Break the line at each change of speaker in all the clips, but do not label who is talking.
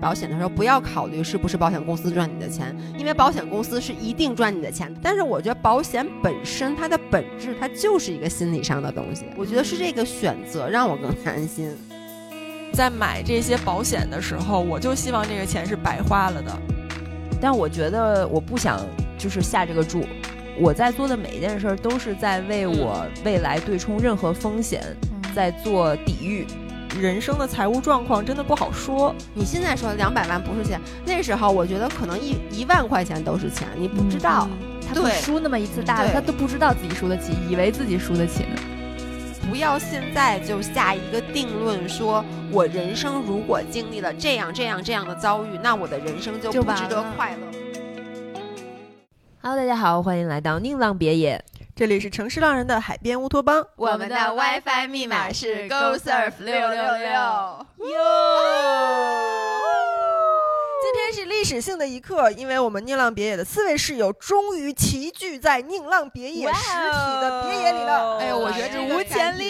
保险的时候，不要考虑是不是保险公司赚你的钱，因为保险公司是一定赚你的钱。但是我觉得保险本身它的本质，它就是一个心理上的东西。我觉得是这个选择让我更安心。
在买这些保险的时候，我就希望这个钱是白花了的。
但我觉得我不想就是下这个注，我在做的每一件事儿都是在为我
嗯
未来对冲任何风险，在做抵御。
人生的财务状况真的不好说，
你现在说两百万不是钱，那时候我觉得可能一一万块钱都是钱，你不知道。
他不
对
输那么嗯一次大的，
对
他都不知道自己输得起，以为自己输得起呢。
不要现在就下一个定论说，我人生如果经历了这样这样这样的遭遇，那我的人生就
就
不
完
值得
了
快乐。
Hello，大家好，欢迎来到宁浪别野。
这里是城市浪人的海边乌托邦。
我们的 WiFi 密码是 GoSurf 666。
哦今天是历史性的一刻，因为我们宁浪别野的四位室友终于齐聚在宁浪别野实体的别野里了。
哎呦我觉得
史
这个
无前例！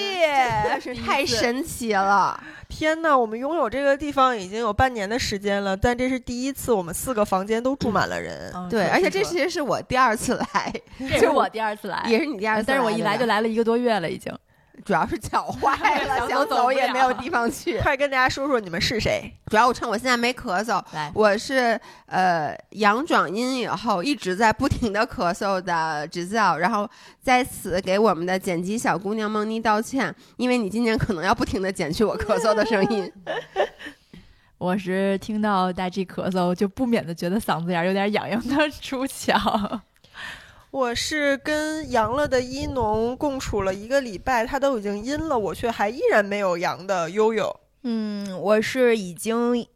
是
太神奇了！
天呐，我们拥有这个地方已经有半年的时间了，但这是第一次我们四个房间都住满了人。
呃
对，而且这其实是我第二次来，
哦这也是我第二次来，
哎
呃
也是你第二次，
但是我一来就
来
来了一个多月了，已经。
对吧，主要是脚坏了，想
想走走
走
不
也
了
没有地方去。
嗯快跟大家说说你们是谁？
主要我趁我现在没咳嗽，
来，
我是呃羊转阴以后一直在不停的咳嗽的执教，然后在此给我们的剪辑小姑娘梦妮道歉，因为你今年可能要不停的剪去我咳嗽的声音。
我是听到大 G 咳嗽，就不免的觉得嗓子眼儿有点痒痒的出窍。
我是跟阳了的一农共处了一个礼拜，他都已经阴了，我却还依然没有阳的悠悠。
嗯，我是已经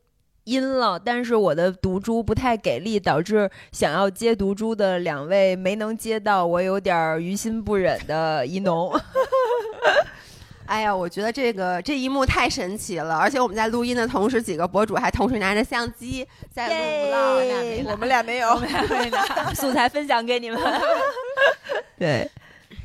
阴了，但是我的毒株不太给力，导致想要接毒株的两位没能接到，我有点儿于心不忍 的一农。
哎呀，我觉得这个这一幕太神奇了，而且我们在录音的同时，几个博主还同时拿着相机在录 vlog
耶没来
我们俩没有，
素材分享给你们。 对，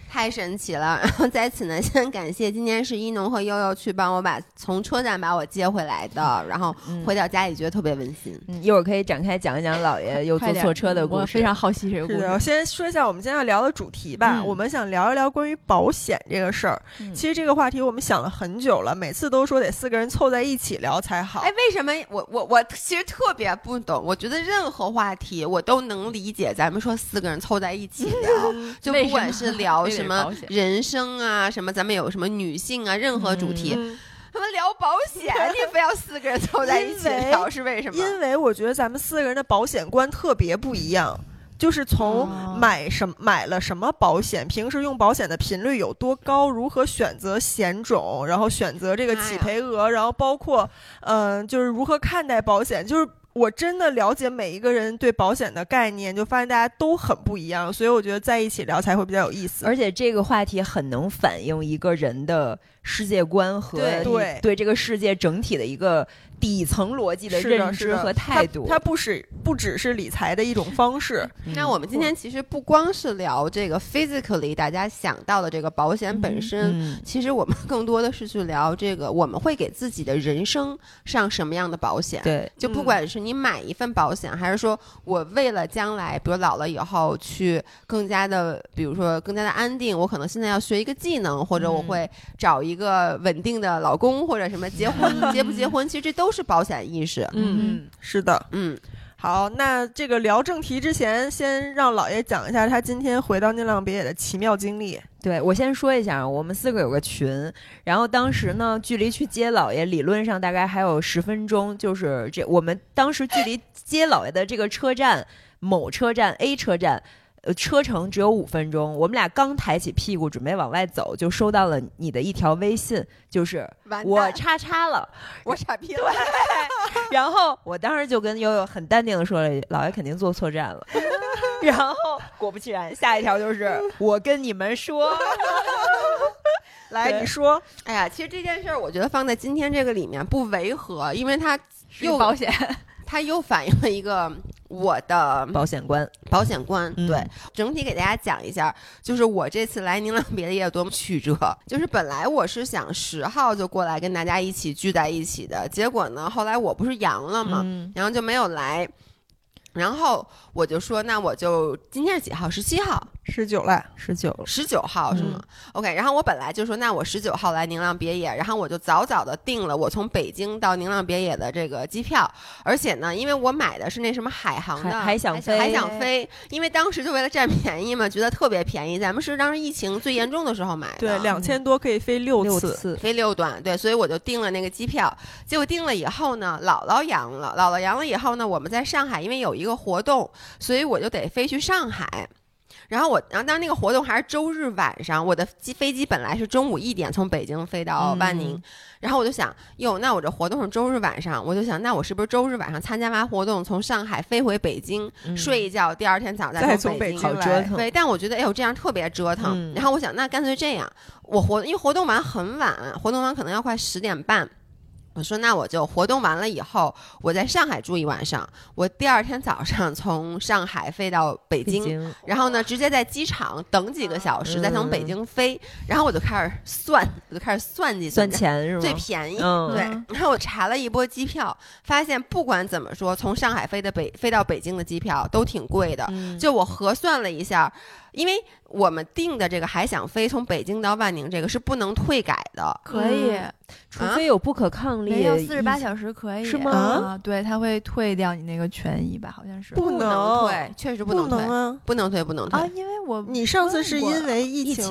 太神奇了！ 然后在此呢，先感谢今天是一农和悠悠去帮我把从车站把我接回来 的，然后
嗯
回到家里觉得特别温馨。
嗯一会儿可以展开讲一讲姥爷又
快
坐
点嗯
错车的故
我
事。
非常好奇这个故
是的，我
事。
先说一下我们今天要聊的主题吧。
嗯
我们想聊一聊关于保险这个事儿。
嗯
其实这个话题我们想了很久了，每次都说得四个人凑在一起聊才好。
哎，为什么我我我其实特别不懂？我觉得任何话题我都能理解，咱们说四个人凑在一起聊， 就
为
不
什
管
么
是聊
非得
什
是
么
保险
人生啊，什么咱们有什么女性啊，任何主题，
嗯
他们聊保险，你非要四个人凑在一起
因为
聊，是为什么？
因为我觉得咱们四个人的保险观特别不一样，就是从
哦
买什么、买了什么保险，平时用保险的频率有多高，如何选择险种，然后选择这个
哎
起
呀
赔额，然后包括嗯、呃就是如何看待保险，就是。我真的了解每一个人对保险的概念，就发现大家都很不一样，所以我觉得在一起聊才会比较有意思。
而且这个话题很能反映一个人的世界观和
对
你
对
对这个世界整体的一个底层逻辑
是
认
是
知
的
和
它
态度。
它不是不只是理财的一种方式，
嗯
那我们今天其实不光是聊这个 physically 大家想到的这个保险本身，
嗯
其实我们更多的是去聊这个我们会给自己的人生上什么样的保险。
对
就不管是你买一份保险，还是说我为了将来，比如老了以后去更加的，比如说更加的安定，我可能现在要学一个技能，或者我
嗯
会找一个稳定的老公，或者什么结婚结不结婚，其实这都是保险意识。
嗯，
是的。
嗯，
好，那这个聊正题之前，先让老爷讲一下他今天回到宁浪别野的奇妙经历。
对，我先说一下啊，我们四个有个群，然后当时呢，距离去接姥爷理论上大概还有十分钟，就是这我们当时距离接姥爷的这个车站某车站 A 车站。呃，车程只有五分钟，我们俩刚抬起屁股准备往外走，就收到了你的一条微信，就是
完蛋
我叉叉了。
我傻逼了，
然后我当时就跟悠悠很淡定的说了一句：“姥爷肯定坐错站了。” 然后果不其然，下一条就是我跟你们说，
来，
对
你说，
哎呀，其实这件事儿，我觉得放在今天这个里面不违和，因为它
是
又
保险，嗯
它又反映了一个我的
保险官，
保险观。
嗯
对，整体给大家讲一下，就是我这次来宁浪别离有多么曲折。就是本来我是想十号就过来跟大家一起聚在一起的，结果呢，后来我不是阳了嘛，
嗯
然后就没有来。然后我就说，那我就今天是几号？十七号。
十九了，
十九了，
十九号是吗、o k 然后我本来就说，那我十九号来宁浪别野，然后我就早早的订了我从北京到宁浪别野的这个机票，而且呢，因为我买的是那什么海航的
还还想飞，
还想飞，因为当时就为了占便宜嘛，觉得特别便宜。咱们是当时疫情最严重的时候买的，
对，两千多可以飞六
六
次，
次，
飞嗯六段，对，所以我就订了那个机票。结果订了以后呢，姥姥阳了，姥姥阳了以后呢，我们在上海，因为有一个活动，所以我就得飞去上海。然后我，然后当那个活动还是周日晚上，我的机飞机本来是中午一点从北京飞到万宁，然后我就想，哟，那我这活动是周日晚上，我就想，那我是不是周日晚上参加完活动，从上海飞回北京，
嗯
睡一觉，第二天早上
再
从
从北
京
京
好折
来
腾
对，但我觉得哎呦这样特别折腾。
嗯
然后我想，那干脆这样，我活因为活动完很晚，活动完可能要快十点半。我说那我就活动完了以后，我在上海住一晚上，我第二天早上从上海飞到北
北
京，
京
然后呢直接在机场等几个小时，再从北
嗯
京飞。然后我就开始算，我就开始算计
算
怎么
钱是吗？
最便宜。
嗯，
对
嗯，
然后我查了一波机票，发现不管怎么说，从上海飞的北飞到北京的机票都挺贵的，
嗯
就我核算了一下，因为我们订的这个还想飞从北京到万宁这个是不能退改的，
可以，
嗯
除
啊
非有不可抗力，
没有四十八小时可以
是吗
啊，对，他会退掉你那个权益吧，好像是
不
能
能哦
退，确实不
不
能退，嗯
能啊！
不能退，不能退。
啊，因为我
你上次是因为疫
疫
情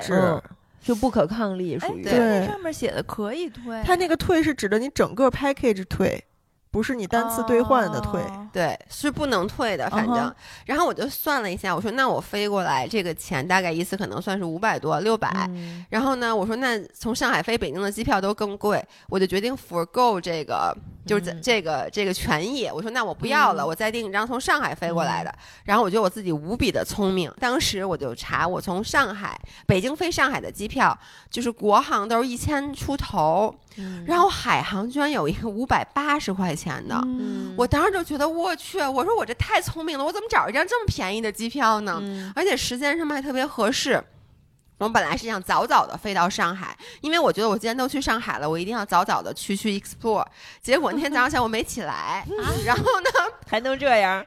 对
制，
嗯就不可抗力
哎
属于，
对
那上面写的可以退，
他那个退是指的你整个 package 退，不是你单次兑换的退。
哦
对，是不能退的，反正。
嗯哼
然后我就算了一下，我说那我飞过来这个钱大概一次可能算是五百多、六百、
嗯
然后呢，我说那从上海飞北京的机票都更贵，我就决定 forgo 这个，就是这
嗯
这个这个权益。我说那我不要了，
嗯
我再订一张从上海飞过来的。
嗯
然后我觉得我自己无比的聪明，当时我就查我从上海北京飞上海的机票，就是国航都是一千出头，
嗯
然后海航居然有一个五百八十块钱的。
嗯
我当时就觉得我去，我说我这太聪明了，我怎么找一张这么便宜的机票呢？
嗯
而且时间上面还特别合适。我本来是想早早的飞到上海，因为我觉得我今天都去上海了，我一定要早早的去去 explore。结果那天早上起来我没起来，
嗯
然后呢，
还能这样，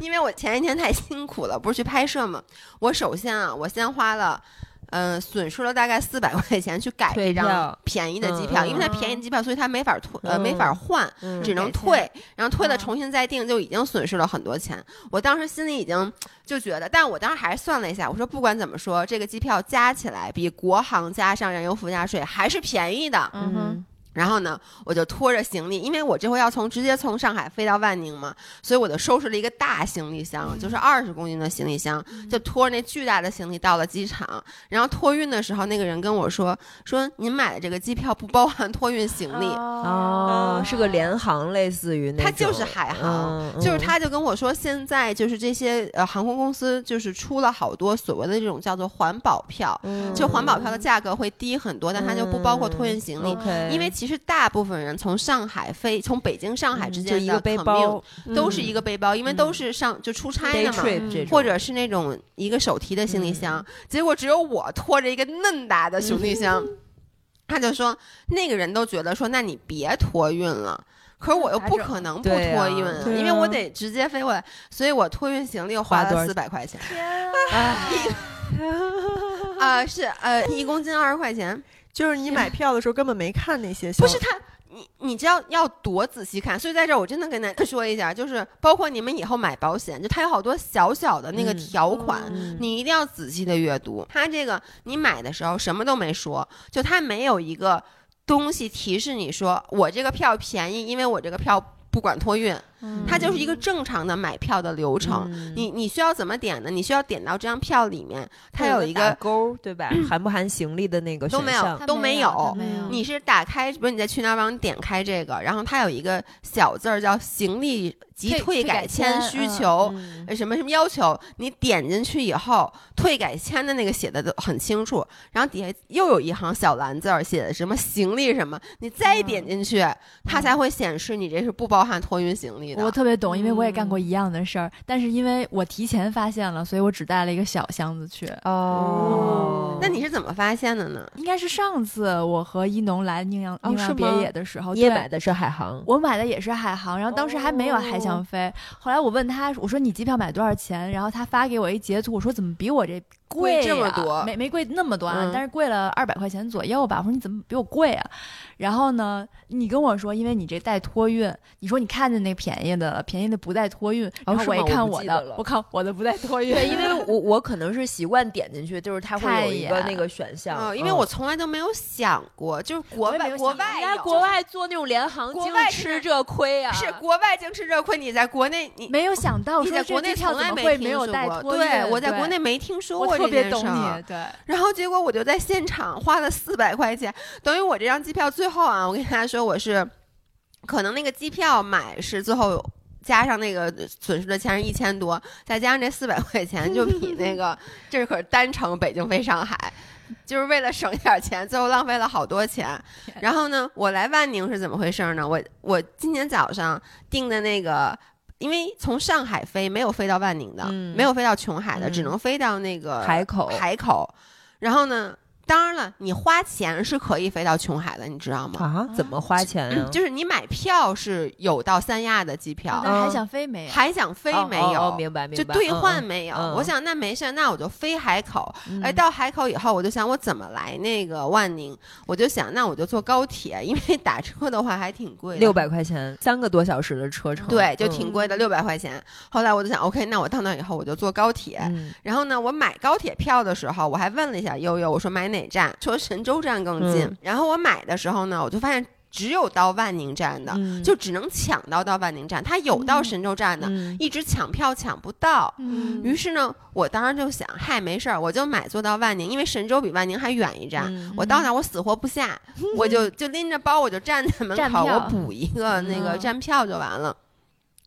因为我前一天太辛苦了，不是去拍摄嘛，我首先啊，我先花了。嗯，损失了大概四百块钱去改
退
一张
票
便宜的机
嗯
票，
嗯
因为它便宜的机票，所以它没法退，呃，
嗯
没法换，
嗯
只能
给钱
退，然后退了
嗯
重新再订，就已经损失了很多钱。我当时心里已经就觉得，但我当时还是算了一下，我说不管怎么说，这个机票加起来比国航加上燃油附加税还是便宜的。
嗯哼，
然后呢，我就拖着行李，因为我这回要从直接从上海飞到万宁嘛，所以我就收拾了一个大行李箱，
嗯
就是二十公斤的行李箱，
嗯
就拖着那巨大的行李到了机场。然后托运的时候，那个人跟我说说您买的这个机票不包含托运行李，
哦，是个联航，类似于那
嗯
种，
它就是海航
嗯
就是，他就跟我说，现在就是这些呃航空公司就是出了好多所谓的这种叫做环保票，
嗯
就环保票的价格会低很多，但它就不包括托运行李。
OK，
因为其实大部分人从上海飞，从北京、上海之
嗯就
间
一
的
个背包嗯
commute，都是一个背包，因为都是上就出差
day
的嘛，
trip 这种，嗯
或者是那种一个手提的行李箱，结果只有我拖着一个嫩大的行李箱。
嗯
他就说，那个人都觉得说，那你别托运了。可是我又不可能不托
对啊
运，
对啊
因为我得直接飞过来，所以我托运行李又花
花多
了
少
四百块 钱
天啊，
啊、是呃一公斤二十块钱，
就是你买票的时候根本没看那些消
不是
息，
他，你你知道要多仔细看，所以在这儿我真的跟大家说一下，就是包括你们以后买保险，就它有好多小小的那个
嗯
条款，
嗯
你一定要仔细的阅读。它这个你买的时候什么都没说，就它没有一个东西提示你说我这个票便宜，因为我这个票不管托运，
嗯
它就是一个正常的买票的流程。
嗯
你你需要怎么点呢？你需要点到这张票里面，它
会
有
个
一
打
个
勾儿，对吧？含不含行李的那个
都
选
没有
项
它
都没
没
有
它没有，
你是打开，比如你在去哪儿网点开这个，然后它有一个小字儿叫“行李及
退
退
退
改
改
签
签
需
嗯
求”
嗯
呃什么什么要求，你点进去以后，退改签的那个写的都很清楚，然后底下又有一行小蓝字儿写的
嗯
什么行李什么，你再点进去，它才会显示你这是不包含托运行李你的。
我特别懂，因为我也干过一样的事儿，但是因为我提前发现了，所以我只带了一个小箱子去。
哦
那你是怎么发现的呢？
应该是上次我和一农来宁阳
哦
宁阳
是
别
吗
野的时候，
你也
对
买的是海航？
我买的也是海航，然后当时还没有海
哦
翔飞。后来我问他，我说你机票买多少钱？然后他发给我一截图，我说怎么比我这贵、啊、
贵这么多
没没贵那么多啊，
嗯
但是贵了二百块钱左右吧。我说你怎么比我贵啊？然后呢，你跟我说，因为你这带托运，你说你看见那便宜的了，便宜的不带托运。
哦
然后
是
我一
吗我
看
不
我
记
的，
得了
我靠，我的不带托运。
对，因为我我可能是习惯点进去，就是它会
看
有
一
一个
眼
那个选项。
哦，因为
嗯
我从来都没有想过，就是国
我也没
外
有
国
想过
外
人家
有
国外做那种联航，
国
经
外
吃这亏啊！
是国外净吃这亏，你在国内你
没有想到
你
说
在
这
国内
机票
从
怎
来
么
没
会
听
没有
说
带
过
托运？
对，我在国内没听说
我
过
特
这件
别
事
懂
儿
你，对。
然后结果我就在现场花了四百块钱，等于我这张机票最后啊，我跟大家说我是，可能那个机票买是最后加上那个损失的钱是一千多，再加上这四百块钱，就比那 个这可是单程北京飞上海，就是为了省一点钱，最后浪费了好多钱。然后呢，我来万宁是怎么回事呢？我我今年早上订的那个。因为从上海飞没有飞到万宁的，
嗯
没有飞到琼海的，只
嗯
能飞到那个
海口
海口。然后呢，当然了，你花钱是可以飞到琼海的，你知道吗？
啊，怎么花钱啊？
嗯就是你买票是有到三亚的机票，
那还想飞没有？
嗯海想飞没
哦
有？
哦哦明白明
就
白，
兑
嗯
换。没有，
嗯嗯
我想那没事，那我就飞海口。
嗯
哎，到海口以后，我就想我怎么来那个万宁，我就想那我就坐高铁，因为打车的话还挺贵的，
六百块钱，三个多小时的车程，
对，就
嗯
挺贵的，六百块钱。后来我就想，OK，那我到那以后我就坐高铁，
嗯
然后呢，我买高铁票的时候，我还问了一下悠悠，我说买哪站？说神州站更近。
嗯
然后我买的时候呢，我就发现只有到万宁站的，
嗯
就只能抢到到万宁站，它有到神州站的，
嗯
一直抢票抢不到。
嗯
于是呢，我当时就想，嗨，没事儿，我就买坐到万宁，因为神州比万宁还远一站。
嗯
我到那儿我死活不下，我就就拎着包，我就站在门
嗯站
口，
票
我补一个那个
嗯
站票就完了。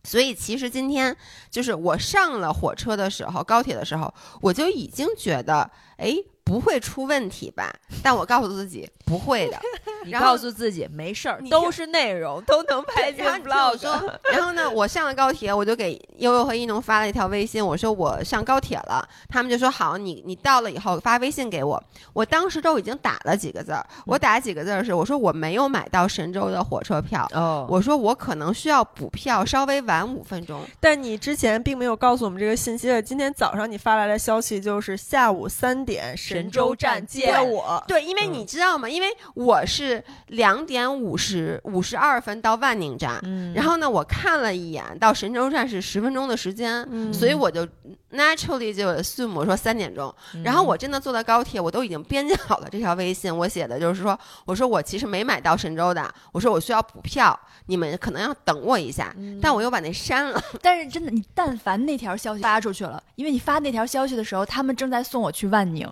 所以其实今天就是我上了火车的时候，高铁的时候，我就已经觉得，哎，不会出问题吧？但我告诉自己不会的。
你
然后
告诉自己没事儿
你，
都
听
是内容，都能拍进
然后你听我
vlog。
说，然后呢，我上了高铁，我就给悠悠和一农发了一条微信，我说我上高铁了，他们就说好，你你到了以后发微信给我。我当时都已经打了几个字儿，我打几个字儿是我说我没有买到神州的火车票，
哦，
我说我可能需要补票，稍微晚五分钟。
但你之前并没有告诉我们这个信息。今天早上你发来的消息就是下午三点
神
神
州
州站
站
接
见
我。
对，因为你知道吗？因为我是两点五十五十二分到万宁站，
嗯
然后呢，我看了一眼到神州站是十分钟的时间，
嗯
所以我就 naturally 就 assume 我说三点钟。然后我真的坐到高铁，我都已经编辑好了这条微信，我写的就是说，我说我其实没买到神州的，我说我需要补票，你们可能要等我一下，但我又把那删了。
但是真的，你但凡那条消息发出去了，因为你发那条消息的时候，他们正在送我去万宁，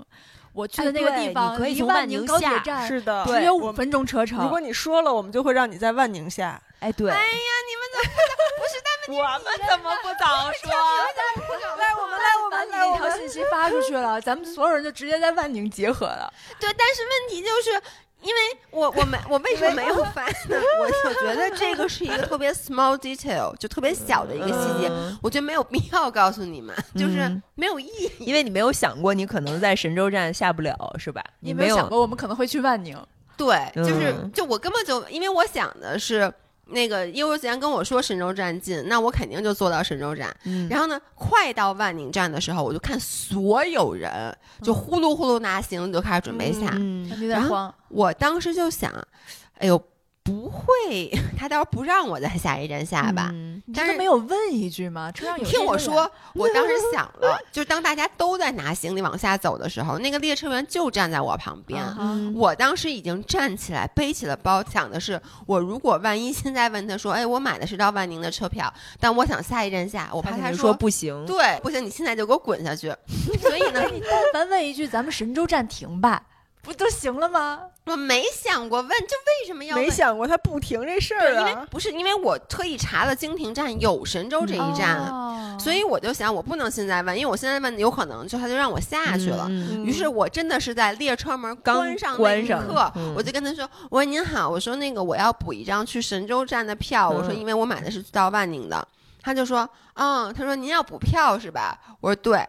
我去的那个
哎对
地方
你可以
离
从
万
万宁
高铁
下
站
是的，
只有
我
五分钟车程。
如果你说了，我们就会让你在万宁下。
哎对，哎呀，你们怎么不是他们，我们怎么不早说？啊
来，我们来，我
把
们
你
来，
那
我
条
们
信息发出去了，咱们所有人就直接在万宁结合了。
对，但是问题就是。因为 我我 没我为什么没有发呢？ 我就觉得这个是一个特别 small detail，就特别小的一个细节，
嗯
我觉得没有必要告诉你们，就是
嗯
没有意义。
因为你没有想过，你可能在神州站下不了，是吧？
你
你
有没有
有
想过我们可能会去万宁？
对，就是
嗯
就我根本就因为我想的是。那个悠悠既然跟我说神州站近，那我肯定就坐到神州站。
嗯
然后呢，快到万宁站的时候，我就看所有人就呼噜呼噜拿行李就开始准备下。
嗯
有点慌。
我当时就想，哎呦，不会，他到时候不让我在下一站下吧？
嗯
你
但
这都
是
没有问一句吗？车上有
听我
这个
说，我当时想了，就当大家都在拿行李往下走的时候，那个列车员就站在我旁边。
啊
嗯
我当时已经站起来，背起了包，想的是，我如果万一现在问他说，哎，我买的是到万宁的车票，但我想下一站下，我
他
怕
肯
他
定说不行，
对，不行，你现在就给我滚下去。所以呢，
人，但凡问一句咱们神州站停吧，不就行了吗？
我没想过问，就为什么要问
没？想过他不停这事
对，
儿
因为
啊。
不是因为我特意查了京亭站有神州这一站，
哦
所以我就想我不能现在问，因为我现在问有可能就他就让我下去了。
嗯
于是我真的是在列车门
刚
关上那
关
一
上
刻，
嗯
我就跟他说：“我说您好，我说那个我要补一张去神州站的票，我说
嗯
因为我买的是到万宁的。”他就说：“嗯，他说您要补票是吧？”我说：“对。”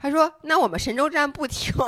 他说：“那我们神州站不停。”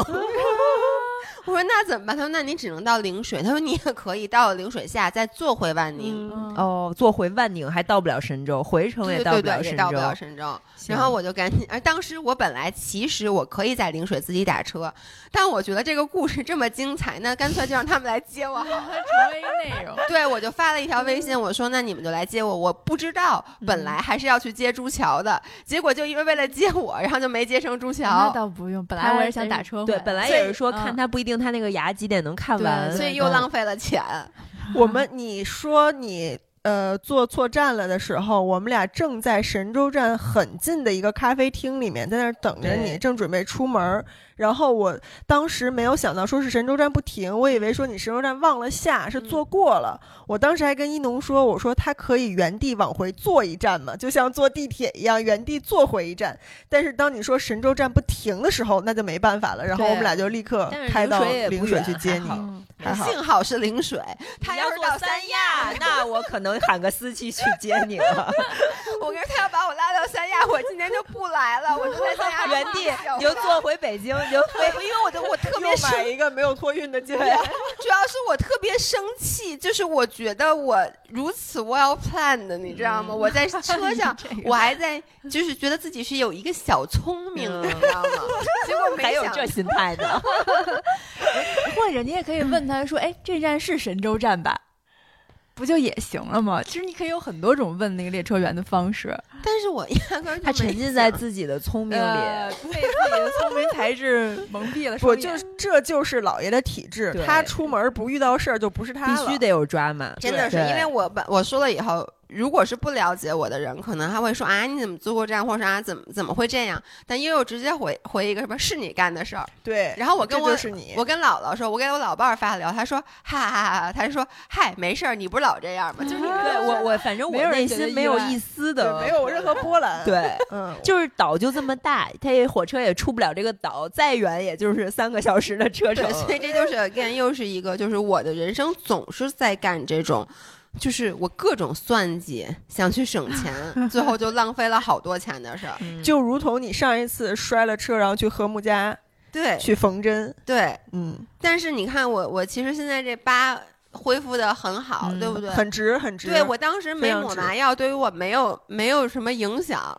我说：“那怎么办？”他说：“那你只能到陵水。”他说：“你也可以到了陵水下再坐回万宁。
嗯，
嗯
哦，坐回万宁还到不了神州，回程
对
也
对
到
对
不了
对，也
神
到不
州。
了神州。
行
然后我就赶紧，而当时我本来其实我可以在陵水自己打车，但我觉得这个故事这么精彩，那干脆就让他们来接我好 了。
它 成为一个内容。
对，我就发了一条微信，我说那你们就来接我。我不知道，本来还是要去接朱桥的，结果就因为为了接我，然后就没接成朱
那
桥。
倒不用，本
他
来我也想打车回
对
来，，
本来
所以
也是说看
嗯
他不一定他那个牙几点能看
对
完，
所以又
嗯
浪费了钱，
我们你说你呃坐错站了的时候，我们俩正在神州站很近的一个咖啡厅里面，在那儿等着你，
对
正准备出门儿。然后我当时没有想到说是神州站不停，我以为说你神州站忘了下，是
嗯
坐过了。我当时还跟一农说，我说他可以原地往回坐一站嘛，就像坐地铁一样原地坐回一站。但是当你说神州站不停的时候，那就没办法了。然后
对
我们俩就立刻
但是
开
陵
到
水也不
陵水
远
去接
还
你
好。
嗯
还好
幸好是陵水。他
你
要
要
是
坐
到
三
三
亚，那我可能喊个司机去接你 了，
我跟你说，他要把我拉到三亚，我今年就不来了，我就在三亚
原地你就坐回北京，你就飞。
哎因为我的我特
又
别生
买一个没有托运的 机票。
主要是我特别生气，就是我觉得我如此 well planned，你知道吗？我在车 上
这，个
我还在就是觉得自己是有一个小聪明，
嗯
你知道吗？ 结果
还
没
有
想
这心态 呢？
或者你也可以问他说：“哎，这站是神州站吧？”不就也行了吗？其实你可以有很多种问那个列车员的方式。
但是我压根儿就
他
没
沉浸在
想
自己的聪明
呃
里，
被自己的聪明才智蒙蔽了
不，
双眼。
就是这就是老爷的体质
对，
他出门不遇到事儿就不是他
必须
了。
得有抓马。
真的是
对
因为我把我说了以后，如果是不了解我的人，可能还会说啊你怎么坐过站，或者啊怎么怎么会这样？但悠悠直接回回一个什么是你干的事儿，
对，
然后我跟我
这就是你，
我跟姥姥说，我给我老伴儿发了聊，他说哈哈哈哈，他说嗨没事儿，你不是老这样吗？就是你
对我我反正我
没有人
内
觉得
心
意
没有
外
一丝
对
的
没有任何波 澜。，
对。
嗯，
就是岛就这么大，它也火车也出不了这个岛，再远也就是三个小时的车程
对，。所以这就是 again 又是一个，就是我的人生总是在干这种，就是我各种算计，想去省 钱，最后就浪费了好多钱的事儿。
嗯
就如同你上一次摔了车，然后去和睦家
对
去缝针，
对，
嗯，
但是你看我，我其实现在这疤恢复的很好，
嗯
对不对？
很值很值。
对我当时没
非常
抹
值
麻药，对于我没有没有什么影响。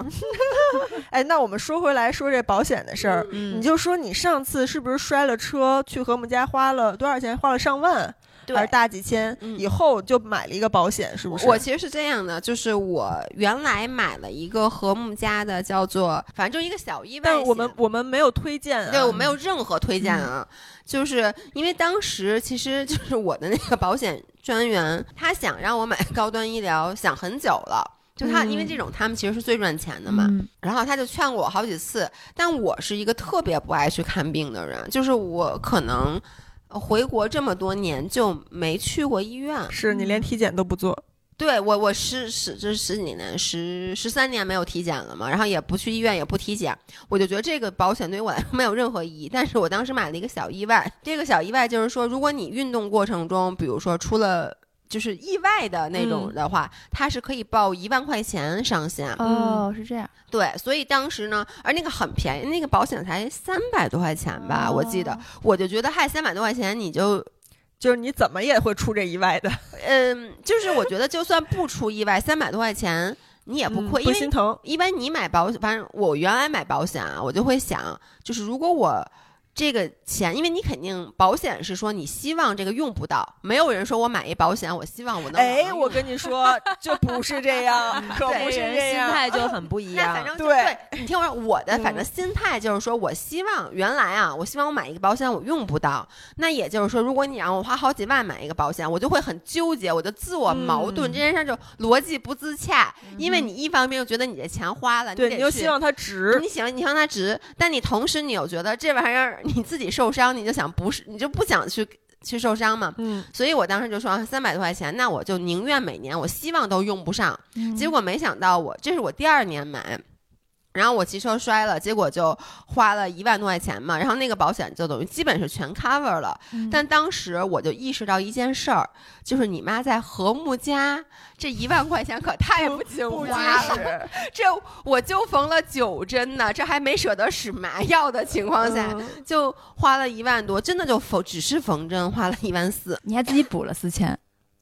哎，那我们说回来说这保险的事儿，
嗯
你就说你上次是不是摔了车去和睦家花了多少钱？花了上万还是大几千？
嗯
以后就买了一个保险，是不是？
我其实是这样的，就是我原来买了一个和睦家的，叫做反正就一个小意外
但
险，
是我们我们没有推荐啊，
对我没有任何推荐啊，就是因为当时其实就是我的那个保险专员，他想让我买高端医疗，想很久了。就他，因为这种他们其实是最赚钱的嘛，
嗯
然后他就劝过我好几次，但我是一个特别不爱去看病的人，就是我可能呃回国这么多年就没去过医院，
是你连体检都不做，
对我，我是十这十几年，十十三年没有体检了嘛，然后也不去医院，也不体检，我就觉得这个保险对于我来说没有任何意义。但是我当时买了一个小意外，这个小意外就是说，如果你运动过程中，比如说出了就是意外的那种
嗯
的话，它是可以报一万块钱上限。
哦，是这样。
对，所以当时呢，而那个很便宜，那个保险才三百多块钱吧，我记
哦
得，我就觉得嗨，三百多块钱你就
就是你怎么也会出这意外的。
嗯，就是我觉得就算不出意外，三百多块钱你也不亏，
嗯不
因
心
为
疼。
一般你买保险，反正我原来买保险啊，我就会想，就是如果我。这个钱，因为你肯定保险是说你希望这个用不到，没有人说我买一保险，我希望我能。嗯
哎，我跟你 说，这不是这样，可
对
不是
人
这
心
样。
态就很不一
那反
样。
正就
对
对你听我说，我的
嗯
反正心态就是说，我希望原来啊，我希望我买一个保险，我用不到。那也就是说，如果你让我花好几万买一个保险，我就会很纠结，我就自我矛盾，
嗯
这件事儿就逻辑不自洽。因为你一方面又觉得你这钱花了，
嗯对，
你
你
得
又
去
希望它值，
你喜欢你让它值，但你同时你又觉得这玩意儿你自己受伤，你就想不是，你就不想去去受伤嘛。
嗯，
所以我当时就说啊三百多块钱，那我就宁愿每年我希望都用不上。结
果
果没想到我这是我第二年买，然后我骑车摔了，结果就花了一万多块钱嘛，然后那个保险就等于基本是全 cover 了。
嗯
但当时我就意识到一件事儿，就是你妈在和睦家这一万块钱可太不经
不
花了，这我就缝了九针呢，这还没舍得使麻药的情况下。
嗯
就花了一万多，真的就缝，只是缝针花了一万四。
你还自己补了四千，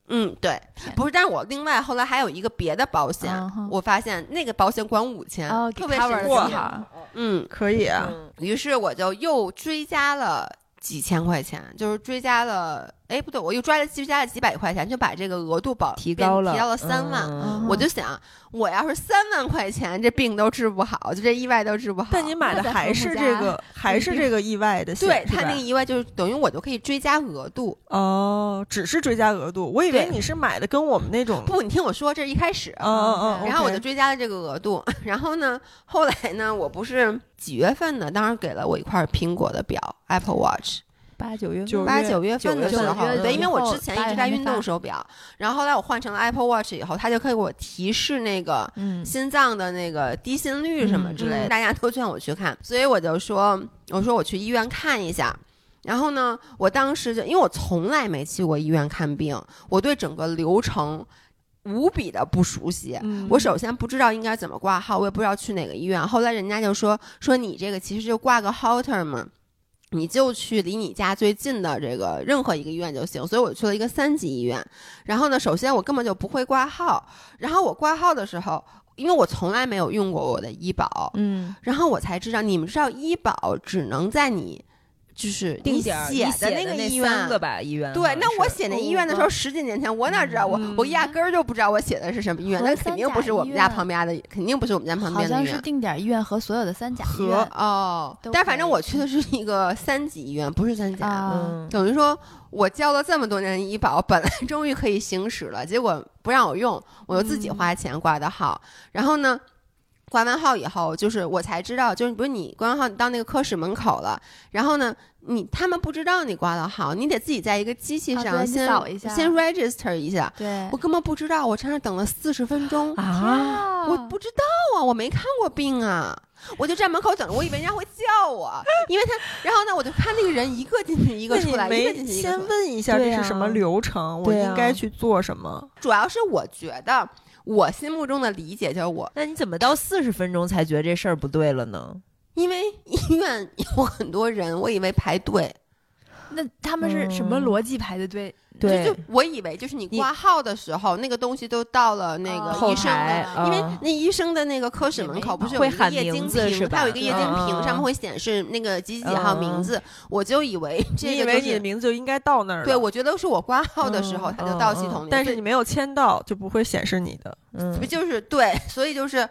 嗯，对，
天
不是，但是我另外后来还有一个别的保险，
嗯哼
我发现那个保险管五千、
哦，给
特别
cover
神
了
哇
正
奇。
好，
嗯，
可以啊，
嗯
于是我就又追加了几千块钱，就是追加了，哎，不对，我又追加了追加了几百块钱，就把这个额度保
提
变
高了，
提到了三万。
嗯
嗯
我就想，我要是三万块钱，这病都治不好，就这意外都治不好。
但你买的
那在
还
和
是
睦
这
家
个，还是这个意外的险，
对
是
他
吧
那个意外，就是等于我就可以追加额度。
哦，只是追加额度，我以为
对
你是买的跟我们那种，
不，你听我说，这是一开始。
哦哦哦，
然后我就
OK
追加了这个额度， 然后呢，后来呢，我不是几月份呢？当时给了我一块苹果的表，Apple Watch，
八九月
就
份
八
月
嗯九月份的
九
时
月
候，嗯
份
对，因为
以
我
后
之前
八
一直
月
在
还没
运动
发
手表，然后后来我换成了 Apple Watch 以后，它就可以给我提示那个
嗯
心脏的那个低心率什么之类的，
嗯嗯
大家都劝我去看，所以我就说，我说我去医院看一下。然后呢，我当时就因为我从来没去过医院看病，我对整个流程无比的不熟悉。
嗯
我首先不知道应该怎么挂号，我也不知道去哪个医院。后来人家就说说你这个其实就挂个 halter 嘛，你就去离你家最近的这个任何一个医院就行。所以我去了一个三级医院。然后呢，首先我根本就不会挂号，然后我挂号的时候，因为我从来没有用过我的医保，
嗯，
然后我才知道你们知道医保只能在你就是你写
你
的
那
个医
三
院
个。吧医
嗯
院，
对，那我
哦
写那医院的时候，十几年前我哪知道我我压根儿就不知道我写的是什么医院，
和
那肯定不是我们
三
家
甲医
旁边的，肯定不是我们家旁
好
边的
像
医
是
院。
定点医院和所有的三甲医
和
院
哦
都，
但
可
反正
以
我去的是一个三级医院，不是三甲。
啊，
嗯
等于说我交了这么多年医保，本来终于可以行使了， 结果不让我用，我就自己花钱挂的号。然后呢，挂完号以后，就是我才知道，就是比如你挂完号，你到那个科室门口了，然后呢，你他们不知道你挂了号，你得自己在一个机器
啊
上、
对你
先
扫一下
先 register 一下。
对
我根本不知道，我在那儿等了四十分钟，
啊，
我
嗯哦
不知道啊，我没看过病啊，我就站门口等着，我以为人家会叫我，因为他，然后呢，我就看那个人一个进去一
那
个
你
出来，一个进
没
去一个出
先
来。
问一下这
对
是什么
啊
流程，我
对
应
啊
该去做什么？
主要是我觉得我心目中的理解就是我，
那你怎么到四十分钟才觉得这事儿不对了呢？
因为医院有很多人，我以为排队，
那他们是什么
嗯
逻辑排的队？
对
就就我以为就是你
你
挂号的时候，那个东西都到了那个
哦
医生的。
台
因为
啊
那医生的那个科室门口不是有
会
一个
喊
液晶
名字是
屏，
吧
它有一个液晶
嗯
屏，
嗯
上面会显示那个几几几号名字，我就以为
你
这
以
个
为
就
你的
是
名字就应该到那儿了，
对，我觉得是我挂号的时候
嗯
它就到系统里，
但是你没有签到就不会显示你的。
嗯
不，就是对，所以就是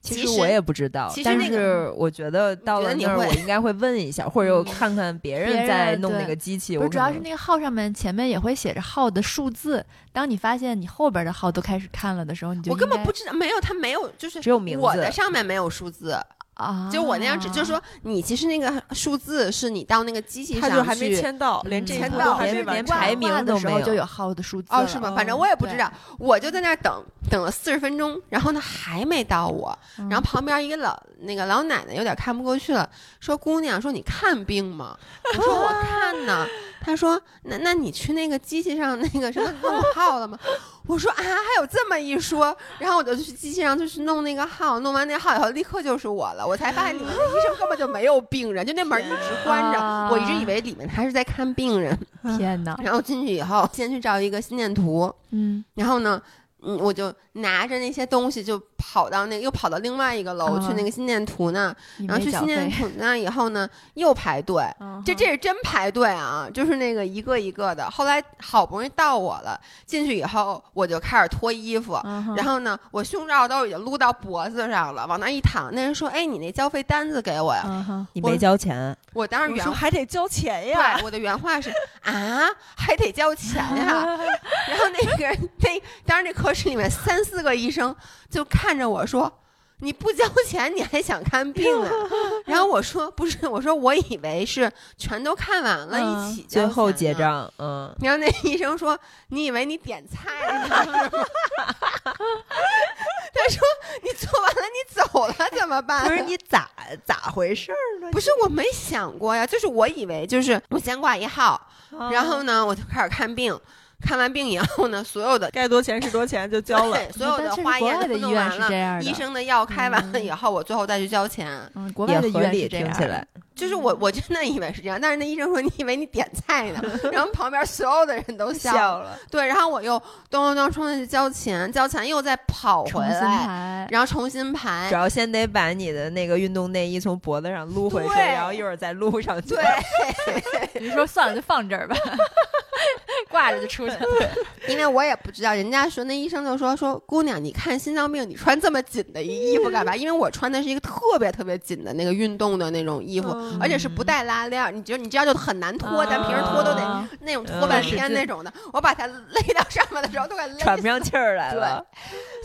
其
其
实
实
我也不知道，
其实
但
那个
是我觉得到
觉
了
得你
那儿，
会
我应该会问一下，或者我看看别
别
人
人
在弄
对
那个机器。
不
我
是，主要
可
是
能
那个号上面前面也会写着号的数字。当你发现你后边的号都开始看了的时候，你就
我根本
应
不
该
知道，没有它没有就是
只有名
我
字
的上面没有数字，
啊，
就我那张纸，就是说你其实那个数字是你到那个机器
他
上
就还没
去
签到，连
嗯
这一
签
步
到
都还
连
没完
连
成
挂
排名
挂的
都
时
没
候
有
就有号的数字嗯
哦，
了
是吗？反正我也不知道，我就在那儿等，等了四十分钟，然后呢还没到我，
嗯
然后旁边一个老那个老奶奶有点看不过去了，说：“姑娘，说你看病吗？”我说：“我
啊
看呢。”她说：“那那你去那个机器上那个什么弄号了吗？” 我说：“啊，还有这么一说。”然后我就去机器上就去弄那个号，弄完那号以后立刻就是我了，我才发现里面的医生根本就没有病人，就那门一直关着，我一
啊
直以为里面他是在看病人。
天 哪，
然后进去以后，先去照一个心电图，
嗯，
然后呢，嗯，我就拿着那些东西就跑到那又跑到另外一个楼、
啊
去那个心电图那，
你
然后
没
去
缴
心电
费，
图
嗯
那以后呢又排队，
嗯
这这是真排队啊，就是那个一个一个的。后来好不容易到我了，进去以后我就开始脱衣服。
嗯哼，
然后呢，我胸罩都已经撸到脖子上了，往那一躺，那人说：“哎，你那交费单子给我呀。
嗯哼，
你
我
没交钱，
我当时
我
原
说还得交钱呀
对，，我的原话是啊，还得交钱 呀、然后那个人，那当时那科室里面三四个医生就看着我说：“你不交钱你还想看病啊？ 然后我说不是，我说我以为是全都看完了，一
嗯
起、
最后结。账， 嗯，
然后那医生说：“你以为你点菜呢？” 他说：“你做完了，你走了怎么办？”
不是你咋咋回事儿呢？
不是我没想过呀，就是我以为就是我先挂一号，
嗯
然 后呢我就开始看病，看完病以后呢， 所有的
该多钱是多钱就交了。
对所有
嗯但
的
这是
化
国
验
外
都
的
弄
医院
完
是这
了，
样的，
医生的药开完了以后，我最后再去交钱。
嗯，国
也
外的医
合
院
理，
是这
听
样
起
的
来，
就是
嗯
我我真的以为是这样，但是那医生说你以为你点菜呢，然后旁边所有的人都笑了。
了，
对，然后我又咚咚咚冲进去交钱，交钱又再跑回
重新
来，
排。
然后重新排
主。要先得把你的那个运动内衣从脖子上撸回去，
对
然后一会儿再撸上去。
对，
你说算了，就放这儿吧，挂着就出 去了。
因为我也不知道，人家说那医生就说说姑娘，你看心脏病，你穿这么紧的一衣服干嘛？因为我穿的是一个特别特别紧的那个运动的那种
嗯
衣服，
嗯
而且是
嗯
不带拉链儿，你就你知道就很难脱，咱平时脱都得
啊
那种脱半
嗯
天
是
那种的，我把它勒到上面的时候都给勒
喘不上气儿来了，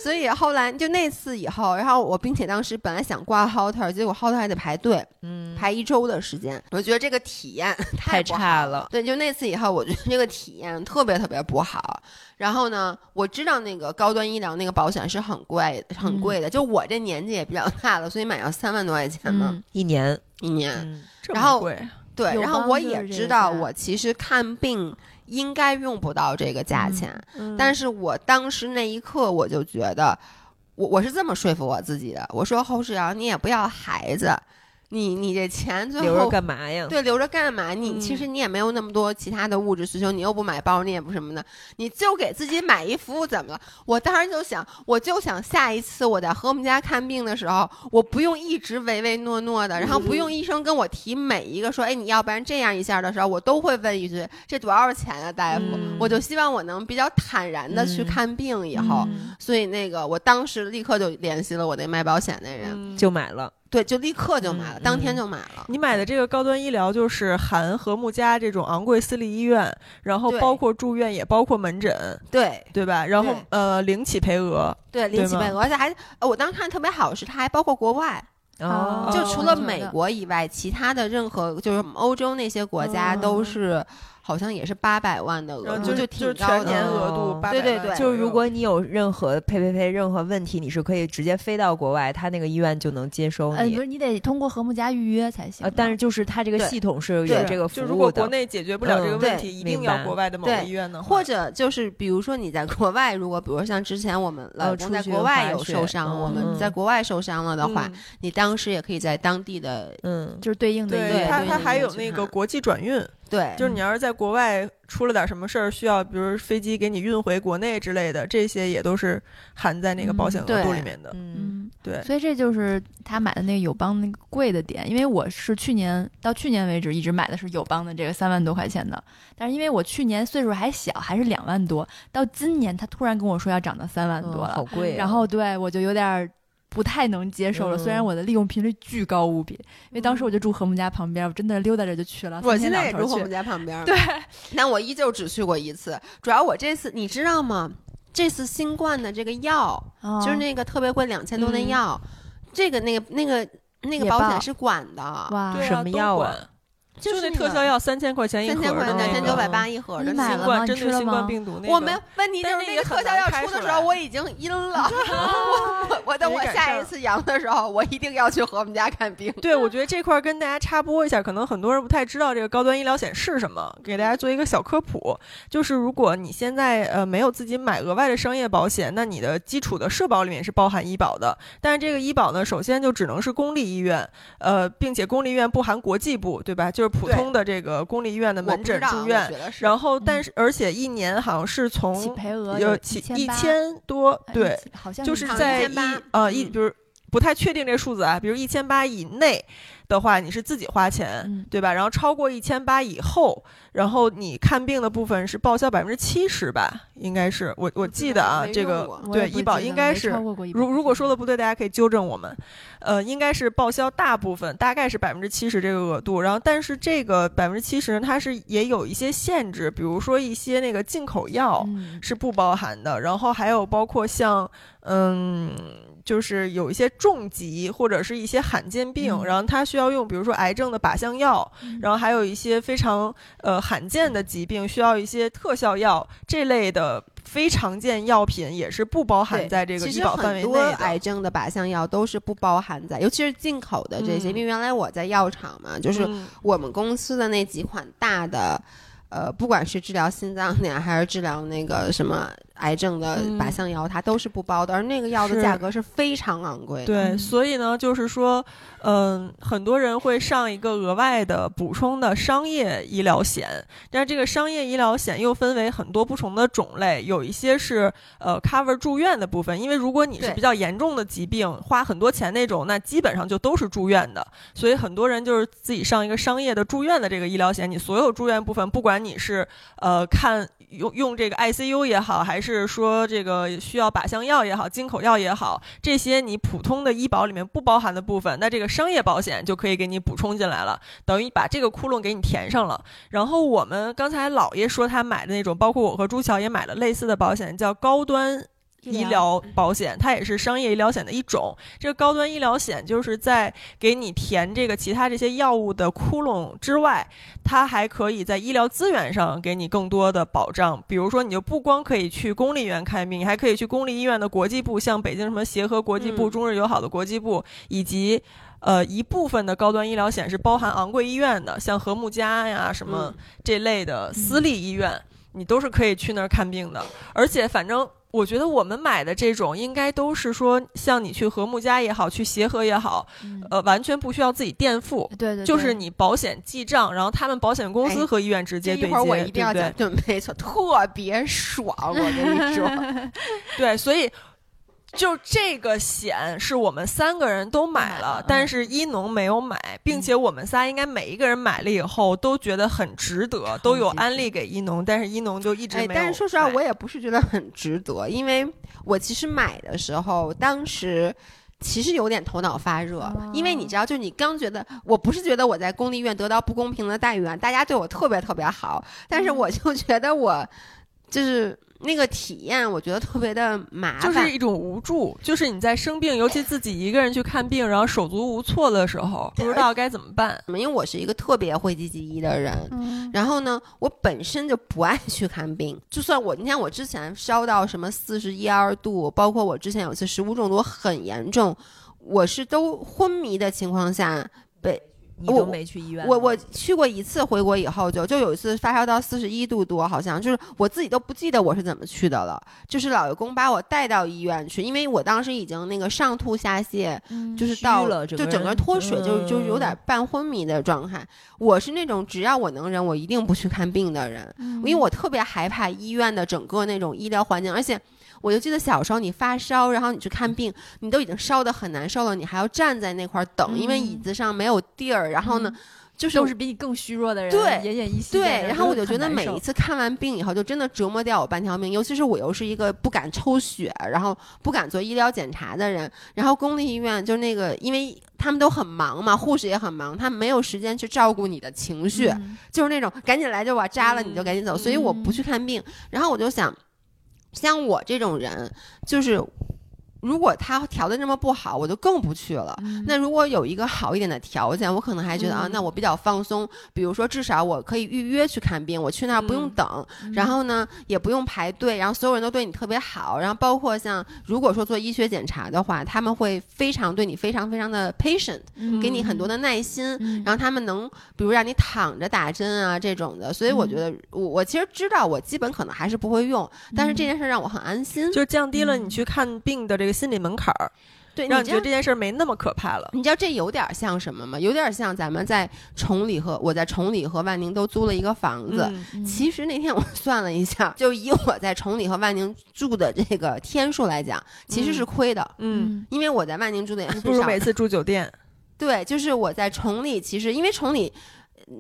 所以后来就那次以后，然后我并且当时本来想挂 halter，结果 halter 还得排队，
嗯，
排一周的时间。我觉得这个体验
太
不好
差了。
对，就那次以后，我觉得这个体验特别特别不好。然后呢，我知道那个高端医疗那个保险是很贵
嗯
很贵的，就我这年纪也比较大了，所以买要三万多块钱嘛、
嗯，
一年，
一年。
嗯，
这
然后
么贵，
对，
有
然后
帮
我
助
也
这
知
个
道，
价
我其实看病应该用不到这个价
嗯
钱，但是我当时那一刻我就觉得，我我是这么说服我自己的，我说侯世瑶，你也不要孩子，你你这钱最
嗯留着
后
干嘛呀？
对留着干嘛？你、其
嗯
实你也没有那么多其他的物质需求，你又不买包，你也不什么的，你就给自己买一服务怎么了？我当时就想，我就想下一次我在和我们家看病的时候，我不用一直唯唯诺诺的，然后不
嗯
用医生跟我提每一个说，哎，你要不然这样一下的时候，我都会问一句，这多少钱啊，大夫？
嗯
我就希望我能比较坦然的去
嗯
看病以后。
嗯
所以那个，我当时立刻就联系了我那卖保险的人，
嗯
就买了，
对，就立刻就买了，
嗯
当天就买了。
你买的这个高端医疗就是含和睦家这种昂贵私立医院，然后
对
包括住院也包括门诊，
对
对吧？然后
对
呃零起赔额，
对，零
对
起
吗
配额，而且还呃我当时看特别好是，它还包括国外，
哦
哦，
就除了
我觉
美
得
国以外，其他的任何就是欧洲那些国家都
哦
是好像也是八百万的
然
额
后
度，
就
挺
是
高
全年
的。
额度
哦
八
对
百
对对
就是如果你有任何呸呸呸任何问题，你是可以直接飞到国外，他那个医院就能接收
呃，不
你。
是，你得通过和睦家预约才行
呃，
嘛。
但是就是他这个
对
系统是有
对
这个服
就如
务
果国
的，
内解决不了这个
嗯
问
对
题，一定
明
要
白
国外的某个
对
医院呢，
或者就是，比如说你在国外，如果比如像之前我们老
呃
公
出
在
去
国外
滑
有
雪
受伤，我
嗯
们在国外受伤了的话，
嗯
你当时也可以在当地的
嗯，
就是对应的
对
医
对
院
它
对
它
对
还
对
有
去
那个
看
国际转运，
对
就是你要是在国外出了点什么事儿，需要比如飞机给你运回国内之类的，这些也都是含在那个保险额度里面的。
嗯
嗯，
对，
所以这就是他买的那个友邦那个贵的点，因为我是去年到去年为止一直买的是友邦的这个三万多块钱的，但是因为我去年岁数还小，还是两万多，到今年他突然跟我说要涨到三万
嗯
多了，
好贵啊。
然后对我就有点儿不太能接受了。虽然
嗯
我的利用频率巨高无比，因为当时我就住和睦家旁边，我真的溜达着就去了，
嗯我
三
现
天
在也
两头
住我
去
们家旁边。对，但我依旧只去过一次。主要我这次你知道吗？这次新冠的这个药，
哦
就是那个特别贵两千多的
嗯
药，这个那个那个那个
也
保
报
险是管的，
哇
对，啊
什么
都
药啊？
管
就
就是那特效药三千块钱一
三
盒
千
儿
块
的
钱
那
两千
个
九百八一盒的
你
那
买
新
个。
了
冠
吗
针
你
对
吃了
新冠
吗
病毒那个，
我没问题，就
但
是
是那
个
个
特
很
效
难
药
开
出的
出
时候
来
我已经阴 了，我我等
没
我
赶
下一
上
次阳的时候，我一定要去和我们家看病。
对，我觉得这块儿跟大家插播一下，可能很多人不太知道这个高端医疗险是什么，给大家做一个小科普。就是如果你现在呃没有自己买额外的商业保险，那你的基础的社保里面是包含医保的，但是这个医保呢，首先就只能是公立医院，呃，并且公立医院不含国际部，对吧？就是普
对
通的这个公立医院的
我
门
不知
诊
道，
住
我
院。
觉得是。
然后，但
嗯
是而且一年好像是从
起赔额
有
一
起
千
一
八，
千多，
哎
呃
对，，
一好像
就是
一千
在
八
一
1800
呃一，
嗯
比如不太确定这个数字啊，比如一千八以内的话，你是自己花钱，
嗯
对吧？然后超过一千八以后，然后你看病的部分是报销百分之七十吧，应该是我我
不知
记
道
得啊
没，
这
用
个
过
我也
对
不
医保
记得
应该
没
是
超过过一百
如如果
块钱
说的不对，大家可以纠正我们。呃，应该是报销大部分，大概是百分之七十这个额度。然后，但是这个百分之七十它是也有一些限制，比如说一些那个进口药，
嗯
是不包含的。然后还有包括像嗯，就是有一些重疾或者是一些罕见病，
嗯
然后他需要用比如说癌症的靶向药，
嗯
然后还有一些非常呃罕见的疾病需要一些特效药这类的非常见药品也是不包含
对
在这个
其
医
实
保范
很
围内
多癌
的。
症的靶向药都是不包含在，尤其是进口的这些，
嗯
因为原来我在药厂嘛，就是
嗯
我们公司的那几款大的，呃，不管是治疗心脏的呀，还是治疗那个什么癌症的
嗯
靶向药，它都是不包的，而那个药的
是
价格是非常昂贵的。
对，
嗯
所以呢，就是说，嗯，很多人会上一个额外的补充的商业医疗险，但是这个商业医疗险又分为很多不同的种类，有一些是呃 cover 住院的部分，因为如果你是
对
比较严重的疾病，花很多钱那种，那基本上就都是住院的，所以很多人就是自己上一个商业的住院的这个医疗险，你所有住院部分，不管你是呃看用用这个 ICU 也好，还是说这个需要靶向药也好、进口药也好，这些你普通的医保里面不包含的部分，那这个商业保险就可以给你补充进来了，等于把这个窟窿给你填上了。然后我们刚才姥爷说他买的那种，包括我和朱乔也买了类似的保险，叫高端医疗保险，它也是商业医疗险的一种。这个高端医疗险就是在给你填这个其他这些药物的窟窿之外，它还可以在医疗资源上给你更多的保障。比如说，你就不光可以去公立医院看病，你还可以去公立医院的国际部，像北京什么协和国际部、
嗯
中日友好的国际部，以及。呃，一部分的高端医疗险是包含昂贵医院的，像和睦家呀什么
嗯
这类的私立医院，你都是可以去那儿看病的。而且反正我觉得我们买的这种应该都是说，像你去和睦家也好，去协和也好，
嗯
呃，完全不需要自己垫付。
对对，
就是
对
你保险记账，然后他们保险公司
哎
和医院直接
这
对接，
一会儿我一定要
对
讲，对，没错，特别爽，我跟你 说，
不对？对，所以就这个险是我们三个人都买
买
了
了，
但
嗯
是一农没有买，并且我们仨应该每一个人买了以后都觉得很值得，都有
超级
安
值
利给一农，但是一农就一直没
哎，
有买。
但是说实话，我也不是觉得很值得，因为我其实买的时候，当时。其实有点头脑发热，
哦
因为你知道，就是你刚觉得，我不是觉得我在公立医院得到不公平的待遇啊，大家对我特别特别好，但
嗯
是我就觉得我就是那个体验，我觉得特别的麻
就
烦，
是一种无助，就是你在生病，尤其自己一个人去看病，然后手足无措的时候，不知道该怎么办。
因为我是一个特别会积极一的人，
嗯
然后呢，我本身就不爱去看病，就算我你看我之前烧到什么四十一二度，包括我之前有一次食物中毒很严重，我是都昏迷的情况下，
你
我
都没去医院吗，
我我去过一次回国以后就就有一次发烧到四十一度多，好像就是我自己都不记得我是怎么去的了，就是老爷公把我带到医院去，因为我当时已经那个上吐下泻，
嗯
就是
虚
到
了整
就
个
整个
人嗯
脱水，就就有点半昏迷的状态。我是那种只要我能忍，我一定不去看病的人，
嗯
因为我特别害怕医院的整个那种医疗环境，而且。我就记得小时候你发烧，然后你去看病，你都已经烧得很难受了，你还要站在那块儿等，因为椅
嗯
子上没有地儿。然后呢，就是
都是比你更虚弱的人，
对
奄奄一息的人。
对，然后我就
很
觉得
难
每
受
一次看完病以后，就真的折磨掉我半条命。尤其是我又是一个不敢抽血，然后不敢做医疗检查的人。然后公立医院就那个，因为他们都很忙嘛，护士也很忙，他们没有时间去照顾你的情绪，
嗯
就是那种赶紧来就把扎了，
嗯
你就赶紧走。所以我不去看病。然后我就想，像我这种人，就是如果他调的那么不好，我就更不去了。
嗯
那如果有一个好一点的条件，我可能还觉得、啊，
嗯
那我比较放松。比如说，至少我可以预约去看病，我去那儿不用
嗯
等，然后呢也不用排队，然后所有人都对你特别好。然后包括像如果说做医学检查的话，他们会非常对你非常非常的 patient，
嗯
给你很多的耐心。
嗯
然后他们能，比如让你躺着打针啊这种的，所以我觉
嗯
得我我其实知道我基本可能还是不会用，但是这件事让我很安心。
嗯就是降低了你
嗯
去看病的这个心理门槛儿，
对，
让
哎你
你
这样
觉得这件事儿没那么可怕了。
你知道这有点儿像什么吗？有点儿像咱们在崇礼和我在崇礼和万宁都租了一个房子。
嗯，
嗯
其实那天我 算了一下，就以我在崇礼和万宁住的这个天数来讲，其实是亏的，
嗯，
因为我在万宁住的也很
不如
少。
每次住酒店。
对，就是我在崇礼，其实因为崇礼，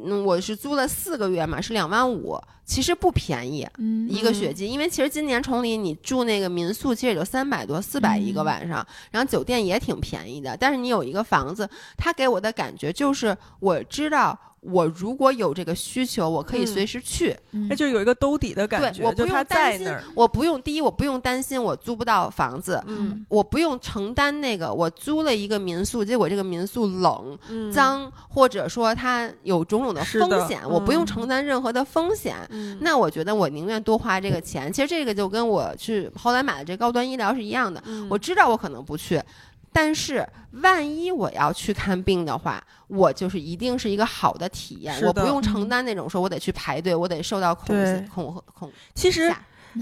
嗯，我是租了四个月嘛，是两万五，其实不便宜。
嗯
一个学季，因为其实今年崇礼你住那个民宿，其实也就三百多、四百一个晚上，然后酒店也挺便宜的。但是你有一个房子，它给我的感觉就是，我知道我如果有这个需求，我可以
嗯
随时去。
嗯
那就有一个兜底的感
对，
觉，
我不
就
用
他
担
在
心
那儿，，
我不用第一，我不用担心我租不到房子，
嗯
我不用承担那个我租了一个民宿，结果这个民宿冷、
嗯，
脏，或者说它有种种的
是的
风险，我不用
嗯
承担任何的风险。
嗯，
那我觉得我宁愿多花这个钱。其实这个就跟我去后来买的这高端医疗是一样的，
嗯
我知道我可能不去。但是，万一我要去看病的话，我就是一定是一个好的体验，
是
我不
的
用承
嗯
担那种说我得去排队，我得受到恐
对
恐恐
其实
吓。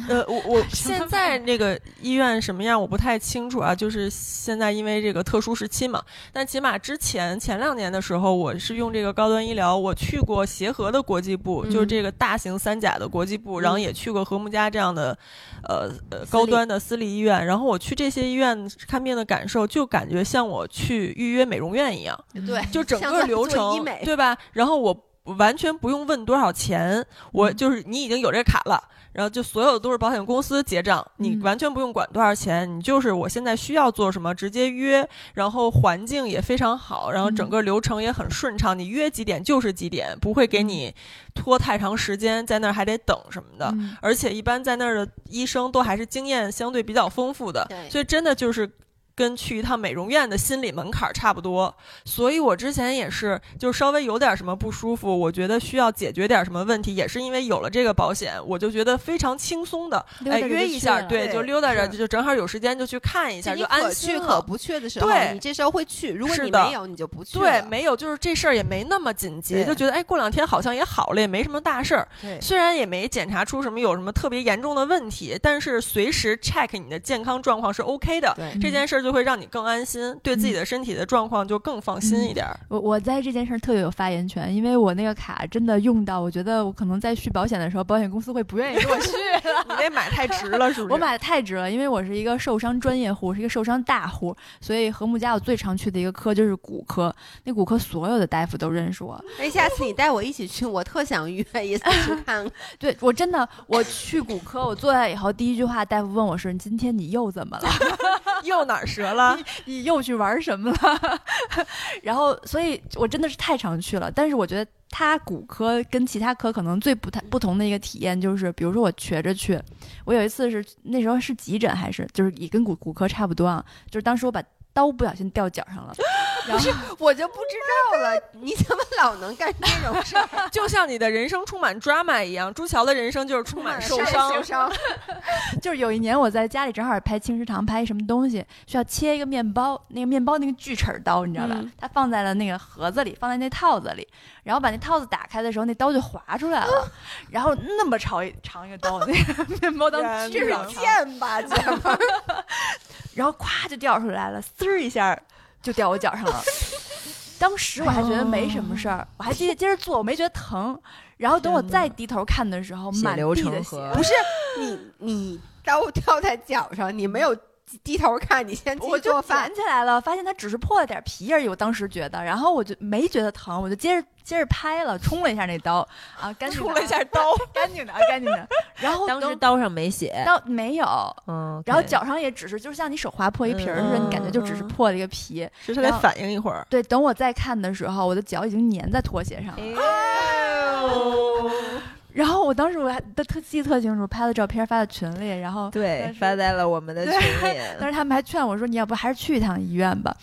呃，我我
什么
现在那个医院什么样我不太清楚啊，就是现在因为这个特殊时期嘛，但起码之前前两年的时候，我是用这个高端医疗，我去过协和的国际部，
嗯
就是这个大型三甲的国际部，然后也去过和睦家这样的，呃呃高端的嗯私立医院，然后我去这些医院看病的感受，就感觉像我去预约美容院一样。
嗯
对，
就整
像
个
在
流
做医
程
美，
对吧？然后我完全不用问多少钱，我
嗯
就是你已经有这个卡了，然后就所有都是保险公司结账，你
嗯
完全不用管多少钱，你就是我现在需要做什么直接约，然后环境也非常好，然后整
嗯
个流程也很顺畅，你约几点就是几点，不会给
嗯
你拖太长时间，在那儿还得等什么的。
嗯
而且一般在那儿的医生都还是经验相对比较丰富的
对，
所以真的就是跟去一趟美容院的心理门槛儿差不多。所以我之前也是，就稍微有点什么不舒服，我觉得需要解决点什么问题，也是因为有了这个保险，我就觉得非常轻松的，
溜
哎，
达着
约
就
一
去
下，
了
对，
对
就溜达着，
是
就正好有时间就去看一下，
就
就
你可
安
去
心
可
了。
不去的时候，
对
你这时候会去；如果
是
你
的
没有，你就不去
对
了。，
没有，就是这事儿也没那么紧急，
对
就觉得哎，过两天好像也好了，也没什么大事儿。
对
虽然也没检查出什么有什么特别严重的问题，但是随时 check 你的健康状况是 OK 的，
对
这件事儿就会让你更安心，对自己的身体的状况就更放心一点儿。
我我在这件事儿特别有发言权，因为我那个卡真的用到，我觉得我可能在续保险的时候，保险公司会不愿意给我续
你那买太值了， 是不是？
我买的太值了，因为我是一个受伤专业户，是一个受伤大户，所以和睦家我最常去的一个科就是骨科，那骨科所有的大夫都认识我。
那哎下次你带我一起去，我特想约一次去 看看。
对我真的，我去骨科，我坐下以后，第一句话大夫问我是：“今天你又怎么了？
又哪儿折了？
你又去玩什么了？” 然后，所以我真的是太常去了。但是我觉得他骨科跟其他科可能最不太不同的一个体验就是，比如说我瘸着去，我有一次是那时候是急诊还是就是也跟骨骨科差不多啊，就是当时我把刀不小心掉脚上了，然后。
我就不知道了，你怎么老能干这种事儿？
就像你的人生充满 drama 一样，朱桥的人生就是充满 受伤。
受伤，
就是有一年我在家里正好拍青石堂拍什么东西，需要切一个面包，那个面包那个锯齿刀你知道吧？
嗯
它放在了那个盒子里，放在那套子里，然后把那套子打开的时候，那刀就划出来了，然后那么长一长一个刀，那个面包当
天
锯
哪
了，
贱吧，姐们儿！
然后咵就掉出来了，滋儿一下就掉我脚上了。当时我还觉得没什么事儿，我还接着接着做，我没觉得疼。然后等我
天
再低头看的时候，
血
满
流
地
成
的血
河，
不是你，你刀掉在脚上，你没有低头看，你先去
我就
做饭
捡。起来了，发现它只是破了点皮而已。我当时觉得，然后我就没觉得疼，我就接着接着拍了，冲了一下那刀啊， 干净
出
的
了一下刀，
啊，干净的啊，干 净的。然后
当时
等
刀上没血，
到没有，
嗯，
然后脚上也只是就是像你手划破一皮儿似的，
嗯
你感觉就只是
嗯
破了一个皮。
是他得
然后
反应一会儿。
对，等我再看的时候，我的脚已经粘在拖鞋
哎
上了。
啊哎
然后我当时我还都特记得特清楚，拍了照片发到群里，然后
对
但，是
发在了我们的群里。
但是他们还劝我说：“你要不还是去一趟医院吧。”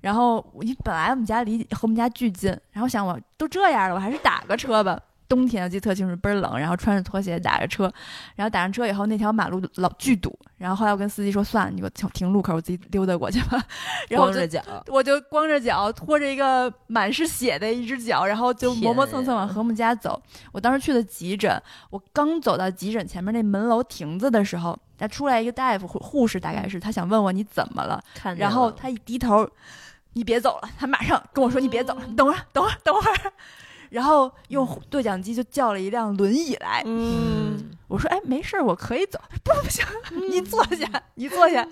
然后我因为本来我们家离和我们家巨近，然后想我都这样了，我还是打个车吧。冬天我记得特清楚，倍儿冷，然后穿着拖鞋打着车，然后打上车以后那条马路老巨堵，然后后来我跟司机说：“算了，你给我停停路口，我自己溜达过去吧。” 然后我
光
就
着脚，
我就光着脚，拖着一个满是血的一只脚，然后就磨磨蹭蹭往和睦家走。我当时去的急诊，我刚走到急诊前面那门楼亭子的时候，他出来一个大夫护护士，大概是他想问我你怎么了，
看见
然后
了
他一低头，你别走了，他马上跟我说你别走了， 你等会儿，等会儿，等会儿。然后用对讲机就叫了一辆轮椅来，
嗯，
我说哎没事儿，我可以走， 不不行，你坐下，你坐下。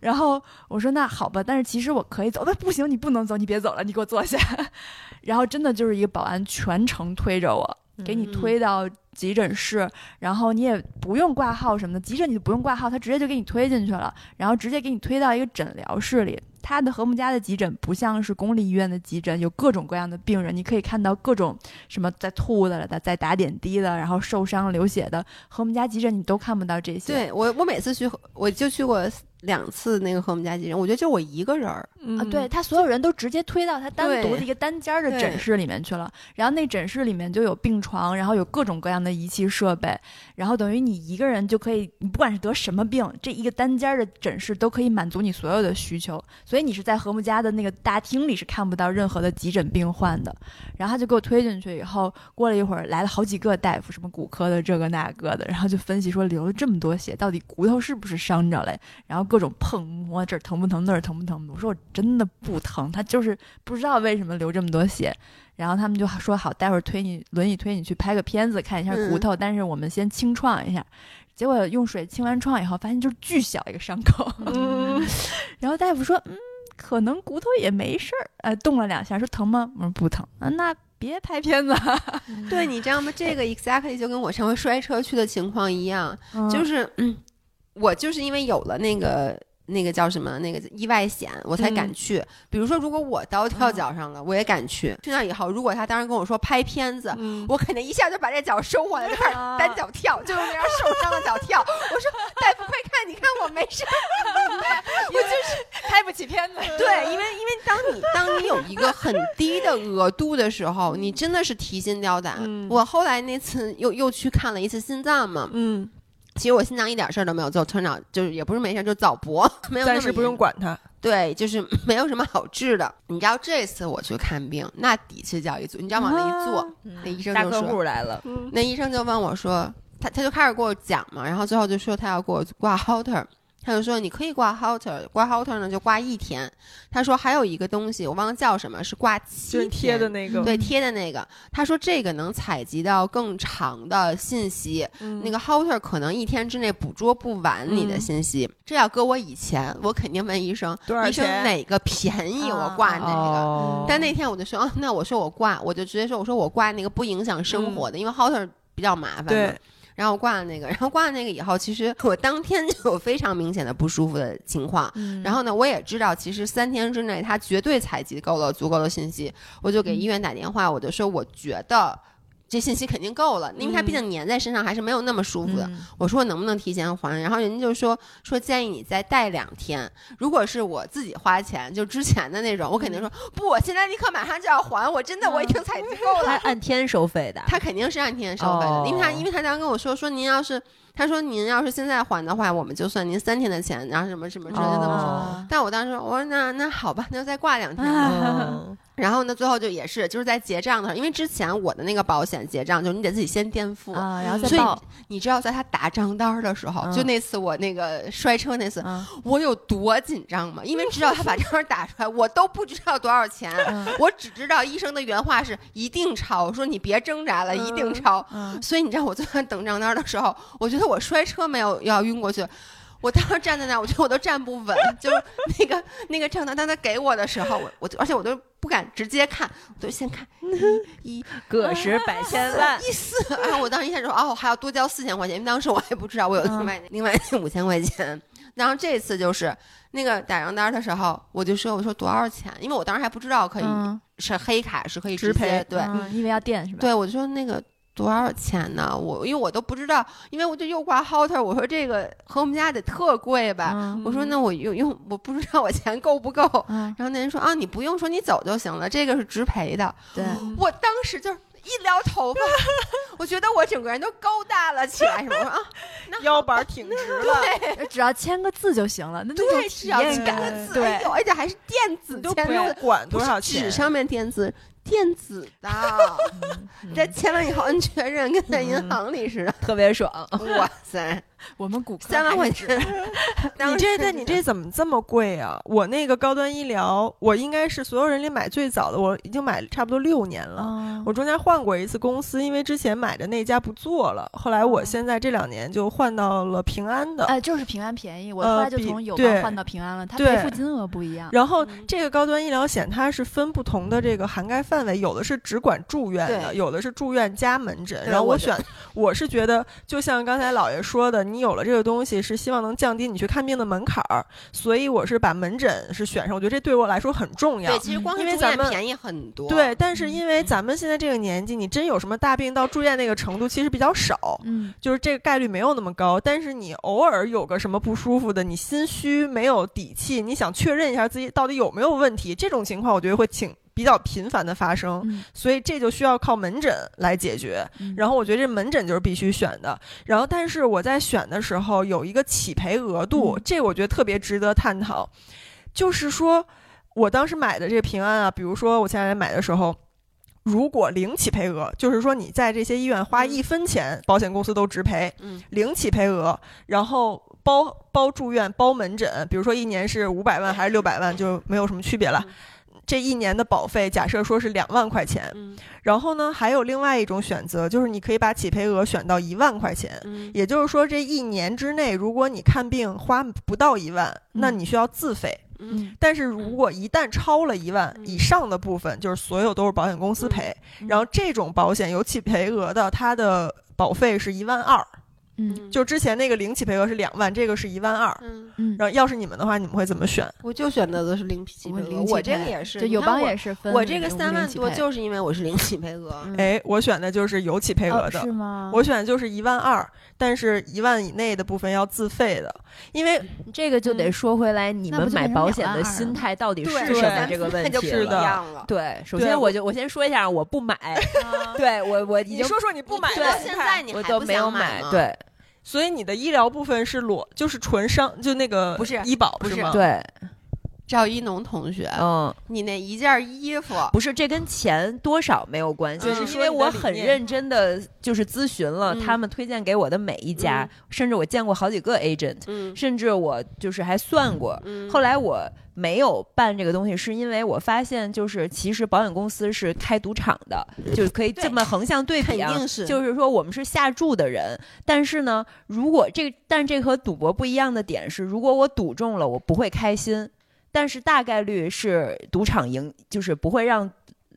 然后我说那好吧，但是其实我可以走，那不行，你不能走，你别走了，你给我坐下。 然后真的就是一个保安全程推着我，给你
嗯
推到急诊室，然后你也不用挂号什么的，急诊你就不用挂号，他直接就给你推进去了，然后直接给你推到一个诊疗室里，它的和睦家的急诊不像是公立医院的急诊，有各种各样的病人，你可以看到各种什么在吐的了的，在打点滴的，然后受伤流血的。和睦家急诊你都看不到这些。
对我，我每次去，我就去过两次那个和我们家急诊，我觉得就我一个人儿，
嗯
啊，对，他所有人都直接推到他单独的一个单间儿的
嗯对
诊室里面去了，然后那诊室里面就有病床，然后有各种各样的仪器设备，然后等于你一个人就可以，你不管是得什么病，这一个单间儿的诊室都可以满足你所有的需求，所以你是在和睦家的那个大厅里是看不到任何的急诊病患的。然后他就给我推进去以后，过了一会儿来了好几个大夫，什么骨科的这个那个的，然后就分析说流了这么多血，到底骨头是不是伤着嘞？然后各种碰摸，这儿疼不疼，那儿疼不疼？我说我真的不疼，他就是不知道为什么流这么多血。然后他们就说好，待会儿推你轮椅推你去拍个片子，看一下骨头，但是我们先清创一下。结果用水清完创以后，发现就是巨小一个伤口。
嗯，
然后大夫说，嗯，可能骨头也没事儿，呃，动了两下，说疼吗？我说不疼。啊、那别拍片子，
对，你知道吗？ 这个 exactly 就跟我上回摔车去的情况一样，就是是、嗯我就是因为有了那个那个叫什么那个意外险，我才敢
嗯
去。比如说，如果我刀跳脚上了，我也敢去。去那以后，如果他当时跟我说拍片
嗯
子。我肯定一下就把这脚收回来，就开始
啊
单脚跳，就用那样受伤的脚跳。我说：“大夫，快看，你看我没事。”
拍不起片子。
对，因为因为当你当你有一个很低的额度的时候，
嗯
你真的是提心吊胆。
嗯
我后来那次又又去看了一次心脏嘛，
嗯，
其实我心脏一点事儿都没有，就成长就是也不是没事儿，就早搏， 没有那
暂
么
时不用
严
管他。
对，就是 没有什么好治的。你知道这次我去看病，那底气叫一足，你知道往那一坐，
啊
啊
那医生
嗯大
就
客
说，
户来了，
嗯
那医生就问我说，他他就开始给我讲嘛，然后最后就说他要给我挂 halter。他就说你可以挂 halter，挂 halter 呢就挂一天。他说还有一个东西我忘了叫什么，是挂七
就是
天
贴的那个，
对贴的那个。他说这个能采集到更长的信息，
嗯
那个 halter 可能一天之内捕捉不完你的
嗯
信息。这要搁我以前，我肯定问医生，
多少
医生
钱？
哪个便宜
啊
我挂哪个。
哦
但那天我就说，啊，那我说我挂，我就直接说，我说我挂那个不影响生活的，因为 halter 比较麻烦嘛。
嗯对，
然后我挂了那个，然后挂了那个以后，其实我当天就有非常明显的不舒服的情况。
嗯
然后呢，我也知道，其实三天之内他绝对采集够了足够的信息，我就给医院打电话，我就说我觉得这信息肯定够了，因为他毕竟粘在身上还是没有那么舒服
嗯
的。我说能不能提前还？然后人家就说说建议你再带两天。如果是我自己花钱，就之前的那种，我肯定说不，我现在立刻马上就要还，我真的我已经采集够
他
了。
按天收费的，
嗯他肯定是按天收费的，因为他
嗯哦
因为他当时跟我说说您要是他说您要是现在还的话，我们就算您三天的钱，然后什么什么之类的那么说。
哦
但我当时我说那那好吧，那就再挂两天
啊
吧。
嗯
然后呢，最后就也是就是在结账的时候，因为之前我的那个保险结账就是你得自己先垫付，
啊，然后
所
再
以
报，
你知道在他打账单儿的时候，
嗯
就那次我那个摔车那次，
嗯
我有多紧张吗？因为知道他把账单打出来，我都不知道多少钱，
嗯
我只知道医生的原话是一定超，说你别挣扎了，一定超。
嗯，
所以你知道我坐在等账单的时候，我觉得我摔车没有要晕过去，我当时站在那儿，我觉得我都站不稳， 就是那个那个账单，当他给我的时候，我我就而且我都不敢直接看，我就先看 一一
个十百千万，
一四，啊，我当时一下就说哦，还要多交四千块钱，因为当时我还不知道我有另外、另外五千块钱。然后这次就是那个打账单的时候，我就说我说多少钱，因为我当时还不知道可以、
嗯
是黑卡是可以直
直
接
赔
对、
嗯因为要垫是吧？
对，我就说那个多少钱呢？我因为我都不知道，因为我就又挂 halter，我说这个和我们家得特贵吧？
嗯
我说那我用用我不知道我钱够不够。
嗯，
然后那人说啊，你不用说，你走就行了，这个是直赔的。
对，
我当时就是一撩头发， 我觉得我整个人都高大了起来，什么我说啊，
腰板挺直了，
只要签个字就行了，那那
对，
种体
只要
验
签
感，
个字，哎
对
呦，，而且还是电子
都
签
不用
的，
管
不
多
是
少钱
纸。上面电子。电子 的，这签完以后摁确认，跟在
嗯
银行里似的。
特别爽。
哇塞，
我们骨科
三万
还
块
是
钱！
你
当
这
时
但你这怎么这么贵啊？我那个高端医疗，我应该是所有人里买最早的，我已经买了差不多六年了。
哦
啊，
我中间换过一次公司，因为之前买的那家不做了，后来
哦
我现在这两年就换到了平安的。
呃，就是平安便宜，我
呃
后来就
比
从友
对
邦换到平安了，它
对
赔付金额不
啊
一样。
然
嗯
后这个高端医疗险它是分不同的这个涵盖范围，有的是只管住院的，
对
有的是住院加门诊。
对
然后
我
我
的
选我是觉得，就像刚才老爷说的，你有了这个东西，是希望能降低你去看病的门槛儿，所以我是把门诊是选上，我觉得这对我来说很重要
对，。嗯其实光是
因为
住
咱
院
们
便宜很多。
对，但是因为咱们现在这个年纪，你真有什么大病到住院那个程度，其实比较少。
嗯，
就是这个概率没有那么高，但是你偶尔有个什么不舒服的，你心虚没有底气，你想确认一下自己到底有没有问题，这种情况我觉得会挺比较频繁的发生，
嗯
所以这就需要靠门诊来解决。
嗯
然后我觉得这门诊就是必须选的。然后，但是我在选的时候有一个起赔额度，
嗯
这我觉得特别值得探讨，就是说我当时买的这个平安啊，比如说我前两天买的时候。如果零起赔额，就是说你在这些医院花
嗯
一分钱，保险公司都直赔，
嗯，
零起赔额，然后包包住院、包门诊，比如说一年是五百万还是六百万，就没有什么区别了。这一年的保费，假设说是两万块钱，
嗯
然后呢，还有另外一种选择，就是你可以把起赔额选到一万块钱，
嗯
也就是说这一年之内，如果你看病花不到一万，那
嗯
你需要自费。
嗯
但是如果一旦超了一万
嗯
以上的部分，就是所有都是保险公司赔。
嗯
然后这种保险有起赔额的，它的保费是一万二。
嗯
就之前那个零起赔额是两万，这个是一万二。
嗯，
嗯，
然后要是你们的话，你们会怎么选？
我就选择的是零起
我
赔
零
额，
起
我这个
赔
也是，
就
你
友
看
邦
我
也是分
我
那
这个
种
三
零
万
起
多
配
就是因为我是零起配额，
嗯
哎，我选的就是有起赔
哦
额的。
是
啊
吗？
我选的就是一万二，但是一万以内的部分要自费的，因为
这个就得说回来，你
那不
们
就
买
变成
保险
两
的
万二
心
了
态到底是
对
什么
对
这个问
那就
题
不一
是的
了。
样了。
对，首
对
先
我
我就我先说一下，我不买，对我我已
你
经
说说你不买
你
的
到
对
心
现
态
在你
我
还
都
不
没
想
有
买吗，
对
所以你的医疗部分是裸，就是纯伤，就那个
不是
医保
不是
吗？，
对，
赵一农同学，
嗯，
你那一件衣服，
不是这跟钱多少没有关系，
嗯
是
是
因
说
为
你的
我
理
很
念
认真的就是咨询了
嗯
他们推荐给我的每一家，甚至我见过好几个 agent，
嗯
甚至我就是还算过，
嗯，
后来我没有办这个东西，是因为我发现，就是其实保险公司是开赌场的，就是可以这么横向对
肯
比啊。
定是
就是说，我们是下注的人，但是呢，如果这但这和赌博不一样的点是，如果我赌中了，我不会开心，但是大概率是赌场赢，就是不会让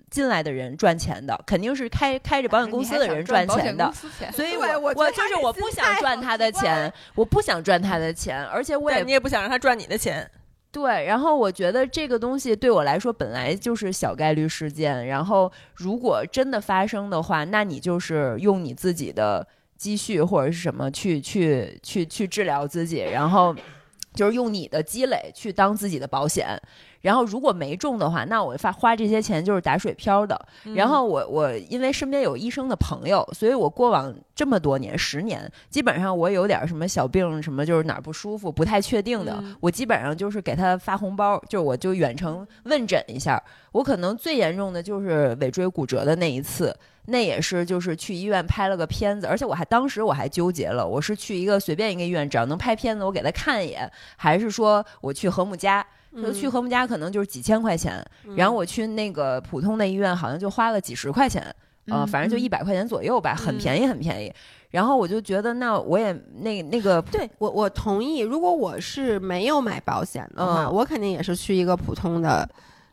进来的人赚钱的，肯定是开开着保险公司的人赚
啊
钱的。，所以
对
我
我觉
我
得
就是
他
我
这
不
心
想
态
赚
好
他的
奇怪
钱，我不想赚他的钱，而且我也
但你也不想让他赚你的钱，
对，然后我觉得这个东西对我来说本来就是小概率事件，然后如果真的发生的话，那你就是用你自己的积蓄或者是什么去去去去治疗自己，然后就是用你的积累去当自己的保险。然后如果没中的话，那我发花这些钱就是打水漂的。嗯
嗯
然后我我因为身边有医生的朋友，所以我过往这么多年十年，基本上我有点什么小病什么，就是哪儿不舒服不太确定的，
嗯
我基本上就是给他发红包，就是我就远程问诊一下。我可能最严重的就是尾椎骨折的那一次。那也是，就是去医院拍了个片子，而且我还当时我还纠结了，我是去一个随便一个医院，只要能拍片子，我给他看一眼，还是说我去和睦家？
嗯
就去和睦家可能就是几千块钱，嗯然后我去那个普通的医院，好像就花了几十块钱，呃，
嗯
反正就
嗯
一百块钱左右吧，很
嗯
便宜，很便宜。然后我就觉得，那我也那那个
对我我同意，如果我是没有买保险的话，
嗯
我肯定也是去一个普通的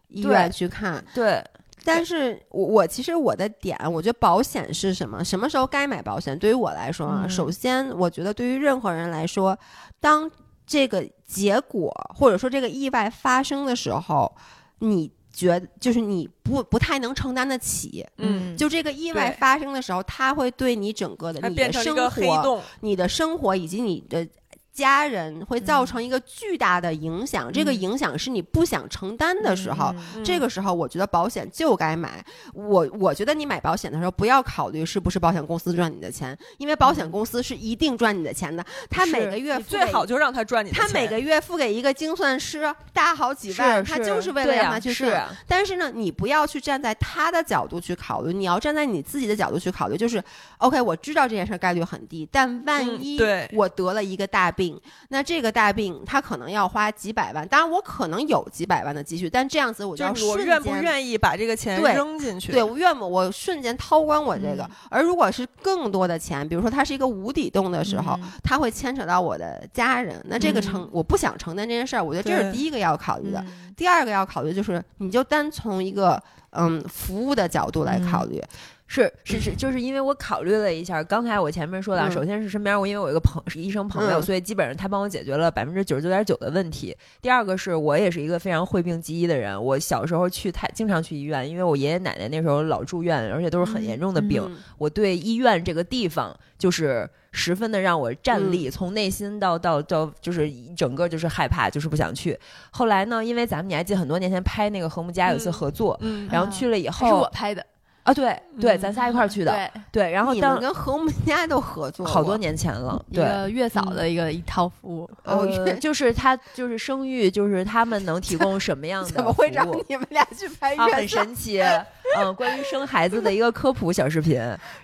医
对
院去看。
对，
但是我我其实我的点，我觉得保险是什么？什么时候该买保险？对于我来说啊，
嗯
首先我觉得对于任何人来说，当这个结果或者说这个意外发生的时候，你觉就是你不不太能承担得起。
嗯，
就这个意外
对
发生的时候，它会对你整
嗯
个的
它
你
变
的
成一
生
个
活、
黑洞，
你的生活以及你的家人会造成一个巨大的影响，这个
嗯
影响是你不想承担的时候。
嗯
这个时候，我觉得保险就该买。我我觉得你买保险的时候，不要考虑是不是保险公司赚你的钱，因为保险公司是一定赚你的钱的。他每
是
个月
你
付
最
给
好就让他赚你的钱。
他每个月付给一个精算师大好几万，他就是为了
对
让
啊
他去
是
算。
啊
但是呢，你不要去站在他的角度去考虑，你要站在你自己的角度去考虑。就是，OK，我知道这件事儿概率很低，但万
嗯
一
对
我得了一个大病，那这个大病他可能要花几百万。当然，我可能有几百万的积蓄，但这样子我就要
就是我
瞬
愿不
间
愿意把这个钱
对
扔进去？
对，我愿不我瞬间掏光我这个。
嗯
而如果是更多的钱，比如说它是一个无底洞的时候，
嗯
它会牵扯到我的家人，那这个承、
嗯
我不想承担这件事儿，我觉得这
对
是第一个要考虑的。
嗯
第二个要考虑就是，你就单从一个嗯服务的角度来考虑，
是是是，就是因为我考虑了一下，刚才我前面说的啊，
嗯
首先是身边我因为我有一个朋是医生朋友，
嗯
所以基本上他帮我解决了百分之九十九点九的问题。第二个是我也是一个非常讳病忌医的人，我小时候去太经常去医院，因为我爷爷奶奶那时候老住院，而且都是很
嗯
严重的
嗯
病，我对医院这个地方就是十分的让我站立，从内心到到到就是整个就是害怕，就是不想去。后来呢，因为咱们你还记得很多年前拍那个《和睦家》有一次合作，
嗯
然后去了以
还是
后
我拍的，
啊，对对，
嗯
咱仨一块儿去的，
对，
对然后
你
当
们跟和睦家都合作
好多
过
年前了，
一
对。
个月嫂的一个一套服务，
哦，
呃，就是他，就是生育，就是他们能提供什么样的
怎么会
服
让
务
你们俩去拍
啊，
月
很
嫂？
神奇。嗯，关于生孩子的一个科普小视频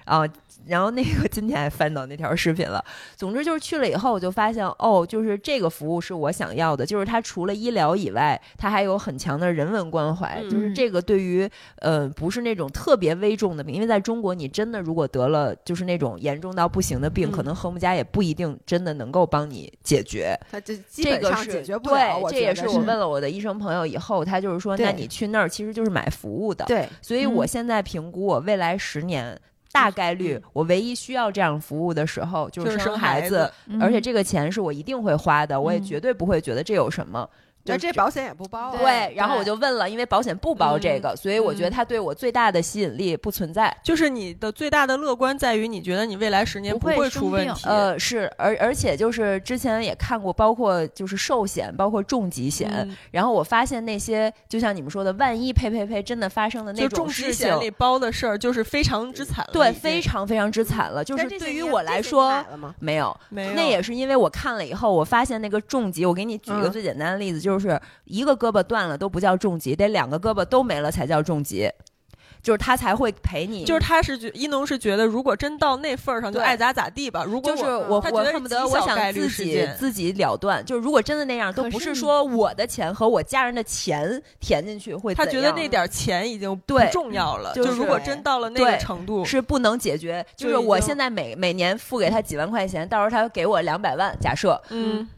啊，然后那个今天还翻到那条视频了。总之就是去了以后，我就发现哦，就是这个服务是我想要的，就是它除了医疗以外，它还有很强的人文关怀。
嗯
就是这个对于呃不是那种特别危重的病，因为在中国你真的如果得了就是那种严重到不行的病，
嗯
可能和睦家也不一定真的能够帮你解决。
他这基
这
本
个
上
是
解决不了，
对，
我
这
觉
也
得
是
是
我问了我的医生朋友以后，他就是说，那
对
你去那儿其实就是买服务的。
对，
所以我
嗯
现在评估我未来十年。大概
嗯
率，我唯一需要这样服务的时候就
就是是
生
生
孩
孩
子
子，
而且
嗯
这个钱是我一定会花的，我也
嗯
绝对不会觉得这有什么。就
那这保险也不包啊，
对
对，然后我就问了，因为保险不包这
嗯
个，所以我觉得
嗯
它对我最大的吸引力不存在。
就是你的最大的乐观在于，你觉得你未来十年
不
不
会
会
生
出问
病
题。
呃，是，而而且就是之前也看过，包括就是寿险，包括重疾险，
嗯
然后我发现那些就像你们说的，万一呸呸呸真的发生的那
就重
种
疾
事
险
情
里，包的事儿，就是非常之惨了已经。
对，非常
嗯
非常之惨了。就是
但这些
对于
你
我
这些
来
你
说嗯
买，了吗
没有，
没有
那也是因为我看了以后，我发现那个重疾，我给你举一个
嗯
最简单的例子，就是一个胳膊断了都不叫重疾，得两个胳膊都没了才叫重疾，就是他才会赔你，
就是他是觉一农是觉得，如果真到那份儿上，就
对
爱咋咋地吧。如果
就是
我
我
他觉
我
得
恨不
是
得
极
我
小概
想
率
自
事
己
件
自己了断，就是如果真的那样，都
可
不
是
是
你
说我的钱和我家人的钱填进去会
他
怎
觉得
样
那点儿钱已经不
对
重要了。
就
如果
是
真到了那个
对
程度，
是不能解决，就
就是已
我
经
现在每每年付给他几万块钱，到时候他给我两百万，假设
嗯，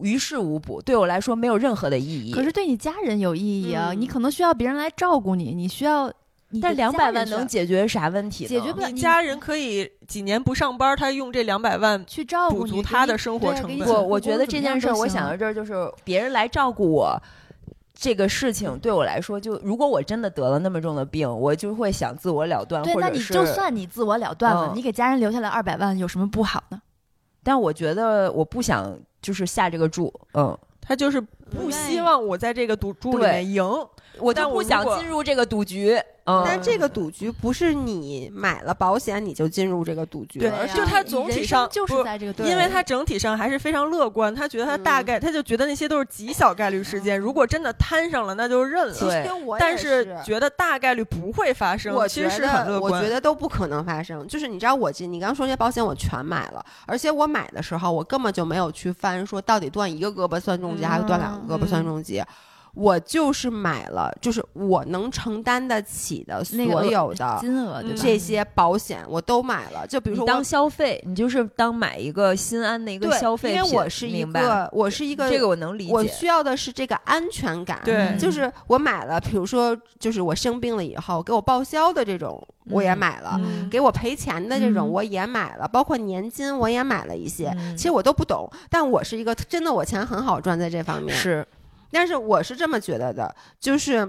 于事无补，对我来说没有任何的意义。
可是对你家人有意义啊，
嗯
你可能需要别人来照顾你，你需要你的
但两
家
百
人
万
需要
能解决啥问题呢？
解决不了
你家人可以几年不上班，他用这两百万
去照顾
补
你
足
给
他
你
的生活
对
成
给你
本
请
我
护
我
工
觉得
怎么
这
样
件事
都
儿，我
行啊
想到这儿就是别人来照顾我。这个事情对我来说，就如果我真的得了那么重的病，我就会想自我了断，
对，
或
那
者
你
是。
就算你自我了断了，
嗯
你给家人留下来二百万有什么不好呢？
但我觉得我不想就是下这个注，嗯，
他就是不希
愿意
望我在这个赌注里
对
面赢。
我
但
就
我
不
如
想
果
进入这个赌局，嗯，
但这个赌局不是你买了保险你就进入这个赌局
对
了，
而
呀
就他
你
总
啊人
体
生
上
就是
不
在这个，
对
因为他整体上还是非常乐观，他觉得他大
嗯
概，他就觉得那些都是极小概率事件，如果真的摊上了，那就认
其
了。
对
实我
但
也
是觉得大概率不会发生，
我
其
觉
实是很
得，
乐
我
观。
觉得都不可能发生。就是你知道我，这你刚说这保险我全买了，而且我买的时候我根本就没有去翻说到底断一个胳膊算重疾，还是断两
嗯
个胳膊算重疾。我就是买了，就是我能承担得起的
那个
所有的
金额对吧？
这些保险，我都买了。就比如
你
说我
当消费，你就是当买一个心安的一个
对，
消费
因
品，
为我是一
明白
个，我是一个，
这个我能理
我
解，
需要的是这个安全感。
对
就是我买了，比如说，就是我生病了以后给我报销的这种，我也
嗯
买了。
嗯
给我赔钱的这种
嗯
我也买了，包括年金我也买了一些。
嗯
其实我都不懂，但我是一个真的我钱很好赚在这方面，
是
但是我是这么觉得的，就是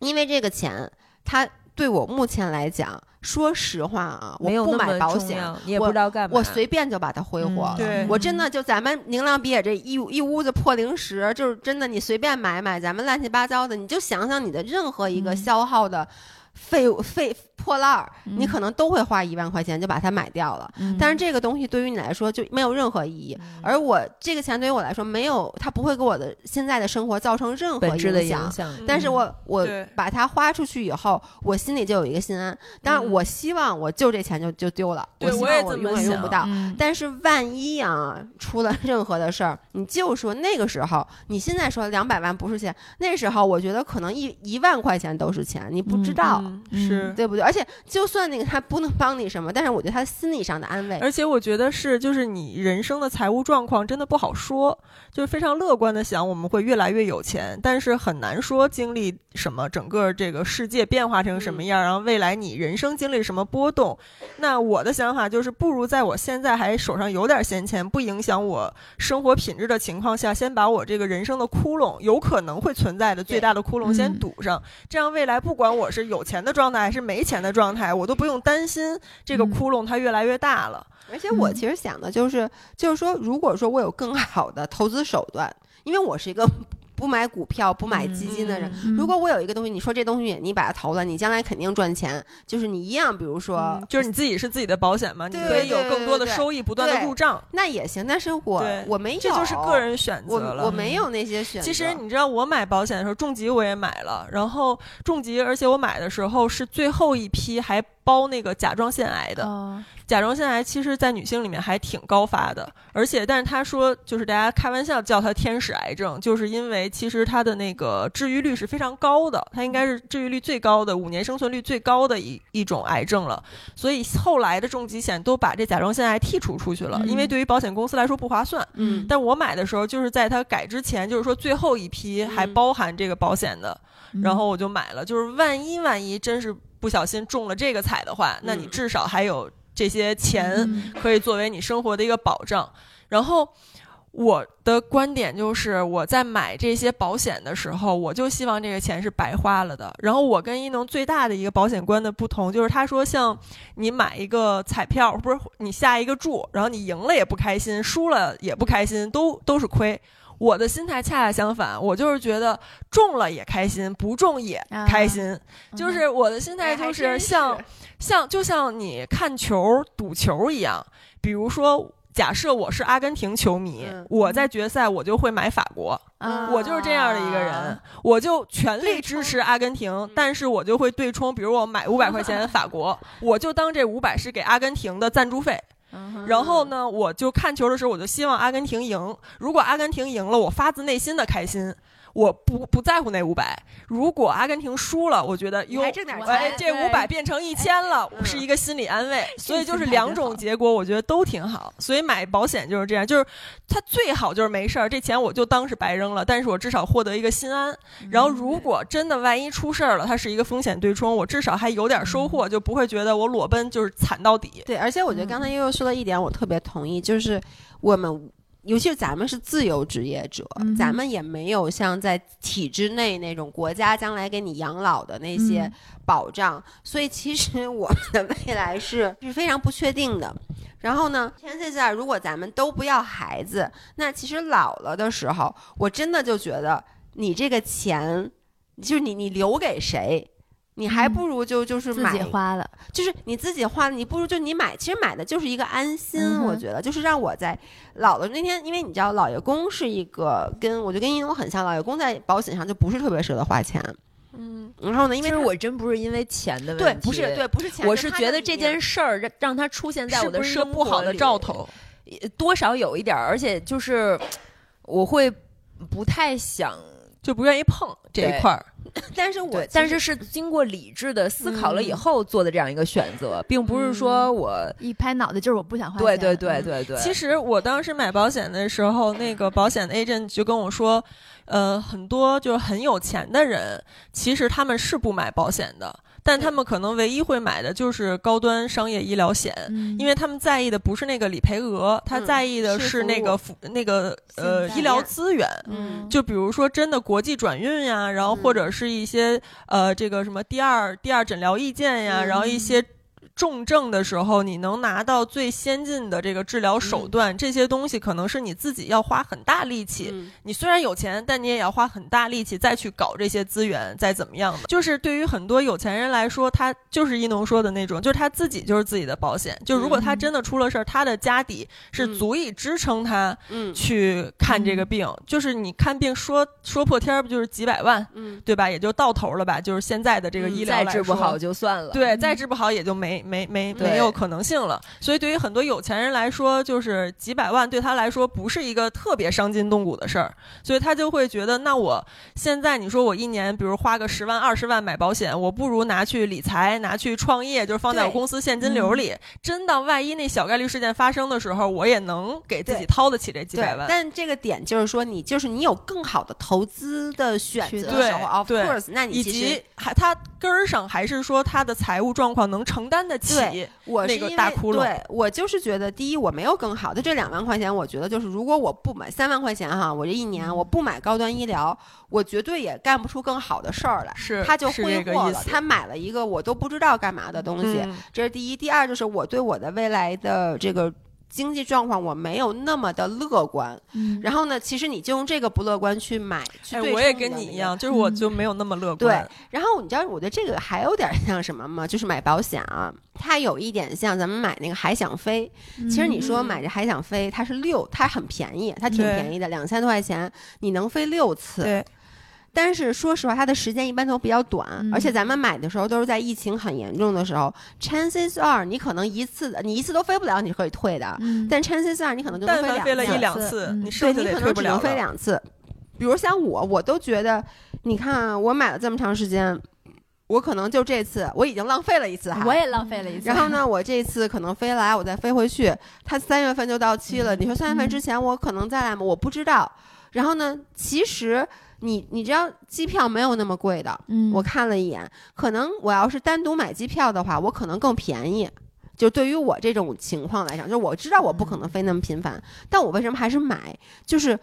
因为这个钱，它对我目前来讲，说实话啊，我
没有
不
那
买
么
保
重
险，
要，你也
我
不知道干嘛，
我随便就把它挥霍了。
嗯对
我真的就咱们宁亮比野这一屋一屋子破零食，就是真的你随便买买，咱们乱七八糟的，你就想想你的任何一个
嗯
消耗的废物废破烂儿，
嗯
你可能都会花一万块钱就把它买掉了。
嗯，
但是这个东西对于你来说就没有任何意义，
嗯
而我这个钱对于我来说没有，它不会给我的现在的生活造成任何
本质的
影响。
响。
但是我我
对
把它花出去以后，我心里就有一个心安。当然，
嗯
我希望我就这钱就就丢了，
对
希
我也
望我
这么
永远用不
想
到。
嗯
但是万一啊，出了任何的事儿，你就说那个时候，你现在说两百万不是钱，那时候我觉得可能一一万块钱都是钱，你不知
嗯
道，
嗯
嗯
是
对不对？而且就算那个他不能帮你什么，但是我觉得他心理上的安慰，
而且我觉得是，就是你人生的财务状况真的不好说，就是非常乐观的想我们会越来越有钱，但是很难说经历什么，整个这个世界变化成什
嗯
么样，然后未来你人生经历什么波动。那我的想法就是，不如在我现在还手上有点闲钱，不影响我生活品质的情况下，先把我这个人生的窟窿，有可能会存在的最大的窟窿先
嗯
堵上，这样未来不管我是有钱的状态还是没钱的状态，我都不用担心这个
嗯
窟窿它越来越大了。
而且我
嗯
其实想的就是，就是说，如果说我有更好的投资手段，因为我是一个不买股票、不买基金的人。
嗯
如果我有一个东西，你说这东西你把它投了，你将来肯定赚钱，就是你一样，比如说
嗯，就是你自己是自己的保险嘛，你
对
可以有
对
更多的
对对
收益，不断的
对
入账，
那也行。但是我
对
我没有，
这就是个，人选择
我我
了。
没有那些选择。
其实你知道，我买保险的时候，重疾我也买了，然后重疾，而且我买的时候是最后一批还包那个甲状腺癌的。
哦
甲状腺癌其实，在女性里面还挺高发的，而且，但是他说，就是大家开玩笑叫它“天使癌症”，就是因为其实它的那个治愈率是非常高的，它应该是治愈率最高的，五年生存率最高的一一种癌症了。所以后来的重疾险都把这甲状腺癌剔除出去了，
嗯
因为对于保险公司来说不划算。
嗯，
但我买的时候，就是在它改之前，就是说最后一批还
嗯
包含这个保险的，
嗯
然后我就买了。就是万一万一真是不小心中了这个彩的话，那你
嗯
至少还有这些钱
嗯
可以作为你生活的一个保障。然后我的观点就是，我在买这些保险的时候，我就希望这个钱是白花了的。然后我跟一农最大的一个保险观的不同，就是他说，像你买一个彩票，不是你下一个注，然后你赢了也不开心，输了也不开心，都都是亏。我的心态恰恰相反，我就是觉得中了也开心，不中也
嗯
开心。就是我的心态
嗯哎还
就是
真是
像像就像你看球赌球一样，比如说。假设我是阿根廷球迷，
嗯
我在决赛我就会买法国，
啊
我就是这样的一个
啊
人，我就全力支持阿根
嗯
廷，但是我就会对冲，比如我 买五百块钱法国，我就当这五百是给阿根廷的赞助费，
嗯哼
然后呢，我就看球的时候，我就希望阿根廷赢。如果阿根廷赢了，我发自内心的开心，我不不在乎那五百。如果阿根廷输了，我觉得
你
哟
还，挣点
我
哎，
钱，
这五百变成一千了，
嗯
是一个心理安 慰。所以就是
心态
两
真
种
好
结果，我觉得都挺好。所以买保险就是这样，就是它最好就是没事儿，这钱我就当是白扔了，但是我至少获得一个心安。然
嗯
后如果真的万一出事儿了，它是一个风险对冲，我至少还有点收获，就不会觉得我裸奔就是惨到底。
对，而且我觉得刚
嗯
才悠悠说的一点，我特别同意，就是我们。尤其是咱们是自由职业者，
嗯哼
咱们也没有像在体制内那种国家将来给你养老的那些
嗯
保障，所以其实我们的未来是是非常不确定的。然后呢，天现在如果咱们都不要孩子，那其实老了的时候，我真的就觉得你这个钱，就是你你留给谁，你还
嗯
不如就就是
自
买
己花了，
就是你自己花，你不如就你买，其实买的就是一个安心。
嗯哼
我觉得就是让我在老了那天，因为你知道老爷公是一个跟我就跟英勇很像，老爷公在保险上就不是特别舍得花钱。
嗯，
然后呢，因
因
为
为
他
我真不是因为钱的
对
问题，
不是对不是钱，
我
就是他
觉
的
得
理
这
念
件事儿让让它出现在我的
是
生
不好的兆，头。
多少有一点儿，而且就是我会不太想
就不愿意碰这
对
一块儿。
但是我
对
其，
但
实嗯
是是经过理智的思考了以后做的这样一个选择，并不是说我
一拍脑袋就是我不想花钱，
对对对对对，
其实我当时买保险的时候，那个保险的 agent 就跟我说，呃，很多就是很有钱的人，其实他们是不买保险的，但
嗯
他们可能唯一会买的就是高端商业医疗险。
嗯，
因
为
为他们在意的不是那个理赔额，他
嗯
在意的
是
是
服
那
务
个服那个呃
现在
医疗资源，
嗯
就比如说真的国际转运呀，然后或
嗯
者是一些、呃这个什么第二第二诊疗意见呀，然后一
嗯
些重症的时候，你能拿到最先进的这个治疗手
嗯
段，这些东西可能是你自己要花很大力气。
嗯
你虽然有钱，但你也要花很大力气再去搞这些资源，再怎么样的。就是对于很多有钱人来说，他就是一农说的那种，就是他自己就是自己的保险。就如果他
嗯
真的出了事儿，他的家底
嗯
是足以支撑他。
嗯
去看这个
嗯
病，就是你看病说说破天儿不就是几百万，
嗯
对吧？也就到头了吧，就是现在的这个医疗
嗯再
来
治不
说
好就算了，
对，
嗯
再治不好也就没没没
对
没有可能性了。所以对于很多有钱人来说，就是几百万对他来说不是一个特别伤筋动骨的事儿，所以他就会觉得，那我现在你说我一年比如花个十万二十万买保险，我不如拿去理财，拿去创业，就是放在我
对嗯
公司现金流里，真的万一那小概率事件发生的时候，我也能给自己
对
掏得起这几
对
百万。
但这个点就是说，你就是你有更好的投资的选择的
对
时候，of
对
course，那你
以
其
及
实
还他根儿上还是说他的财务状况能承担得起
对，我是
那
因
个
为、
大窟窿
对我就是觉得，第一我没有更好的这两万块钱，我觉得就是如果我不买三万块钱哈，我这一
嗯
年我不买高端医疗，我绝对也干不出更好的事儿来。
是
他就是挥
这个
霍
意
了，
思
他买了一个我都不知道干嘛的东西，
嗯
这是第一。第二就是我对我的未来的这个经济状况我没有那么的乐观。
嗯
然后呢，其实你就用这个不乐观去买，去
哎，
对
我也
冲的
跟你
那
一
个
样，就是我
嗯
就没有那么乐
对
观。，
然后你知道，我觉得这个还有点像什么吗？就是买保险啊，它有一点像咱们买那个海想飞。其实
嗯
你说买这海想飞，它是六，它很便宜，它挺
嗯对
便宜的，两千多块钱你能飞六次。
对
但是说实话，它的时间一般都比较短，
嗯
而且咱们买的时候都是在疫情很严重的时候，chances are 你可能一次你一次都飞不了，你是可以退的。
嗯
但 chances are 你可能就能
但凡飞了一
次
两
次
次，
嗯
你
对
剩下
你
的也
可
退
能
不
只
了
能飞
了。
两次。比如像我，我都觉得，你看啊我买了这么长时间，我可能就这次我已经浪费了一次哈。
我也浪费了一 次。
然后呢，我这次可能飞来，我再飞回去，它三月份就到期了。你说三月份
嗯
之前我可能再来吗？我不知道。然后呢，其实你你知道，机票没有那么贵的。
嗯，
我看了一眼，可能我要是单独买机票的话，我可能更便宜。就对于我这种情况来讲，就是我知道我不
嗯
可能飞那么频繁，但我为什么还是买？就是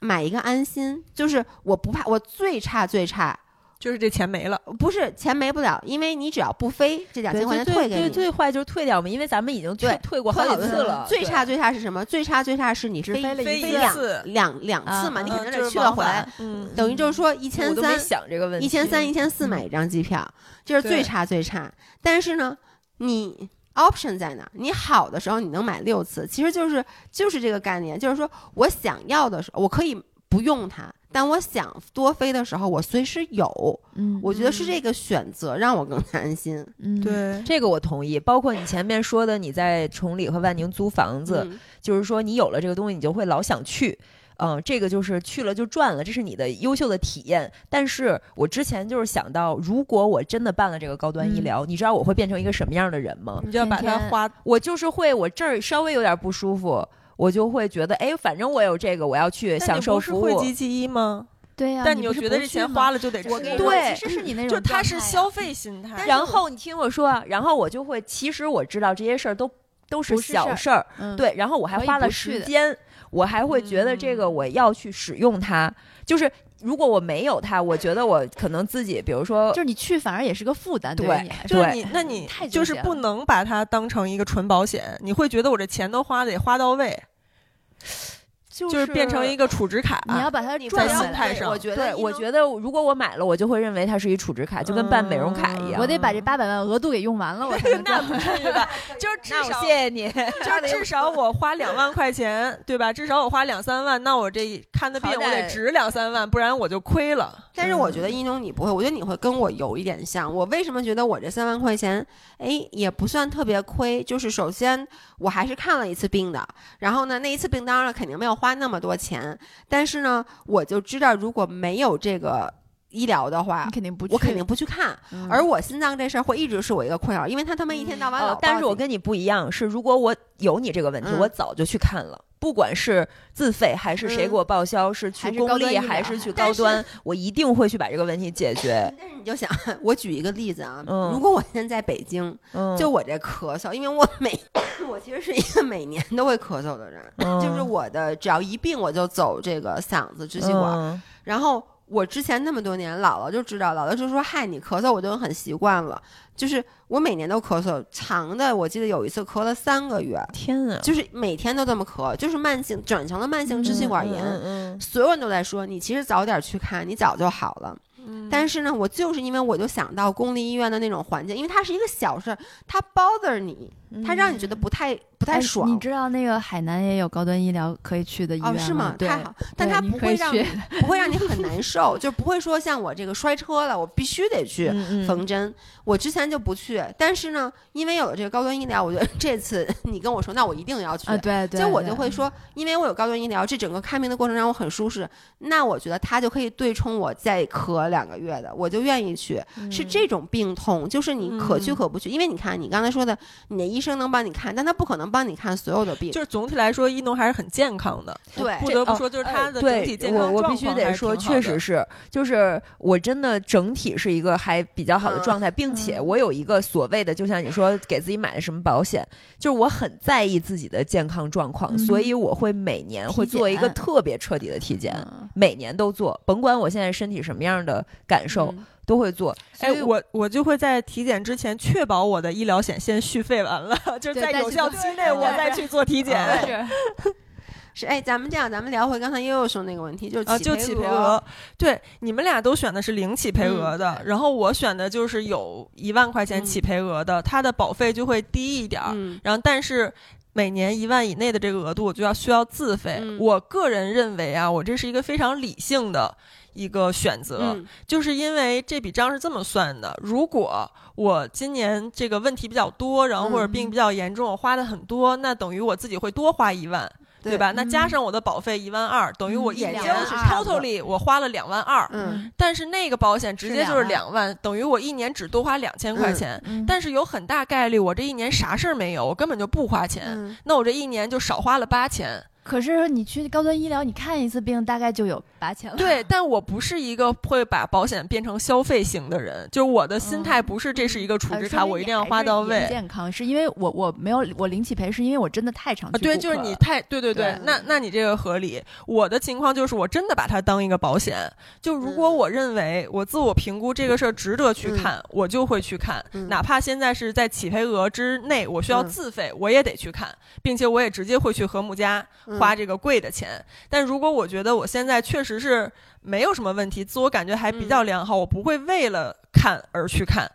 买一个安心，就是我不怕，我最差最差
就是这钱没了，
不是钱没不了，因为你只要不飞，这两
对
千块钱
最
退给
最
你。
最坏就是退掉嘛，因为咱们已经退
对
退过好几
好
次
多
了。
最
对
差最差是什么？最差最差是你
只
飞
飞了
飞
一
一
次
两
次，
两两次嘛，
啊
你
嗯
肯定
就是
得去
往
了回来，
嗯，
等于就是说一千
我都没
三
想这个问题。
一千三、一千四买一张机票，这是最
对
差最差。但是呢，你 option 在哪儿？你好的时候你能买六次，其实就是就是这个概念，就是说我想要的时候我可以不用它，但我想多飞的时候我随时有。
嗯，
我觉得是
嗯
这个选择让我更安心。
嗯，
对，
这个我同意，包括你前面说的，你在崇礼和万宁租房子，
嗯
就是说你有了这个东西，你就会老想去。嗯，这个就是去了就赚了，这是你的优秀的体验。但是我之前就是想到，如果我真的办了这个高端医
嗯
疗，你知道我会变成一个什么样的人吗？
你就要把它
天天
花
我就是会，我这儿稍微有点不舒服，我就会觉得，哎，反正我有这个，我要去
但
享
你
受
不是
服
会
务。
积极一吗？
对呀。
但
你
又
不是
觉得
不
这
去
钱
吗
花了就得
我跟
吃
你
对
说，
对
其实是你那
就
种
他
状
是
态呀啊
消费心态，
然后你听我说啊，然后我就会，其实我知道这些事儿都都是
不是
小
事儿
事儿，
嗯，
对，然后我还
可以
花了
不去
时
的
间，我还会觉得这个
嗯
我要去使用它。就是如果我没有它，我觉得我可能自己，比如说
就，是你去反而也是个负担，
对
对于你来
就
说，
是
对
你，那你
太纠
就是
结
不
了
能把它当成一个纯保险，你会觉得我这钱都花得花到位，
就
就是变成一个储值卡。
你要把它
你
赚
在
回
心态
来。
上
我觉
对，
得
我觉得如果我买了，我就会认为它是一储值卡，就跟办美容卡一
嗯
样。
我得把这八百万额度给用完了，我才能
那
赚
不至 于吧？就是至
那我
少
谢谢你，
就是至少我花两万块钱，对吧？至少我花两三万，那我这一看的病
好
我
歹
得值两三万，不然我就亏了。嗯
但是我觉得一农你不会，我觉得你会跟我有一点像。我为什么觉得我这三万块钱，哎，也不算特别亏？就是首先我还是看了一次病的，然后呢，那一次病当然肯定没有花那么多钱，但是呢，我就知道如果没有这个医疗的话
你。肯定不去，
我肯定不去看，
嗯，
而我心脏这事儿会一直是我一个困扰，因为他他妈一天到晚老
哦
报，警、
但是我跟你不一样，是如果我有你这个问题，
嗯
我早就去看了。不管是自费还是谁
嗯
给我报销，是去
还是
公
高端
立
医疗
还是去
但
高
是
端，我一定会去把这个问题解决。
但是你就想，我举一个例子啊，
嗯
如果我现在在北京，
嗯，
就我这咳嗽，因为我每我其实是一个每年都会咳嗽的人，就是
嗯
我的只要一病我就走这个嗓子支气管，
嗯
然后我之前那么多年姥姥就知道，姥姥就说嗨你咳嗽我都很习惯了，就是我每年都咳嗽，长的我记得有一次咳了三个月，
天啊，
就是每天都这么咳，就是慢性转成了慢性支气管炎。
嗯嗯嗯
所有人都在说，你其实早点去看，你早就好了。
嗯
但是呢，我就是因为我就想到公立医院的那种环境，因为它是一个小事儿，它 bother 你，它让你觉得不太不太
哎
爽。
你知道那个海南也有高端医疗可以去的医院
哦，是
吗
吗？？
对
太好，但
对
它
你
不
可
会
以
让
去
你不会让你很难受，就不会说像我这个摔车了，我必须 得去
嗯嗯
缝针。我之前就不去，但是呢，因为有了这个高端医疗，我觉得这次 你跟我说，那我一定要去。
啊，对对，
就我
对
就会说，因为我有高端医疗，这整个看病的过程让我很舒适，那我觉得它就可以对冲我再咳两个月的，我就愿意去。
嗯
是
嗯
这种病痛，就是你可去可不去，因为你看你刚才说的，你的医生能帮你看，但他不可能帮你看所有的病。
就是总体来说，一农还是很健康的，
对，
不
这
得不
哦
说，就是
哎
他的整
对
体健康
我我必
状
须
况还
得
是
说，
挺好
确
的哎
实是，就是我真的整体是一个还比较好的
嗯
状态，并且
嗯
我有一个所谓的，就像你说给自己买的什么保险，就是我很在意自己的健康状况，
嗯
所以我会每年会做一个
体检
特别彻底的体检，
嗯
每年都做，甭管我现在身体什么样的感受，
嗯
都会做。所以
哎，我我就会在体检之前确保我的医疗险先续费完了， 就是
对
在
再
有
去
效
做
期内，我
对
再去做体检。
对
啊，
是
是哎，咱们这样，咱们聊回刚才悠悠说那个问题，啊就是
呃就
起
起
赔
赔额，对，你们俩都选的是零起赔额的，然后我选的就是有一万块钱
嗯
起赔额的，它的保费就会低一点儿，
嗯
然后但是每年一万以内的这个额度，我就要需要自费。
嗯
我个人认为啊，我这是一个非常理性的一个选择，
嗯
就是因为这笔账是这么算的：如果我今年这个问题比较多，然后或者
嗯
病比较严重，我花的很多，那等于我自己会多花一万。
对
对吧？那加
嗯
上我的保费一万二，等于我
嗯
一
也
年
就是差不多
totally 我花了两万二，
嗯
但是那个保险直接就是
是
两万，等于我一年只多花两千块
嗯
钱。
嗯
但是有很大概率我这一年啥事儿没有，我根本就不花钱，
嗯，
那我这一年就少花了八千。
可是你去高端医疗，你看一次病大概就有八千了。
对，但我不是一个会把保险变成消费型的人，就是我的心态不是这是一个储
呃
值
说
卡，
明
我一
你
定要
还
花
是
到
也
位。
健康是因为我我没有我零起赔，是因为我真的太常
啊，
去
对，
顾
就是
客
你
了
太对对对，
对
那那你这个合理。我的情况就是我真的把它当一个保险，就如果
嗯
我认为我自我评估这个事儿值得去看，我就会去看，
嗯
哪怕现在是在起赔额之内，我需要
嗯
自费，我也得去看，并且我也直接会去和睦家花
嗯
这个贵的钱。但如果我觉得我现在确实是没有什么问题，自我感觉还比较良好，我不会为了看而去看。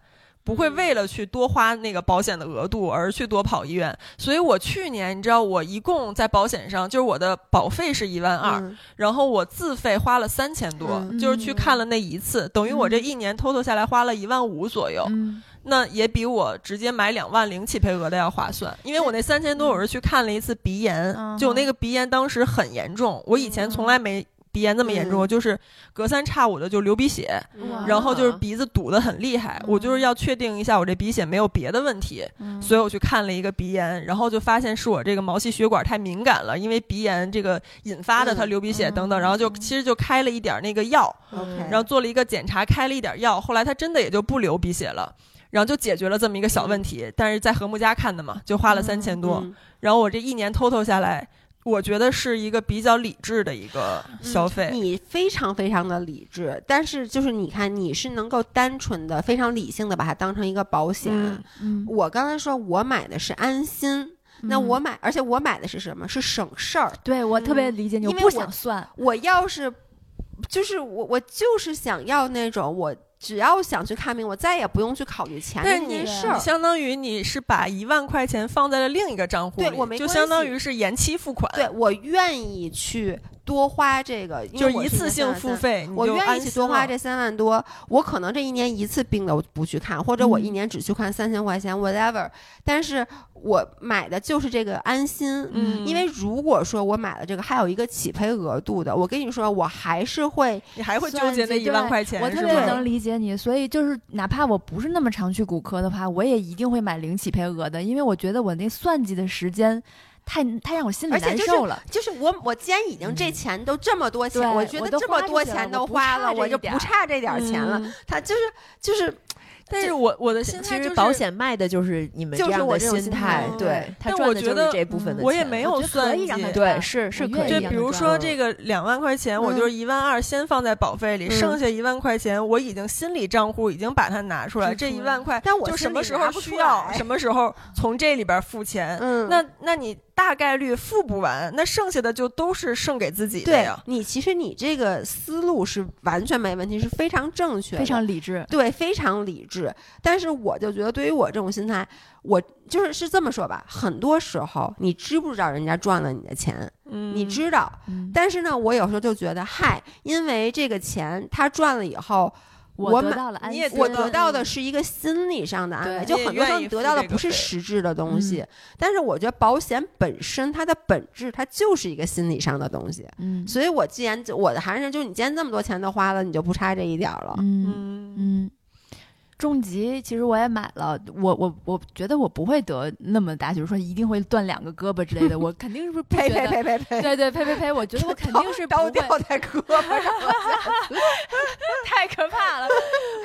不会
嗯
为了去多花那个保险的额度而去多跑医院，所以我去年你知道我一共在保险上就是我的保费是一万二、
嗯
然后我自费花了三千多、
嗯
就是去看了那一次，等于我这一年 total 下来花了一万五左右、
嗯，
那也比我直接买两万零起赔额的要划算，因为我那三千多我是去看了一次鼻炎，
嗯
就那个鼻炎当时很严重，我以前从来没鼻炎那么严重，
嗯
就是隔三差五的就流鼻血，
啊
嗯
然后就是鼻子堵得很厉害，我就是要确定一下我这鼻血没有别的问题，
嗯
所以我去看了一个鼻炎，然后就发现是我这个毛细血管太敏感了，因为鼻炎这个引发的它
嗯
流鼻血
嗯
等等，然后就其实就开了一点那个药，
OK
然后做了一个检查，开了一点药，后来他真的也就不流鼻血了。然后就解决了这么一个小问题，但是在和睦家看的嘛，就花了三千多。
嗯
然后我这一年 total 下来，我觉得是一个比较理智的一个消费。
嗯你非常非常的理智，但是就是你看，你是能够单纯的、非常理性的把它当成一个保险。
嗯
嗯
我刚才说我买的是安心，那
嗯
我买，而且我买的是什么？是省事儿。
对我特别理解你，
因
我
为
不
我
想算，
我要是就是我，我就是想要那种我只要想去看病，我再也不用去考虑钱这
但是你
件事
是
儿
你。相当于你是把一万块钱放在了另一个账户里，
对我没
就
关
相当
系
于是延期付款，
对，我愿意去多花这个，因
就
为
是
我
一
去
次
那
性
三万
付
三
费。你
我
就
愿
安
意去
心
多花
了
这三万多，我可能这一年一次病的我不去看，或者我一
嗯
年只去看三千块钱，whatever。但是我买的就是这个安心，
嗯，
因为如果说我买了这个还有一个起赔额度的，我跟你说，我还是会
嗯你还会纠
算
结那
计
一万
对
块钱，
我
是
特
吗
别能理解你，所以就是哪怕我不是那么常去骨科的话，我也一定会买零起赔额的，因为我觉得我那算计的时间太太让我心里
而且
难
就是
受了。
就是我我既然已经这钱都这么多钱，
嗯对
我觉
我
得
都
这
花
么
出
多
去了
钱
我
都
不
花
差
了，
这
我
一
就
点
不
儿
差这点儿钱了。
嗯
他就是就是
但
就是
我我的
其
心态就
实
是
保。险卖的就是你们
就是
样
我
的
这种
心
心
态
态，
对，他
但
赚
我
的
觉
就是
得嗯
这部分的
我也
钱
没
我
有
觉得
算
可以
计，
让他
对，
赚
是是
我
可
愿
以
就
意让
让他
比如
赚
说
嗯
这个两万块钱，我就是一万二先放在保费里，
嗯
剩下一万块钱我已经心理账户已经把它拿出来，
支
这
出
一
了
万块，
但我
就
心
什么
里
时
啊
拿
候
不
需
出
要，
来
什么时候从这里边付钱。
嗯，
那那你大概率付不完，那剩下的就都是剩给自己的
对
啊
呀。
你，其实你这个思路是完全没问题，是非常正确的，
非常理智。
对，非常理智。但是我就觉得，对于我这种心态，我就是是这么说吧。很多时候，你知不知道人家赚了你的钱，
嗯
你知道。
嗯，
但是呢，我有时候就觉得，嗨，因为这个钱他赚了以后，我
我得
买
到了安
你
心，
也
我
觉
得到的是一个心理上的安慰，
嗯对
就
你也
很多时候
愿意
你
付
得到的
这个
不是
费
实质的东
嗯
西。但是我觉得保险本身它的本质，它就是一个心理上的东西。
嗯
所以我既然我的还是就是你今天这么多钱都花了，你就不差这一点儿了。
嗯
嗯，
嗯。重疾其实我也买了，我我我觉得我不会得那么大，比如说一定会断两个胳膊之 类的，我肯定是不不
呸
觉
呸
得。
呸呸呸！
对对呸呸呸！我觉得我肯定是不
刀
会，
掉在胳 膊上，
太可怕了。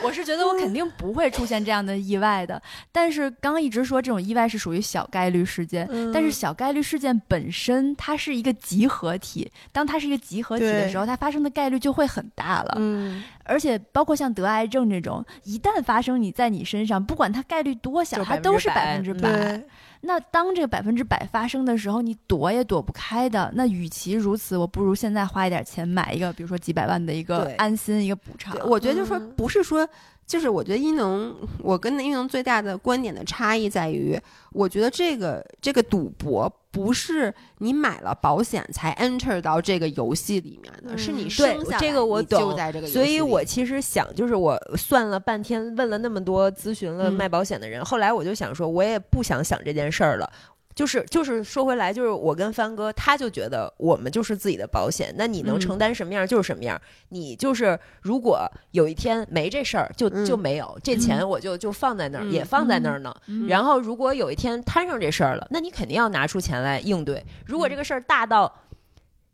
我是觉得我肯定不会出现这样的意外的。但是刚刚一直说这种意外是属于小概率事件，
嗯
嗯
但是小概率事件本身它是一个集合体，当它是一个集合体的
对
时候，它发生的概率就会很大了。
嗯，
而且包括像得癌症这种，一旦发生你在你身上，不管它概率多小，
就
它都是百分
100%
之百。
对，
那当这个百分之百发生的时候，你躲也躲不开的。那与其如此，我不如现在花一点钱买一个，比如说几百万的一个
对
安心一个补偿
对。我觉得就是说
嗯
不是说，就是我觉得一农，我跟一农最大的观点的差异在于，我觉得这个这个赌博不是你买了保险才 enter 到这个游戏里面的，
嗯
是你
对
生下来
这个我
你就
懂
在这个游戏
所
里，
以我其实想，就是我算了半天，问了那么多咨询了
嗯
卖保险的人，后来我就想说，我也不想想这件事儿了。就是就是说回来，就是我跟帆哥，他就觉得我们就是自己的保险，那你能
嗯
承担什么样就是什么样。你就是如果有一天没这事儿，就、
嗯
就没有这钱，我就就放在那儿，
嗯
也放在那儿呢。
嗯
然后如果有一天摊上这事儿了，那你肯定要拿出钱来应对。如果这个事儿大到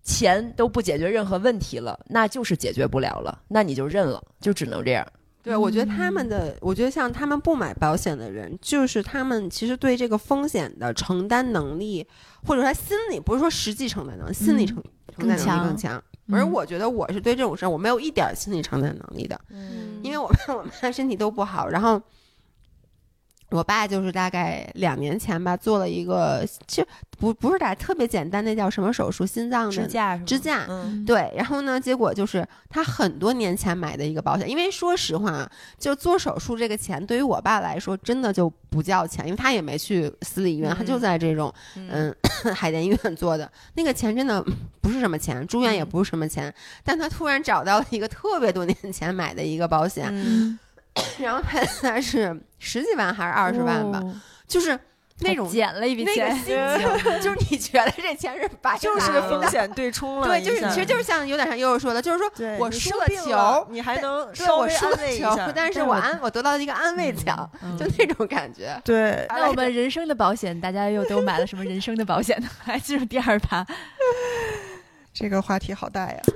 钱都不解决任何问题了，那就是解决不了了，那你就认了，就只能这样。
对我觉得他们的，我觉得像他们不买保险的人，就是他们其实对这个风险的承担能力，或者说他心理不是说实际承担能力，心理
嗯
承承担能力更
更强
强。
嗯
而我觉得我是对这种事儿，我没有一点儿心理承担能力的。
嗯
因为我爸我 妈身体都不好，然后我爸就是大概两年前吧，做了一个其实不不是打特别简单，那叫什么手术？心脏
支
的
架是吗？
支架。
嗯，
对，然后呢？结果就是他很多年前买的一个保险，因为说实话啊，就做手术这个钱，对于我爸来说真的就不叫钱，因为他也没去私立医院，他就
嗯
在这种
嗯
嗯海淀医院做的那个钱真的嗯不是什么钱，住院也
嗯
不是什么钱，但他突然找到了一个特别多年前买的一个保险，
嗯，
嗯
然后他他是十几万还是二十万吧，，
哦
就是那种
捡了一笔
那个
钱，
心 情，就是你觉得这钱是白
就是
来的
风险对冲了
对，
一下，
就是其实就是像有点像悠悠说的，就是说
对
我
你
输
生
了
病
球
了你还能
对
稍
我
微
输了
安慰一下嗯
球，，但是
但
我
我
安我得到了一个安慰奖，就那种感觉。
对，
那我们人生的保险，大家又都买了什么人生的保险呢？ 来进入第二趴，
这个话题好大呀，嗯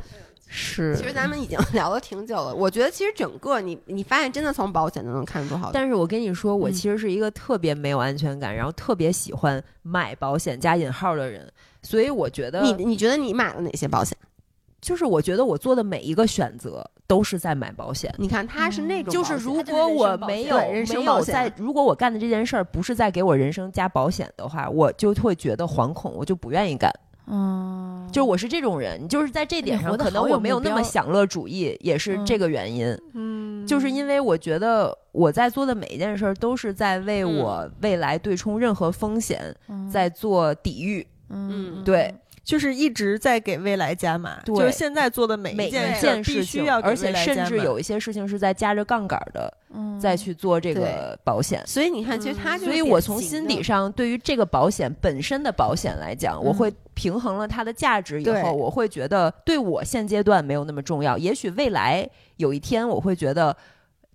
是
其实咱们已经 聊了挺久了，我觉得其实整个你你发现真的从保险都能看出好多。
但是我跟你说，我
嗯
其实是一个特别没有安全感，然后特别喜欢买保险加引号的人，所以我觉得，
你你觉得你买了哪些保险？
就是我觉得我做的每一个选择都是在买保险。
你看他嗯是那种
就
保
是
险，
如果我没有
对人生
没
保
有
险啊
在，如果我干的这件事儿不是在给我人生加保险的话，我就会觉得惶恐，我就不愿意干。
嗯，
就是我是这种人，就是在这点
你活
上，
得
可能
好有
我没有
目
那
标
么享乐主义，也是
嗯
这个原因。
嗯
就是因为我觉得我在做的每一件事儿都是在为
嗯
我未来对冲任何风险
嗯
在做抵御。
嗯
对，
就是一直在给未来加码，
对
就是现在做的每
每
一
一
件事
件
儿
事
必
情
须要，给
而
未
且
来加
甚至
码
有一些事情是在加着杠杆儿的，
嗯
再去做这个保险。
所以你看，其实他
嗯
就是
所以
典
我从
型
心
的
理上对于这个保险本身的保险来讲，我会平衡了它的价值以
嗯对
后，我会觉得对我现阶段没有那么重要。也许未来有一天我会觉得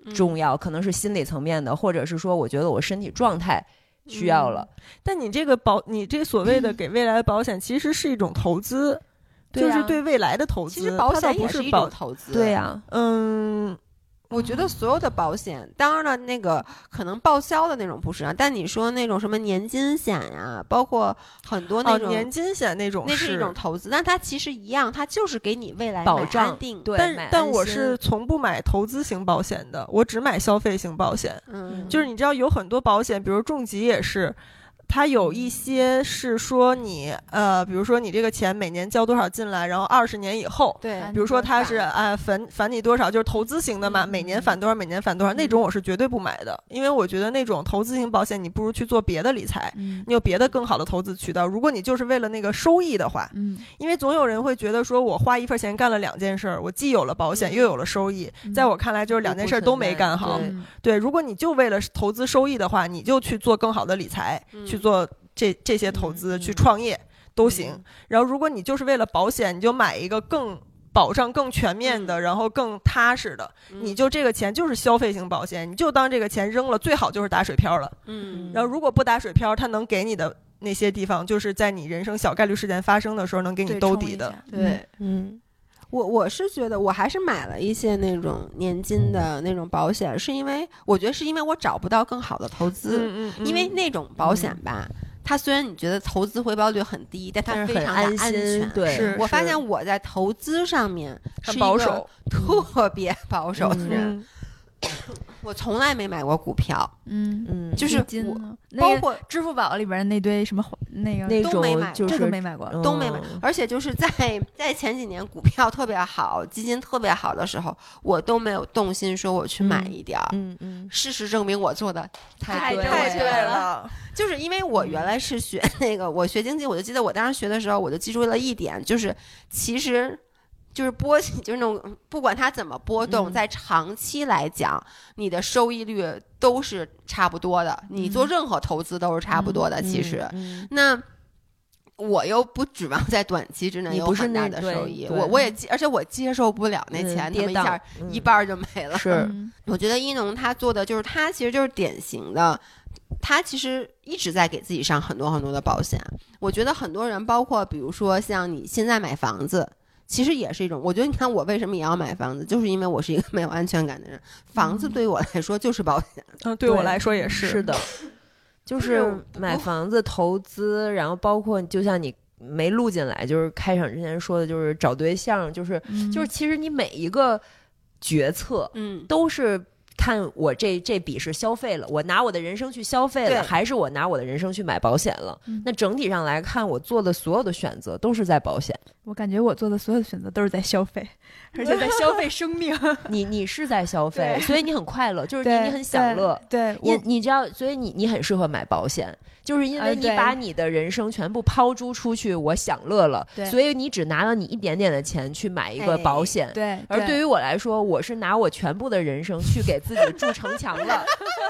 嗯
重要，可能是心理层面的，或者是说我觉得我身体状态需要了。
但你这个保，你这所谓的给未来的保险，其实是一种投资，就是对未来的投资。
其实保
它倒
险也
不是
一
保
种，投资。啊
对呀、
嗯，
我觉得所有的保险，当然了，那个可能报销的那种不是啊，但你说那种什么年金险呀、包括很多那
哦，
种、
年金险那种
那是一种投资，但它其实一样，它就是给你未来
保
买
障
安定。，
对，买
但但
安
我
心
是从不买投资型保险的，我只买消费型保险。
嗯，
就是你知道有很多保险，比如重疾也是，它有一些是说你呃，比如说你这个钱每年交多少进来，然后二十年以后，
对
返
比如说它是
多少
啊返返你多少，就是投资型的嘛，
嗯
每年返多少，每年返多少，那种我是绝对不买的，因为我觉得那种投资型保险你不如去做别的理财。
嗯
你有别的更好的投资渠道。如果你就是为了那个收益的话，
嗯，
因为总有人会觉得说，我花一份钱干了两件事儿，我既有了保险，
嗯
又有了收益。
嗯
在我看来，就是两件事儿都没干好。
对
嗯
对，如果你就为了投资收益的话，你就去做更好的理财，
嗯
去做这这些投资，
嗯
去创业都行。然后，如果你就是为了保险，你就买一个更。保障更全面的，然后更踏实的，
嗯
你就这个钱就是消费型保险，你就当这个钱扔了，最好就是打水漂了。
嗯
然后如果不打水漂，它能给你的那些地方，就是在你人生小概率事件发生的时候能给你
对
兜
冲
底
一
的。
下
对。
嗯
我我是觉得我还是买了一些那种年金的那种保险，是因为我觉得是因为我找不到更好的投资，
嗯
因为那种保险吧，它虽然你觉得投资回报率很低，但它
但
非
是很
常的
安
安
心
全。，
对，
是
我发现我在投资上面是
很
一
保
个
守，
特别保守的人，
嗯
我从来没买过股票，
嗯，
嗯，
就
就是
基金
我
呢
包
那个哦
括
支付宝里边的那堆什么花那个
那
都
种
没买
就
这
是
都没买过，
都没买
嗯，
而且就是在在前几年股票特别好、基金特别好的时候，我都没有动心说我去买一点儿。
嗯嗯，
事实证明我做的太
太
对
对
太对
了，
了，
就是因为我原来是学 那个，我学经济，我就记得我当时学的时候，我就记住了一点，就是其实。就是波， 就是那种不管它怎么波动，
嗯
在长期来讲，你的收益率都是差不多的。你做
嗯
任何投资都是差不多的，其实。
嗯
那我又不指望在短期之内
你
有
不是
很大
那
的
对
收益，
对
我我也接，而且我接受不了那
嗯
钱那
跌
么一下
宕嗯
一半儿就没了。
是
嗯
我觉得一农他做的就是他其实就是典型的，他其实一直在给自己上很多很多的保险。我觉得很多人，包括比如说像你现在买房子。其实也是一种，我觉得你看我为什么也要买房子，就是因为我是一个 没有安全感的人。房子对于我来说就是保险，
嗯，对我来说也是。
是的，就
就是
是买
哦
房子投资，然后包括就像你没录进来，就是开场之前说的，就是找对象，就是
嗯
就是其实你每一个决策
嗯，
都是。看我这这笔是消费了，我拿我的人生去消费
对
了，还是我拿我的人生去买保险了？
嗯
那整体上来看，我做的所有的选择都是在保险。
我感觉我做的所有的选择都是在消费， 而且在消费生命，
你你是在消费，
对
所以你很快乐，就是你你很享乐。
对，对
你
我
你知道，所以你你很适合买保险，就是因为
哎
你
对
把你的人生全部抛诸出去，我享乐了，
对
所以你只拿了你一点点的钱去买一个
哎
保险。
对，
而对于我来说，我是拿我全部的人生去给自己筑城墙 了，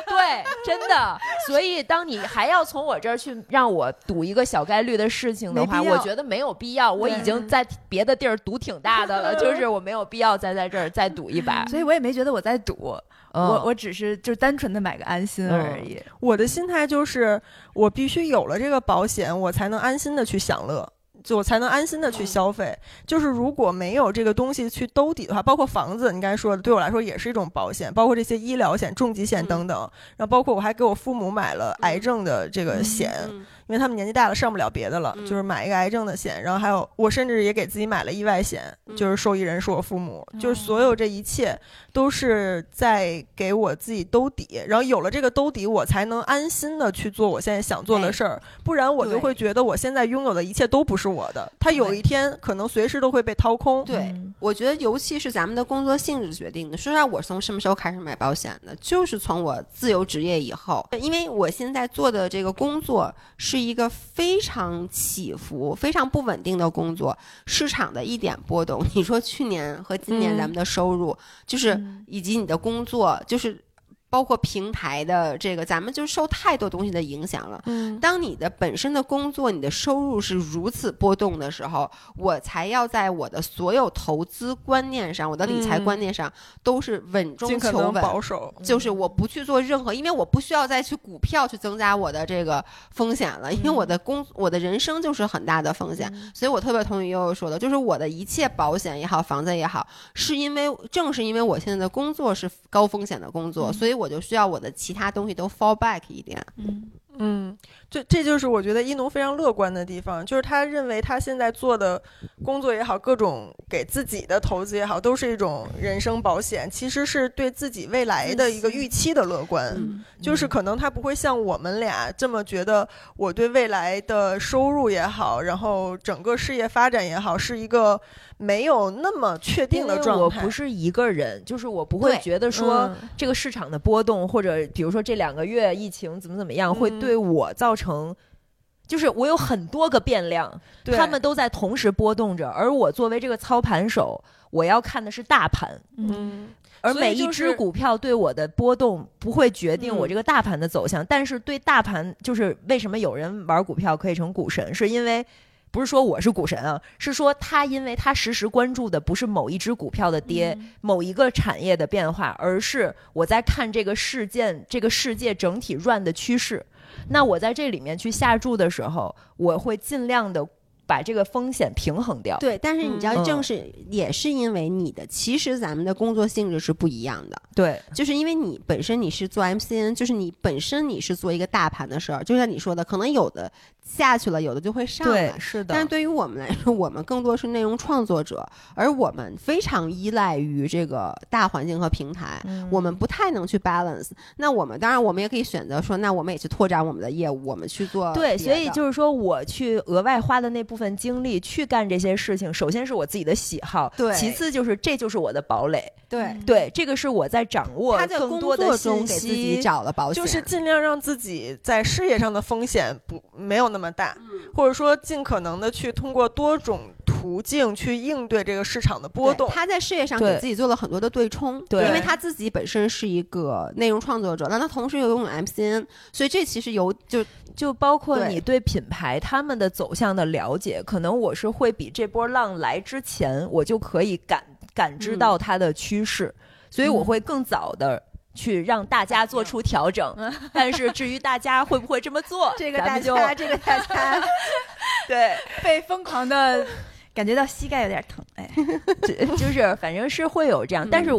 对，真的。所以，当你还要从我这儿去让我赌一个小概率的事情的话，
没必要
我觉得没有必要。我已经在别的地儿赌挺大的 了，就是我没有必要再在这儿再赌一把。
所以我也没觉得我在赌，
嗯
我我只是就是单纯的买个安心而已。
我的心态就是，我必须有了这个保险，我才能安心的去享乐。就我才能安心的
嗯
去消费，就是如果没有这个东西去兜底的话，包括房子，你刚才说的，对我来说也是一种保险，包括这些医疗险、重疾
嗯
险等等，然后包括我还给我父母买了癌症的这个险，
嗯
因为他们年纪大了上不了别的了，
嗯
就是买一个癌症的险，然后还有我甚至也给自己买了意外险，
嗯哦
就是受益人是我父母，就是所有这一切都是在给我自己兜底，然后有了这个兜底，我才能安心的去做我现在想做的事儿，不然我就
对
会觉得我现在拥有的一切都不是我的，它有一天可能随时都会被掏空。
对
嗯，
我觉得尤其是咱们的工作性质决定的。说实话，我从什么时候开始买保险的？就是从我自由职业以后，因为我现在做的这个工作是一个非常起伏、非常不稳定的工作，市场的一点波动。你说去年和今年
嗯
咱们的收入，就是
嗯
以及你的工作，就是包括平台的这个，咱们就受太多东西的影响了。
嗯，
当你的本身的工作、你的收入是如此波动的时候，我才要在我的所有投资观念上、我的理财
嗯
观念上、都是稳中
尽可
求
能保
稳。
守。
就是我不去做任何，因为我不需要再去股票去增加我的这个风险了，因为我
嗯
的工、我的人生就是很大的风险，所以我特别同意悠悠说的，就是我的一切保险也好，房子也好，是因为正是因为我现在的
嗯
工作是高风险的工作，所以我就需要我的其他东西都 fall back 一点。
嗯，
嗯，这这就是我觉得一农非常乐观的地方，就是他认为他现在做的工作也好，各种给自己的投资也好，都是一种人生保险，其实是对自己未来的一个预期的乐观。
嗯
就是可能他不会像我们俩这么觉得，我对未来的收入也好，然后整个事业发展也好，是一个没有那么确定
因
的
为
状
我
态。嗯
不是一个人，就是我不会
对，
觉得说这个市场的波动，或者比如说这两个月疫情怎么怎么样，会
嗯
对我造成，就是我有很多个变量，
对
他们都在同时波动着，而我作为这个操盘手，我要看的是大盘，
嗯，
而所以每一就是只股票对我的波动不会决定
嗯
我这个大盘的走向，但是对大盘，就是为什么有人玩股票可以成股神，是因为。不是说我是股神啊，是说他因为他时时关注的不是某一只股票的跌，某一个产业的变化，而是我在看这个事件、这个世界整体 run 的趋势。那我在这里面去下注的时候，我会尽量的把这个风险平衡掉。
对，但是你知道，
嗯
正是、也是因为你的，其实咱们的工作性质是不一样的，
对，
就是因为你本身你是做 MCN，就是你本身你是做一个大盘的事儿，就像你说的，可能有的下去了，有的就会上来
对，，是的。
但是对于我们来说，我们更多是内容创作者，而我们非常依赖于这个大环境和平台，
嗯
我们不太能去 balance。那我们当然，我们也可以选择说，那我们也去拓展我们的业务，我们去做
对，
呃别
所以
的
就是说，我去额外花的那部分精力去干这些事情，首先是我自己的喜好，
对
其次就是这就是我的堡垒，
对。
对，这个是嗯我在掌握
他在
更
工
多
作
的
中
信
给自
息
己找了保险，
就是尽量让自己在事业上的风险不没有那么大，或者说尽可能的去通过多种途径去应对这个市场的波
对
动。
他在事业上
对
给自己做了很多的对冲，
对
因为他自己本身是一个内容创作者，那他同时又拥有 MCN，所以这其实有就
就包括
对
你对品牌他们的走向的了解，可能我是会比这波浪来之前，我就可以感感知
嗯
到它的趋势，所以我会更早的去让大家做出调整。但是至于大家会不会这么做
这个
咱
大
们就
家，这个 大家
对，
被疯狂的感觉到膝盖有点疼，哎，
就就是反正是会有这样，但是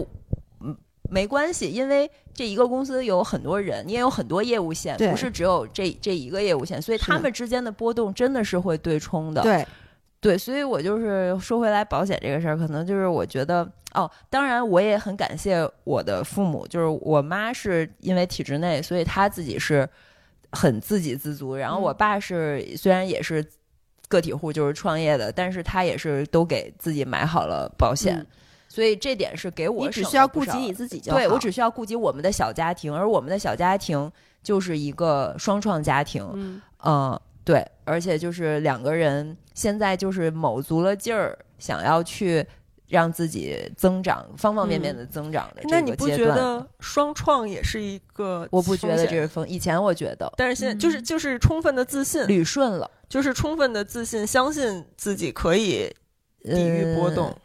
嗯没关系，因为这一个公司有很多人，也有很多业务线，
对
不是只有这这一个业务线，所以
是
他们之间的波动真的是会对冲的。
对
对，所以我就是说回来保险这个事儿，可能就是我觉得哦，当然我也很感谢我的父母，就是我妈是因为体制内，所以她自己是很自给自足，然后
嗯
我爸是、虽然也是个体户，就是创业的，但是他也是都给自己买好了保险，
嗯
所以这点是给我
你只
省
需
了
要
不
顾及
少
你自己就好。
对我只需要顾及我们的小家庭，而我们的小家庭就是一个双创家庭，
嗯，
嗯，对，而且就是两个人现在就是卯足了劲儿，想要去让自己增长，方方面面
嗯
的增长的这
那你
个
不
阶
觉
段。
得双创也是一个？
我不觉得这是，风，以前我觉得
但是现在就是
嗯
就是充分的自信，
捋顺了，
就是充分的自信，相信自己可以抵御波动
嗯。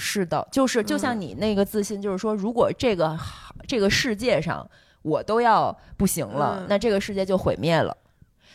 是的，就是就
嗯
像你那个自信，就是说，如果这个这个世界上我都要不行了，
嗯
那这个世界就毁灭了。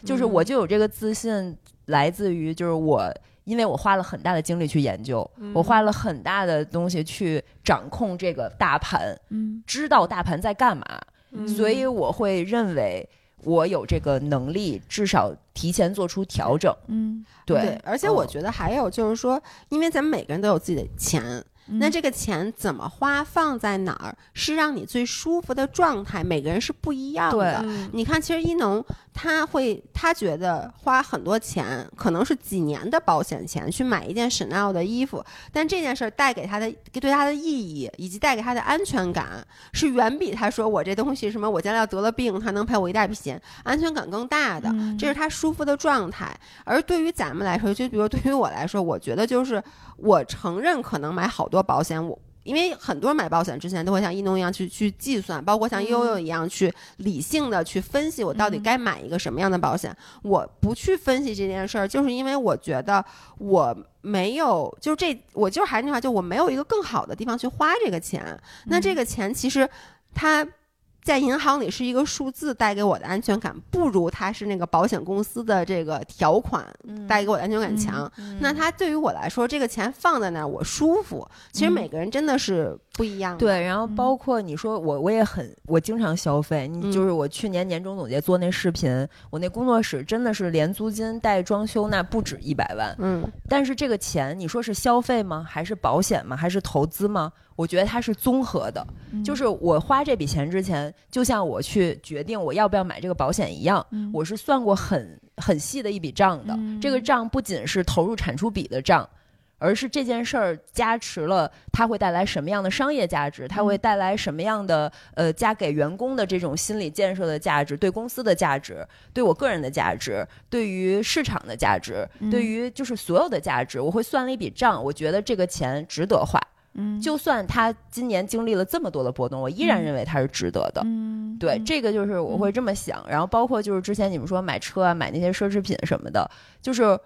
就是我就有这个自信，来自于就是我，因为我花了很大的精力去研究，
嗯
我花了很大的东西去掌控这个大盘，
嗯，
知道大盘在干嘛，
嗯
所以我会认为我有这个能力，至少提前做出调整。
嗯，
对，而且我觉得还有就是说，因为咱们每个人都有自己的钱，
嗯
那这个钱怎么花、放在哪儿，是让你最舒服的状态，每个人是不一样
对
的。
嗯
你看，其实一农他会，他觉得花很多钱，可能是几年的保险钱去买一件 Chanel 的衣服，但这件事儿带给他的对他的意义以及带给他的安全感，是远比他说我这东西什么我将来要得了病，他能赔我一大笔钱，安全感更大的。
嗯
这是他舒服的状态。而对于咱们来说，就比如对于我来说，我觉得就是我承认可能买好多保险，我。因为很多人买保险之前都会像一农一样去去计算，包括像悠悠一样去理性的去分析我到底该买一个什么样的保险。我不去分析这件事儿，就是因为我觉得我没有，就是这我就是还是那句话，就我没有一个更好的地方去花这个钱。那这个钱其实它在银行里是一个数字带给我的安全感，不如它是那个保险公司的这个条款
嗯
带给我的安全感强。那它对于我来说，这个钱放在那儿我舒服。其实每个人真的是不一样。，
对，然后
嗯嗯
包括你说我，我也很，我经常消费。你就是我去年年终总结做那视频，我那工作室真的是连租金带装修那不止一百万。
嗯，
但是这个钱，你说是消费吗？还是保险吗？还是投资吗？我觉得它是综合的。就
嗯
是我花这笔钱之前，就像我去决定我要不要买这个保险一样，
嗯
我是算过很很细的一笔账的。
嗯
这个账不仅是投入产出比的账，而是这件事儿加持了它会带来什么样的商业价值，
嗯
它会带来什么样的呃加给员工的这种心理建设的价值，对公司的价值，对我个人的价值，对于市场的价值，
嗯
对于就是所有的价值，我会算了一笔账，我觉得这个钱值得花。
嗯
就算它今年经历了这么多的波动，我依然
嗯
认为它是值得的。
嗯
对，
嗯
这个就是我会这么想。然后包括就是之前你们说买车啊，买那些奢侈品什么的，就是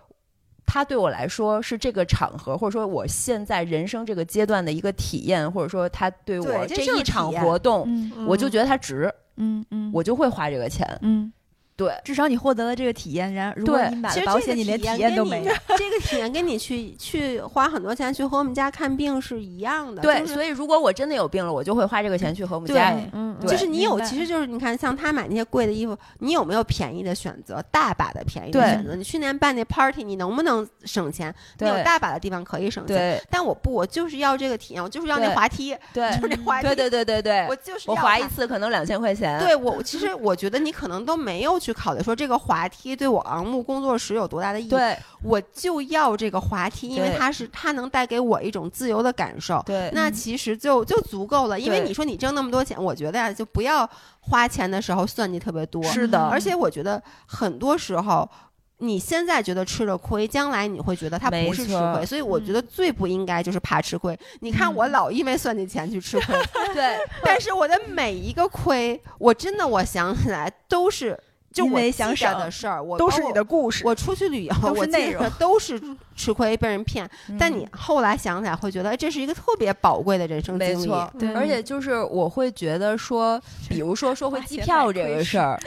它对我来说是这个场合，或者说我现在人生这个阶段的一个体验，或者说它对我
对这就是
一场
体验
活动，
嗯
我就觉得它值，
嗯嗯
我就会花这个钱。
嗯，
对，
至少你获得了这个体验，然后如果
对
你买
其
了
实
保
这个
险，你连
体验
体验
跟
都
你
没有。
这个体验跟你去去花很多钱去和我们家看病是一样的。
对，
就是
所以如果我真的有病了，我就会花这个钱去和我们
对
家里
哎
嗯，
对
就是你有，
明白
其实就是你看，像他买那些贵的衣服，你有没有便宜的选择？大把的便宜的
对
选择。你去年办那 party，你能不能省钱？你有
对
大把的地方可以省钱。
对
但我不，我就是要这个体验，我就是要那
对
滑梯，
对
就是那滑梯，
对对对对对
我，就是
我
要
划
它
一。次可能两千块钱。
对我，其实我觉得你可能都没有去考虑说这个滑梯对我昂木工作室有多大的意义。
对
我就要这个滑梯，因为
对
它是它能带给我一种自由的感受。
对
那其实就就足够了，因为
对
你说你挣那么多钱，我觉得呀，就不要花钱的时候算计特别多。
是
嗯
的，
而且我觉得很多时候，你现在觉得吃了亏，将来你会觉得它
没
不是吃
错
亏，所以我觉得最不应该就是怕吃亏。你看我老因为算计钱去吃亏，
对
但是我的每一个亏，我真的我想起来都是就
因
我
为
记
想
得的
省
事儿，我
都
包
是
括
你的故事。
我出去旅游，
都是
我记
内
得
容
都是吃亏被人骗， 但
嗯
你后来想起来会觉得，哎，这是一个特别宝贵的人生经
没
历。
错，
对
而且就是我会觉得说，比如说说回
花
机
钱
票
买
这
亏
个
是
事儿，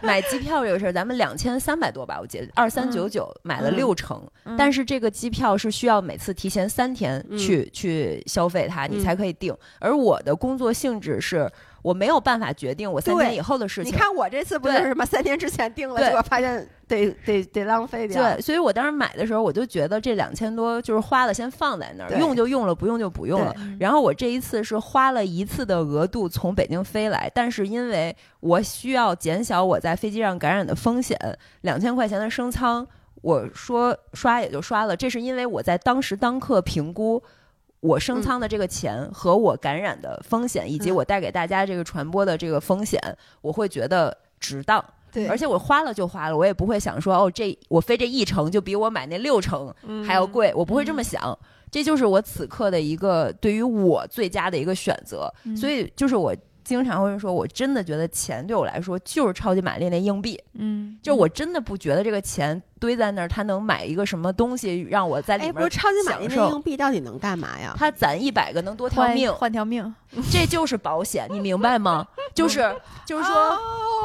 买机票这个事儿，咱们两千三百多吧，我记得二三九九买了
嗯
六成，但是这个机票是需要每次提前三天
嗯
去、去消费它，你
嗯
才可以定。而我的工作性质是我没有办法决定我三
对
天以后的事
你
情，
看我这次不就
对
是什么三天之前定了，
对
结果发现得得得浪费掉。
对，所以我当时买的时候，我就觉得这两千多就是花了，先放在那儿，
对
用就用了，不用就不用了
对。嗯
然后我这一次是花了一次的额度从北京飞来，但是因为我需要减小我在飞机上感染的风险，两千块钱的升舱，我说刷也就刷了。这是因为我在当时当刻评估。我升舱的这个钱和我感染的风险，以及
嗯
我带给大家这个传播的这个风险，我会觉得值当。
对
而且我花了就花了，我也不会想说哦，这我飞这一程就比我买那六程还要贵，我不会这
嗯
么想。这就是我此刻的一个对于我最佳的一个选择，
嗯
所以就是我经常会说，我真的觉得钱对我来说就是超级玛丽那硬币，
嗯，
就是我真的不觉得这个钱堆在那儿，它能买一个什么东西让我在里
哎，
面
不是超级玛丽
享
那
受
硬。币到底能干嘛呀？
它攒一百个能多条
换
命，
换条命，
这就是保险，你明 白吗？就是就是说，
嗯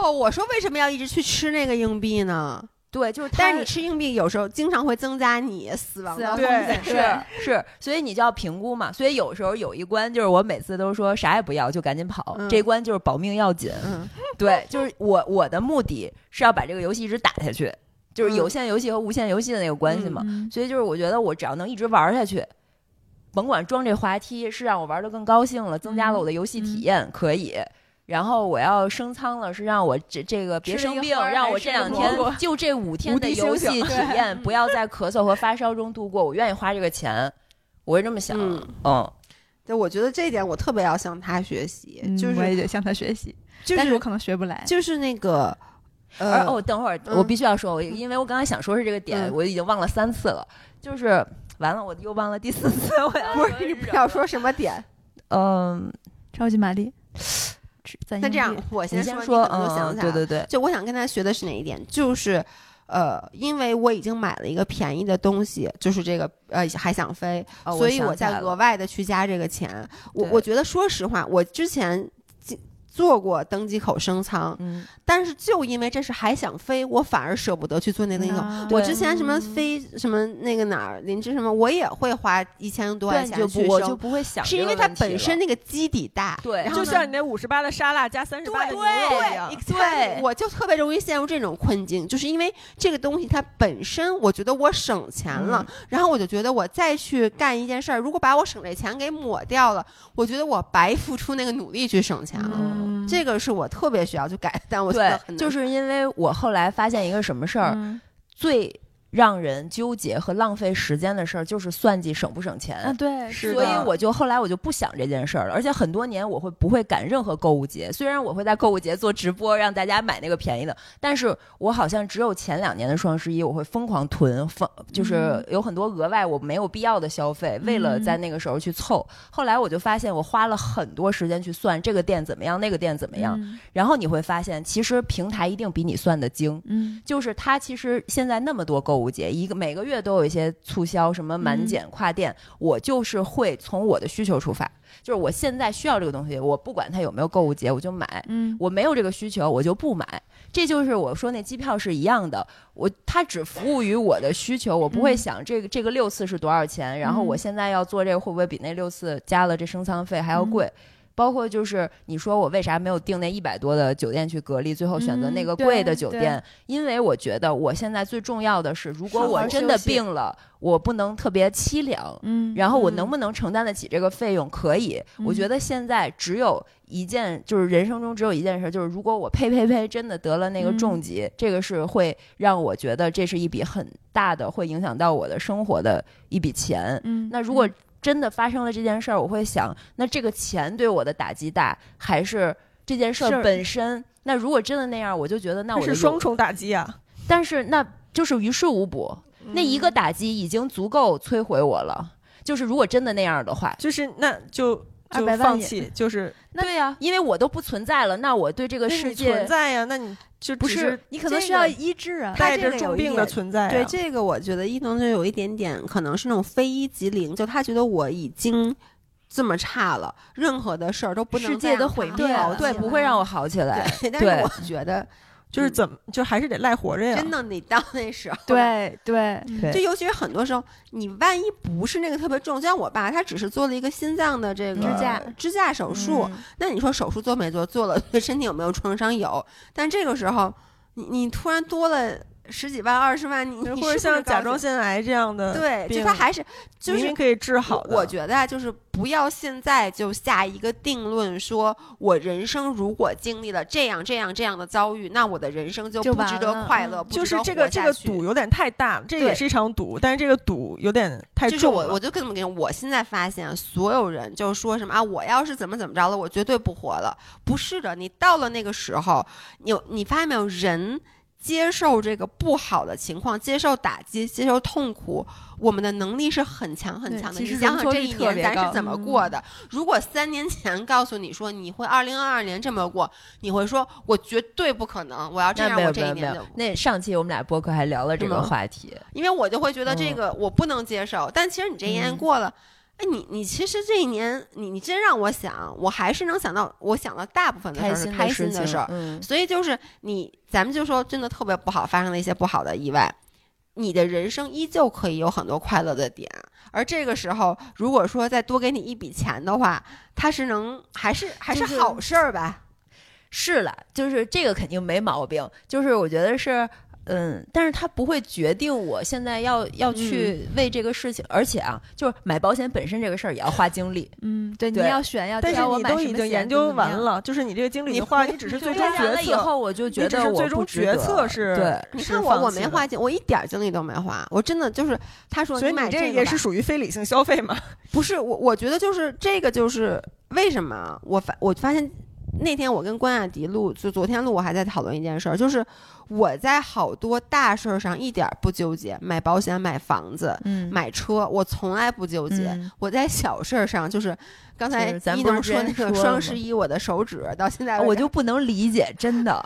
哦，我说为什么要一直去吃那个硬币呢？
对，就是它。
但是你吃硬币有时候经常会增加你死亡
死
的
亡
风险。
对
是是，所以你就要评估嘛。所以有时候有一关就是我每次都说啥也不要，就赶紧跑。
嗯
这一关就是保命要紧。
嗯，
对，就是我我的目的是要把这个游戏一直打下去，就是有
嗯
限游戏和无限游戏的那个关系嘛。
嗯
所以就是我觉得我只要能一直玩下去，甭管装这滑梯是让我玩的更高兴了，增加了我的游戏体
嗯
验，可以。然后我要升舱了，是让我这这个别
吃了一
生
个
病，
花儿
让
还
我
是
这
一个
两
蘑
天
菇
就这五天
无
的
敌
游
星
戏
星
体验，不要在咳嗽和发烧中度过。我愿意花这个钱，我会这么想。
嗯
嗯
对，我觉得这一点我特别要向他学习，
嗯
就
我也
是
得向他学习，
就
但是我
是
可能学不来。
就是那个，
而
呃，
哦，等会儿、
嗯
我必须要说，我因为我刚才想说是这个点，
嗯
我已经忘了三次了，就是完了，我又忘了第四次，我要
不
说
是你
什
不
么
要说什么点。
嗯，
超级玛丽，只攒
那
硬
这样
币，
我
你
先
先
说，你可能就想起
嗯，
来
对
了
对对，
就我想跟他学的是哪一点，就是。呃，因为我已经买了一个便宜的东西，就是这个呃还想飞，
哦
所
我
以
想
我
起来
再
了
额外的去加这个钱。我
对
我觉得，说实话，我之前经坐过登机口升舱，
嗯，
但是就因为这是还想飞，我反而舍不得去坐那登机口。
啊
我
对嗯
之前什么飞什么那个哪儿林芝什么，我也会花一千多块
对，
钱
你就
去
不我
升
就不会想
是
这
因
个
为它
问题
本身那
了
个基底大，
对
然后
就
呢
像你那五十八的沙拉加三十八的牛肉一样，
对，我就特别容易陷入这种困境，就是因为这个东西它本身，我觉得我省钱了，然后我就觉得我再去干一件事儿，如果把我省这钱给抹掉了，我觉得我白付出那个努力去省钱了。
嗯
哦
这个是我特别需要去改的，但我觉得很
对，
难
就是因为我后来发现一个什么事儿、
嗯
最让人纠结和浪费时间的事儿，就是算计省不省钱。
嗯
啊，对，
是
所以
的
我就后来我就不想这件事儿了，而且很多年我会不会赶任何购物节？虽然我会在购物节做直播让大家买那个便宜的，但是我好像只有前两年的双十一我会疯狂囤，疯就是
嗯
有很多额外我没有必要的消费，为了在那个时候去凑。后来我就发现我花了很多时间去算这个店怎么样，那个店怎么样，
嗯
然后你会发现其实平台一定比你算的精。
嗯，
就是它其实现在那么多购物节，一个每个月都有一些促销，什么满减、跨店，我就是会从我的需求出发，就是我现在需要这个东西，我不管它有没有购物节，我就买。
嗯，
我没有这个需求，我就不买。这就是我说那机票是一样的，我它只服务于我的需求，我不会
嗯
想这个、这个六次是多少钱，然后我
嗯
现在要做这个会不会比那六次加了这升舱费还要
嗯
贵？包括就是你说我为啥没有订那一百多的酒店去隔离，最后选择那
嗯
个
对
贵的酒
对
店，因为我觉得我现在最重要的是，如果
好
我
好
真
休
的
息
病了，我不能特别凄凉，
嗯，
然后我
嗯
能不能承担得起这个费用？可以，我觉
嗯
得现在只有一件，就是人生中只有一件事，就是如果我呸呸呸真的得了那个重
嗯
疾，这个是会让我觉得这是一笔很大的，会影响到我的生活的一笔钱。
嗯，
那如果
嗯
真的发生了这件事儿，我会想，那这个钱对我的打击大，还是这件事
事
儿
儿
本身？那如果真的那样，我就觉得那
它
我
是
的
双
有，
重打击啊。
但是那就是于事无补，
嗯
那一个打击已经足够摧毁我了。就是如果真的那样的话，
就是那就就
200万
放
也
弃，就是
那
对呀、因为我都不存在了，那我对这个
那
世
你
界
存在呀，那你就
不
只
是
是
你可能
这
需要
个
医治啊，
它
带
这
着
个有
重
一
病的
点
存在呀。
对这个，我觉得一能就有一点点，可能是那种非一即零，就他觉得我已经这么差了，任何的事儿都不能
世
再
界的
让
毁
它
灭
好
了
起
对
来
不会让我好起来。
啊对，但
对
是我觉得
就是怎么就还是得赖活着呀。
真的，你到那时候，
对对，
对
就尤其是很多时候，你万一不是那个特别重，就像我爸，他只是做了一个心脏的这个
支架
支架手术，
嗯
那你说手术做没做？做了， 对身体有没有创伤？有。但这个时候，你你突然多了十几万、二十万，你你是不
或者
是
像
高
甲
兴
状腺癌这样的
对，就
病
他还是就
明
是
明可以治好的，
我觉得啊就是不要现在就下一个定论说，我人生如果经历了这样这样这样的遭遇，那我的人生就
就
不
完
值得
了
快
嗯
乐，不值
就是
得
这
活
个这
下
个
去
赌有点太大了，这
对
也是一场赌，但是这个赌有点太
就是
重
我，我
了。
就跟你们跟你说我现在发现，所有人就说什么啊，我要是怎么怎么着了，我绝对不活了。不是的，你到了那个时候，你有你发现没有，人接受这个不好的情况，接受打击，接受痛苦，我们的能力是很强很
对
强的。
其
你
实
想想
容错
这
率
一
特
年
别
咱是
高
怎么
嗯
过的？如果三年前告诉你说你会二零二二年这么过，你会说我绝对不可能，我要这
那
样，
没
我
有
这
没
一
有没
年就
有，那上期我们俩播客还聊了这
是
个
吗
话题，
因为我就会觉得这
嗯
个我不能接受。但其实你这一年
嗯
过了，哎，你你其实这一年，你你真让我想，我还是能想到，我想到大部分的事儿是
心
开
事
心的
情，
事儿。
嗯，
所以就是你，咱们就说真的特别不好，发生了一些不好的意外，你的人生依旧可以有很多快乐的点。而这个时候，如果说再多给你一笔钱的话，它是能还是还是
就是
好事儿吧？
是了，就是这个肯定没毛病，就是我觉得是。嗯，但是它不会决定我现在要要
嗯
去为这个事情，而且啊，就是买保险本身这个事儿也要花精力，
嗯，对，你
对
要选要
但是
挑我
你
买
都
什
已
么
经
险
研
怎么
究
怎么
完
样，
了，就是你这个经历的话，你只是最终
完
决
了以
策，
后我就觉
你只
得
是
我
最
不
终
值
决
得
策是
对，
你
是
看我，
放
我
弃
没
了
花钱，我一点儿精力都没花，我真的就是他说
所以
买
你
这
也
吧
是属于非理性消费嘛？
不是我，我觉得就是这个，就是为什啊么我发我发现那天我跟关雅迪录，就昨天录，我还在讨论一件事儿，就是我在好多大事儿上一点儿不纠结，买保险、买房子、
嗯，
买车，我从来不纠结。
嗯
我在小事儿上，就是刚才
就是咱
一
不是
能
之
说
前
那个
说了
双
吗
十一，我的手指到现在
啊我
为止
就不能理解，真 的，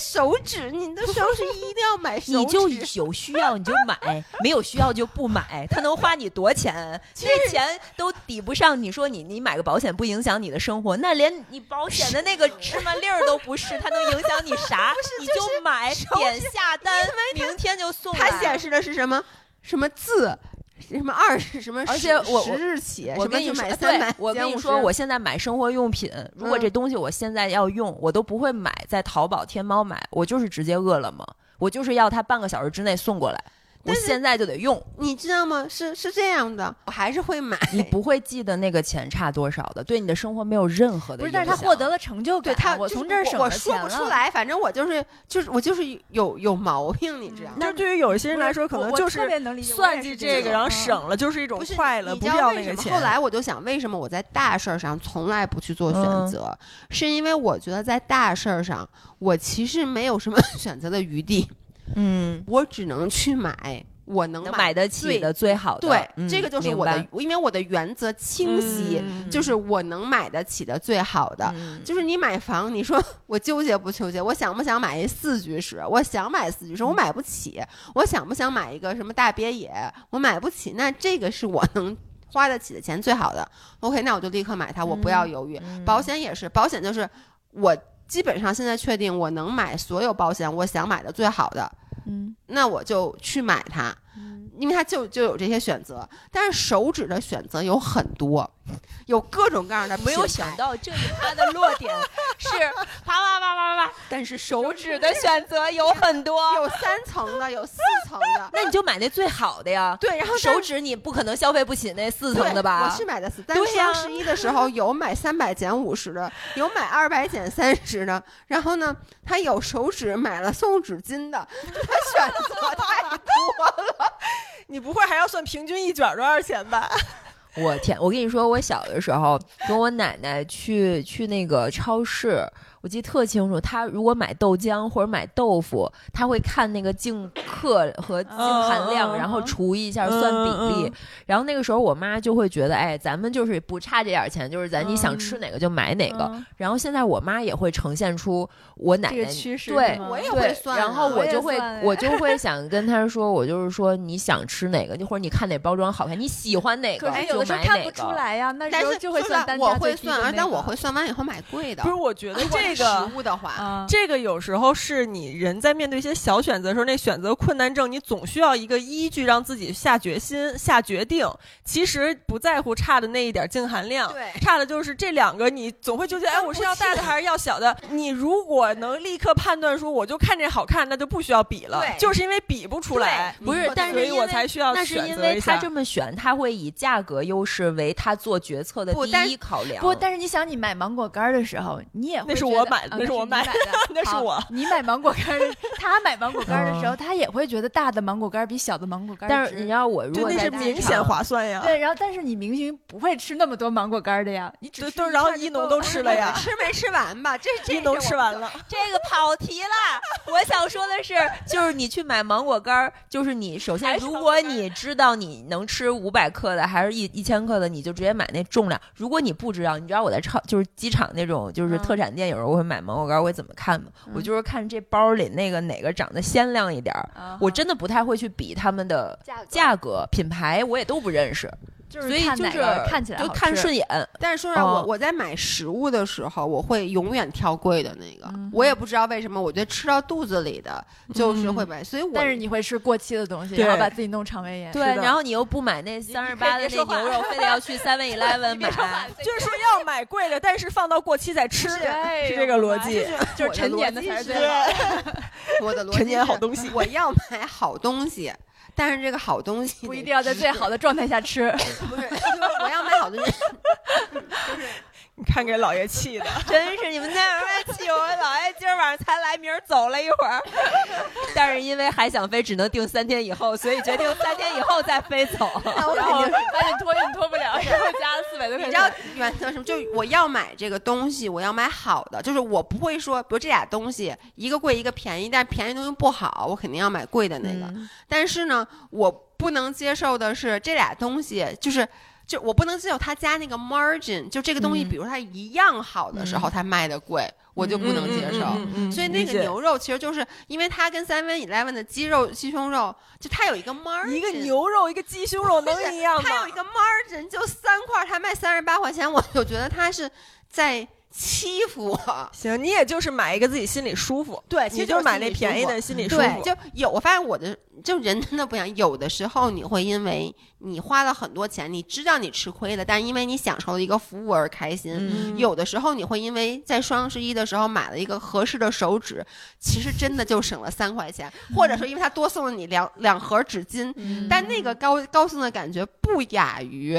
手指，你的双十一一定要买手
你就
指
有需要你就买，没有需要就不买。他能花你多钱？那钱都抵不上。你说你你买个保险不影响你的生活，那连你保险的那个芝麻粒儿都不是，它能影响你啥？你就买，点下单，明天就送来。
它显示的是什么什么字，什么二十什么十，
而且我
十
我
日起，什
我
么
跟你
就
说，
买
对
三百，
我跟你说，我现在买生活用品，如果
嗯
这东西我现在要用，我都不会买在淘宝、天猫买，我就是直接饿了么，我就是要它半个小时之内送过来，我
但是
现在就得用。
你知道吗？是是这样的，我还是会买。
你不会记得那个钱差多少的，对你的生活没有任何的
不
影
是，
响。
但是他获得了成就
对
感，
他，
我
就是
从这儿省
我
了
说
钱
不出
了。
来，反正我就是就是我就是有有毛病，你知道吗？
那对于有一些人来说，可能就是
特别能理解，
算计这个，然后省
省。
了，就是一种
不是
快乐，
你
不
知道
要
为
那
什
个
么？
钱。
后来我就想，为什么我在大事儿上从来不去做选
嗯
择？是因为我觉得在大事儿上，我其实没有什么 选择的余地，
嗯，
我只能去买我能
能买得起的最好的。
对，
嗯
这个就是
明
我的
白，
因为我的原则清晰，
嗯
就是我能买得起的最好的。
嗯
就是你买房，你说我纠结不纠结？我想不想买一四居室？我想买四居室，我
嗯
买不起。我想不想买一个什么大别野？我买不起。那这个是我能花得起的钱最好的。OK，那我就立刻买它，我不
嗯
要犹豫。保险也是，保险就是我基本上现在确定我能买所有保险，我想买的最好的，
嗯，
那我就去买它。因为它就就有这些选择，但是手指的选择有很多，有各种各样的品牌。
没有想到这一趴的落 点是啪啪啪啪啪，但是手指的选择有很多。。
有三层的，有四层的
那你就买那最好的呀。
对，然后
手
但
指你不可能消费不起那四
对
层的吧？
我是买的死，但
对
是
呀
双十一的时候有买三百减五十的，有买二百减三十的，然后呢，他有手指买了送纸巾的，他选择 太多了。
你不会还要算平均一卷多少钱吧？
我天！我跟你说，我小的时候跟我奶奶去去那个超市，我记得特清楚。她如果买豆浆或者买豆腐，她会看那个净克和净含量，
嗯嗯嗯
然后除一下算比
嗯
例。
嗯
然后那个时候，我妈就会觉得，哎，咱们就是不差这点钱，就是咱
嗯
你想吃哪个就买哪个。
嗯
然后现在我妈也会呈现出我奶奶
这个趋势
对
是吗
我也
对
会算啊，
然后
我
我
也
就会
算哎
我就会想跟他说，我就是说你想吃哪个，就或者你看哪包装好看，你喜欢哪个
可是有
就
的时候
买
看
哪
不
个。
出来呀，那
但
时候
是
就会
说
算
实话
单
我
价最
会
低的
算，而
那
但
个
我会算完以后买贵的。
不是， 我觉得
如果是
这个
实物的话，
啊，
这个有时候是你人在面对一些小选择的时候，那选择困难症，你总需要一个依据让自己下决心、下决定。其实不在乎差的那一点净含量，
对
差的就是这两个，你总会纠结，哎，我是要大的还是要小的？你如果能立刻判断说我就看这好看，那就不需要比了
对，
就是因为比不出来，
对
不是
你，
但
不
所
是
能
以
因
我
为
才需要
那是
选
因
择
为
一
他
下
这么选，他会以价格优势为他做决策的
不
第
但
一考量。
不，但是你想，你买芒果干儿的时候，你也会
那是
觉
我
得
买的
啊
那是我
你
买
的
那是
好
我
你买芒果干儿的，他买芒果干儿的时候，他也会觉得大的芒果干儿比小的芒果干儿
嗯但
值
是你要我如
就
果
那
在
是
大
明
家
显
场
划算呀。
对，然后但是你明明不会吃那么多芒果干儿的呀，你只
对
吃
都
一
然后
块儿就
一农
够
都
了
吃了呀
吃没吃完吧？ 这这
一农吃完了，
这个跑题了。 我想说的是，就是你去买芒果干儿，就是你首先，如果你知道你能吃五百克的，还是一一千克的，你就直接买那重量。如果你不知道，你知道我在超就是机场那种就是
嗯
特产店，有时候我会买芒果干儿，我会怎么看吗？我就是看这包里那个哪个长得鲜亮一点儿。
啊
我
哈
真的不太会去比他们的
价格
嗯价格、品牌，我也都不认识，
就
所以
看
就
哪
是
个看起来
就
好
看
吃
顺眼。
但是说实话，
哦
我我在买食物的时候，我会永远挑贵的那个。
嗯哼
我也不知道为什么，我觉得吃到肚子里的就是会买，所以我
但是你会吃过期的东西，
对
然后把自己弄肠胃炎。
对，
是的
然后你又不买那三十八的那牛肉，非得要 去 Seven Eleven
啊
买。
就是说要买贵的，但是放到过期再吃，
哎
是
呦
这个逻辑。
就是
我的
陈
逻
年的
辑
才是最
是
好的。
我的逻辑
陈年好
是
东西
我要买好东西，但是这个好东西
不
得
一定要在最好的状态下吃，
不是，就是我要买好东西，就是
你看给老爷气的，
真是你们那什么气我，老爷今儿晚上才来，明儿走了一会儿。但是因为还想飞，只能定三天以后，所以决定三天以后再飞走。
然后发现托运拖不了，然后加了四百多块
你
钱。
知道原则什么？就我要买这个东西，我要买好的，就是我不会说，比如这俩东西一个贵一个便宜，但便宜东西不好，我肯定要买贵的那个。
嗯
但是呢，我不能接受的是这俩东西就是。就我不能接受他加那个 margin，就这个东西，
嗯
比如它一样好的时候，它卖的贵，我就不能接受。
嗯嗯嗯嗯嗯
所以那
理解
个牛肉其实就是因为它跟 Seven Eleven 的鸡肉、鸡胸肉，就它有一个 margin，
一个牛肉一个鸡胸肉能一样吗？
它有一个 margin 就三块儿，它卖三十八块钱，我 就觉得它是在欺负我。
行，你也就是买一个自己心里舒服，
对
你就是买那便宜的，心里舒
对，
服。
就有我发现我的就人真的不一样，有的时候你会因为你花了很多钱，你知道你吃亏了，但因为你享受了一个服务而开心。
嗯
有的时候你会因为在双十一的时候买了一个合适的手纸，其实真的就省了三块钱，
嗯
或者说因为他多送了你两两盒纸巾，
嗯
但那个高高兴的感觉不亚于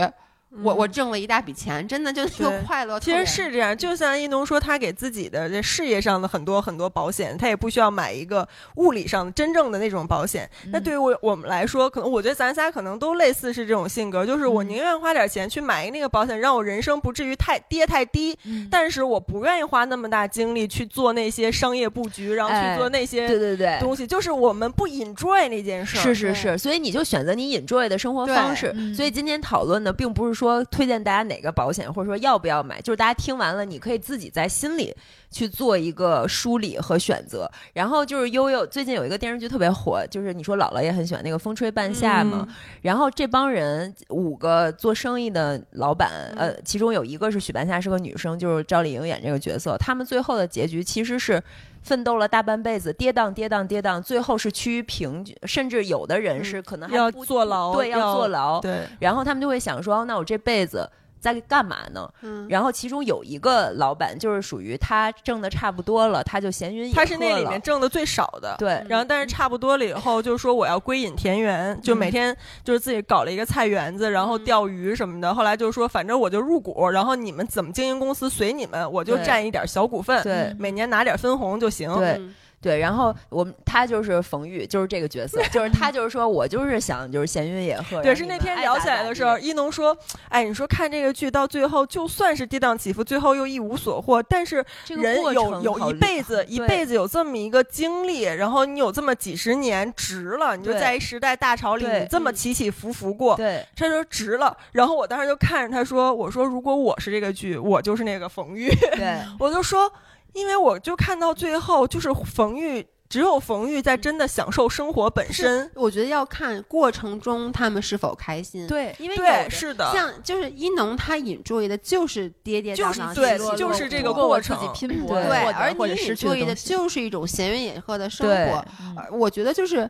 我
嗯
我挣了一大笔钱，真的就那
对
个快乐特
其
别。
实是这样，就像一农说，他给自己的这事业上的很多很多保险，他也不需要买一个物理上的真正的那种保险。
嗯
那对于我我们来说，可能我觉得咱仨可能都类似是这种性格，就是我
嗯
宁愿花点钱去买一那个保险，让我人生不至于太跌太低，
嗯
但是我不愿意花那么大精力去做那些商业布局，然后
哎
去做那些
对对对，
东西，就是我们不 enjoy 那件事儿。
是是是，所以你就选择你 enjoy 的生活方式。
对嗯
所以今天讨论的并不是说推荐大家哪个保险，或者说要不要买，就是大家听完了，你可以自己在心里去做一个梳理和选择。然后就是悠悠最近有一个电视剧特别火，就是你说姥姥也很喜欢那个《风吹半夏》嘛，
嗯
然后这帮人五个做生意的老板，呃，其中有一个是许半夏是个女生，就是赵丽颖演这个角色。他们最后的结局其实是奋斗了大半辈子，跌宕跌宕跌宕，最后是趋于平均，甚至有的人是可能还
要
不
坐牢
对，
要
嗯坐牢。
对，
然后他们就会想说，那我这辈子在干嘛呢？
嗯，
然后其中有一个老板就是属于他挣的差不多了，他就闲云野鹤
他
了。
是那里面挣的最少的。
对，
然后，但是差不多了以后，就是说我要归隐田园，就
嗯
每天就是自己搞了一个菜园子，然后钓鱼什么的。后来就说，反正我就入股，然后你们怎么经营公司随你们，我就
对
占一点小股份，
对
每年拿点分红就行。
对
嗯
对，然后我们他就是冯玉，就是这个角色，就是他就是说我就是想就是闲云野鹤。
对，
然后
是
你
那
们
天
爱
聊
咋
起来
咋
的
地
时候，一农说：“哎，你说看这个剧到最后，就算是跌宕起伏，最后又一无所获，但是
这个
人
过
有
程
有
好
一
厉
辈子一
对
辈子有这么一个经历，然后你有这么几十年值了，你就
对
在一时代大潮里，
对嗯
你这么起起伏伏过。
对，
他说值了，然后我当时就看着他说：“我说如果我是这个剧，我就是那个冯玉。
对，
我就说，因为我就看到最后，就是冯玉，只有冯玉在真的享受生活本身。
我觉得要看过程中他们是否开心。，
对
因为有
对，
的
是的，
像就是一农他引注意的就是跌跌
就
宕
是
宕、起
对
落落
就是这个
落
不
过
够我
程
自己拼搏
对
对，
获得
而
或
你
者失
引
去
注
的
意的
东西。
就是一种闲云野鹤的生
对
活。
嗯
呃我觉得就是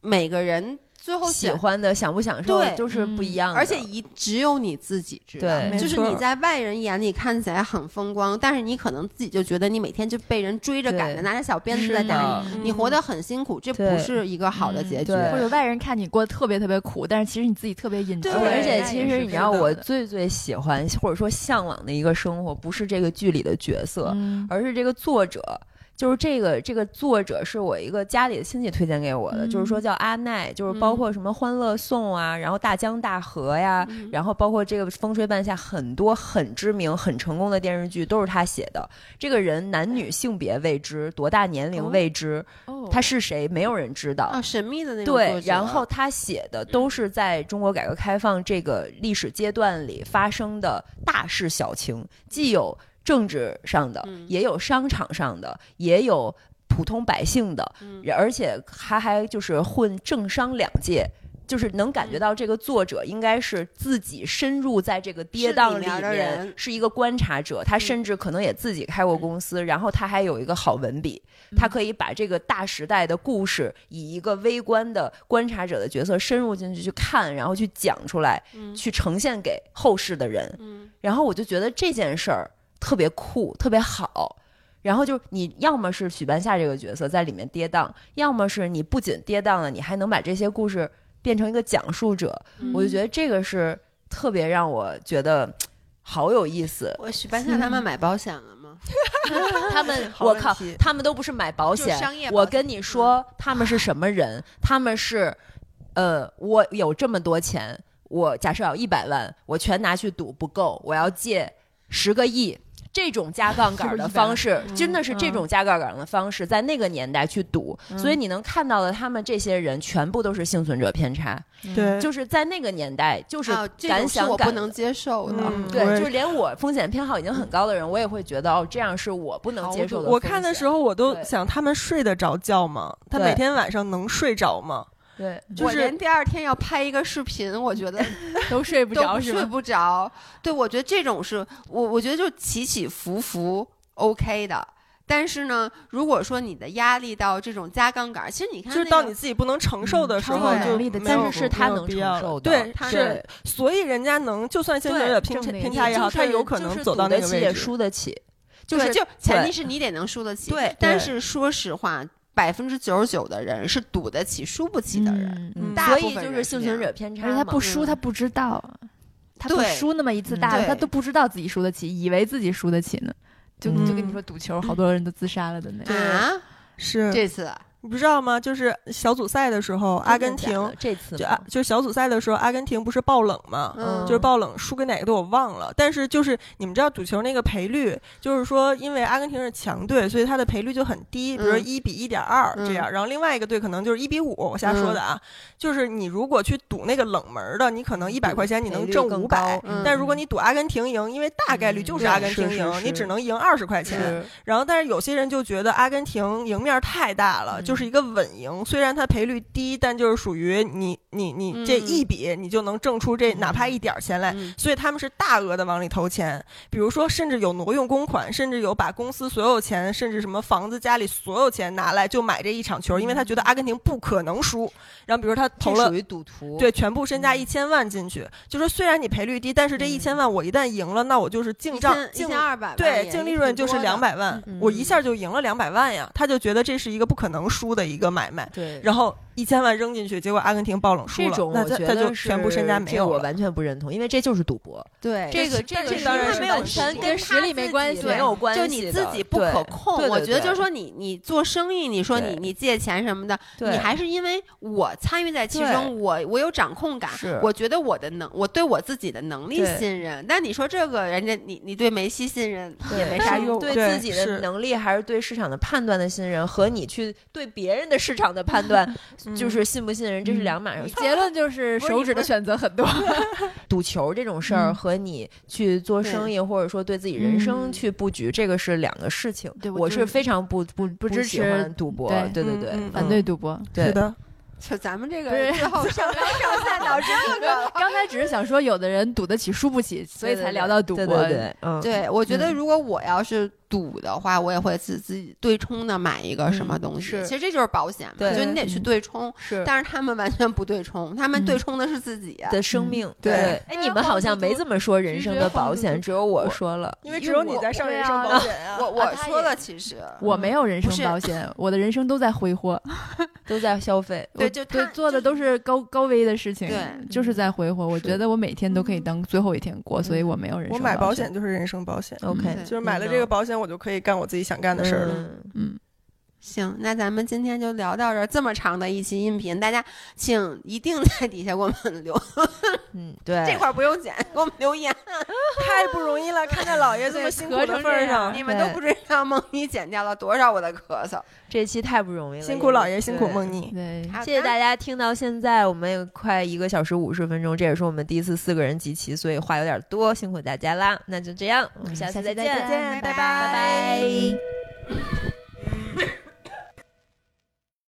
每个人最后
喜
选
欢的享不享受
对
就是不一样
嗯
的，
而且一只有你自己知道
对，没
就是
错
你在外人眼里看起来很风光，但是你可能自己就觉得你每天就被人追着赶
对
着，拿着小鞭
是
子在打
的
你，
嗯
你活得很辛苦，这
对
不是一个好的结局。
对
或者外人看你过得特别特别苦，但是其实你自己特别隐
对
而且
那
其
也
实
是
你知
知
道，
道
我
的
最最喜欢或者说向往的一个生活，不是这个剧里的角色，
嗯
而是这个作者，就是这个这个作者是我一个家里的亲戚推荐给我的，
嗯
就是说叫阿奈，就是
嗯
包括什么《欢乐颂》啊，然后《大江大河》呀，然后包括这个《风吹半夏》，很多很知名、很成功的电视剧都是他写的。这个人男女性别未知，多大年龄
哦
未知，
哦
他是谁没有人知道。
啊，神秘的那种
对
作，者嗯
然后他写的都是在中国改革开放这个历史阶段里发生的大事小情，既有政治上的，
嗯
也有商场上的，也有普通百姓的，
嗯
而且他还就是混政商两界。就是能感
嗯
觉到这个作者应该是自己深入在这个跌宕里
是里面的
面
人，嗯
是一个观察者。他甚至可能也自己开过公司，然后他还有一个好文笔，
嗯
他可以把这个大时代的故事以一个微观的观察者的角色深入进去去看，然后去讲出来，
嗯
去呈现给后世的人。
嗯
然后我就觉得这件事儿特别酷，特别好。然后就是你要么是许半夏这个角色在里面跌宕，要么是你不仅跌宕了，你还能把这些故事变成一个讲述者。
嗯
我就觉得这个是特别让我觉得好有意思。
我许半夏他们买保险了吗？
他们，
好
我
问
靠
题，
他们都不是买保
就
险。
商业保
我
险嗯
跟你说，他们是什么人？他们是，呃，我有这么多钱，我假设有一百万，我全拿去赌不够，我要借十个亿。这种加杠杆
又
儿
是100
的
万
方式，真的是
嗯
这种加杠杆儿的方式，在那个年代去赌，
嗯
所以你能看到的，他们这些人全部都是幸存者偏差，
对，
就是在那个年代，就是
啊，这
敢
种是
想
我
敢
不能接受的。
嗯
对
我，也
就是连我风险偏好已经很高的人，我也会觉得哦，这样是我不能接受的风险。
我看的时候，我都
对
想他们睡得着觉吗？他
对
每天晚上能睡着吗？
对，
就
我
是
连第二天要拍一个视频，我觉得
都睡不
都
着是
睡
吧？
不着。对，我觉得这种是我，我觉得就起起伏伏 OK 的。但是呢，如果说你的压力到这种加杠杆儿，其实你看、
就
那个，
是到你自己不能承受的时候
嗯，超
就
能力的
没有
但是是他能
必
承
要了
受的，
对，
他
是，所以人家能，就算现在有点偏
正
差
的
偏
你
差也好，
就是
他有可
就
能
是
走到
赌得
那个
起
位
也
置。
输得起，就
对
是
就前
对
提是你得能输得起。
对
但
对
是说实话，百分之九十九的人是赌得起、输不起的人。
嗯
嗯
大
所
部
以
分
就
人
是
是
幸
这
存
样
者偏差
而且他
嘛
不输，
嗯
他不知道，他不
对
输那么一次大
嗯
的，
对
他都不知道自己输得起，以为自己输得起呢。就
嗯
就跟你说赌球，好多人都自杀了的那种。
对
啊，
是
这次
啊
你不知道吗？就是小组赛的时候，阿根
真的假的
廷
这次
就
吗
阿就是小组赛的时候，阿根廷不是爆冷吗？
嗯
就是爆冷输给哪个队我忘了，但是就是你们知道赌球那个赔率，就是说因为阿根廷是强队，所以它的赔率就很低，比如
嗯
一比一点二这样，然后另外一个队可能就是一比五，我瞎说的
嗯
啊，就是你如果去赌那个冷门的，你可能一百块钱你能挣
赔率
五
更高
百。
嗯
但如果你赌阿根廷赢，因为大概率就
嗯
是阿根廷
是
赢，
是是
你只能赢二十块钱。
是
然后，但是有些人就觉得阿根廷赢面太大了，
嗯
就是一个稳赢，虽然它赔率低，但就是属于你你你这
嗯
一笔你就能挣出这
嗯
哪怕一点儿钱来，
嗯
所以他们是大额的往里投钱，比如说甚至有挪用公款，甚至有把公司所有钱，甚至什么房子、家里所有钱拿来就买这一场球，因为他觉得
嗯
阿根廷不可能输。然后比如他投
这
了
属。于赌徒，
对，全部身价
嗯
一千万进去，就说虽然你赔率低，但是这一千万我一旦赢了，那我就是净
嗯一
账
千一
净
千二百万
对
也
净利
挺
润就是
多的
两。百万，
嗯
我一下就赢了两百万呀，他就觉得这是一个不可能输的一个买卖，
对，
然后一千万扔进去，结果阿根廷爆冷输
这
了，
种
那
我
他
觉
他
得
就是全部身家没
这
有
我
了。
完全不认同，因为这就是赌博，
对，
这个
这
这
个当然
是
是
没
完
有
全
跟
跟
实力没关系
没有关系
就
的，
你自己不可控。
对对
我
对
觉得
对
就是说你，你做生意，你说你
对
你借钱什么的，
对
你还是因为我参与在其
对
中，我我有掌控感
是，
我觉得我的能，我对我自己的能力
对
信任。但你说这个人家，你你对梅西信任也没
但
啥
是
用。
对
对
自己的
是
能力还是对市场的判断的信任，和你去对别人的市场的判断，
嗯
就是信不信任，这是两码事。
结论就是
不是你
手指的选择很多，
赌球这种事儿
嗯
和你去做生意，或者说对自己人生
嗯
去布局，这个是两个事情。
对我
我
就是是
非常不不不
支
喜
持
欢赌博，对
对
对
嗯
对，
嗯
嗯
反对赌博。
对
是的，
就咱们这个
不是
最后上纲
。
上线到这个
刚才只是想说，有的人赌得起输不起，所以
对
才
对
聊到赌
对
博
对。对，嗯，
对，我觉得
嗯
如果我要是赌的话，我也会自自己对冲的买一个什么
嗯
东西。
是
其实这就是保险嘛，
对
就你得去
嗯
对冲。
是
但是他们完全不对冲，他们对冲的是自己。
的生命。
对
哎，你们好像没怎么说人生的保险，只有我说了。
因为只有你在上
对
人生
啊
保险啊，
我
啊
我
他
说
也
了，其实
我没有人
不是
生保险，我的人生都在挥霍，
都在消费。
对
我
就
对
他
做的
就
都是高高危的事情，
对嗯
就是在挥霍。我
是
觉得我每天都可以当最后一天过，所以我没有人
嗯
生
我买
保
保险就是人生保险，
OK，
对
就是买了这个保险，我就可以干我自己想干的事儿了。
嗯
嗯，
行，那咱们今天就聊到这儿，这么长的一期音频，大家请一定在底下给我们留，
嗯，对，
这块儿不用剪，给我们留言。
太不容易了，看在姥爷这么辛苦的份儿上，
你们都
对
不知道梦妮剪掉了多少我的咳嗽。
这期太不容易了，
辛苦姥爷，辛苦
对
梦妮。
对，
好
谢谢
的
大家听到现在，我们也快一个小时五十分钟，这也是我们第一次四个人集齐，所以嗯话有点多，辛苦大家啦。那就这样，我们下次
下次
再
再
见，
见
拜拜
拜拜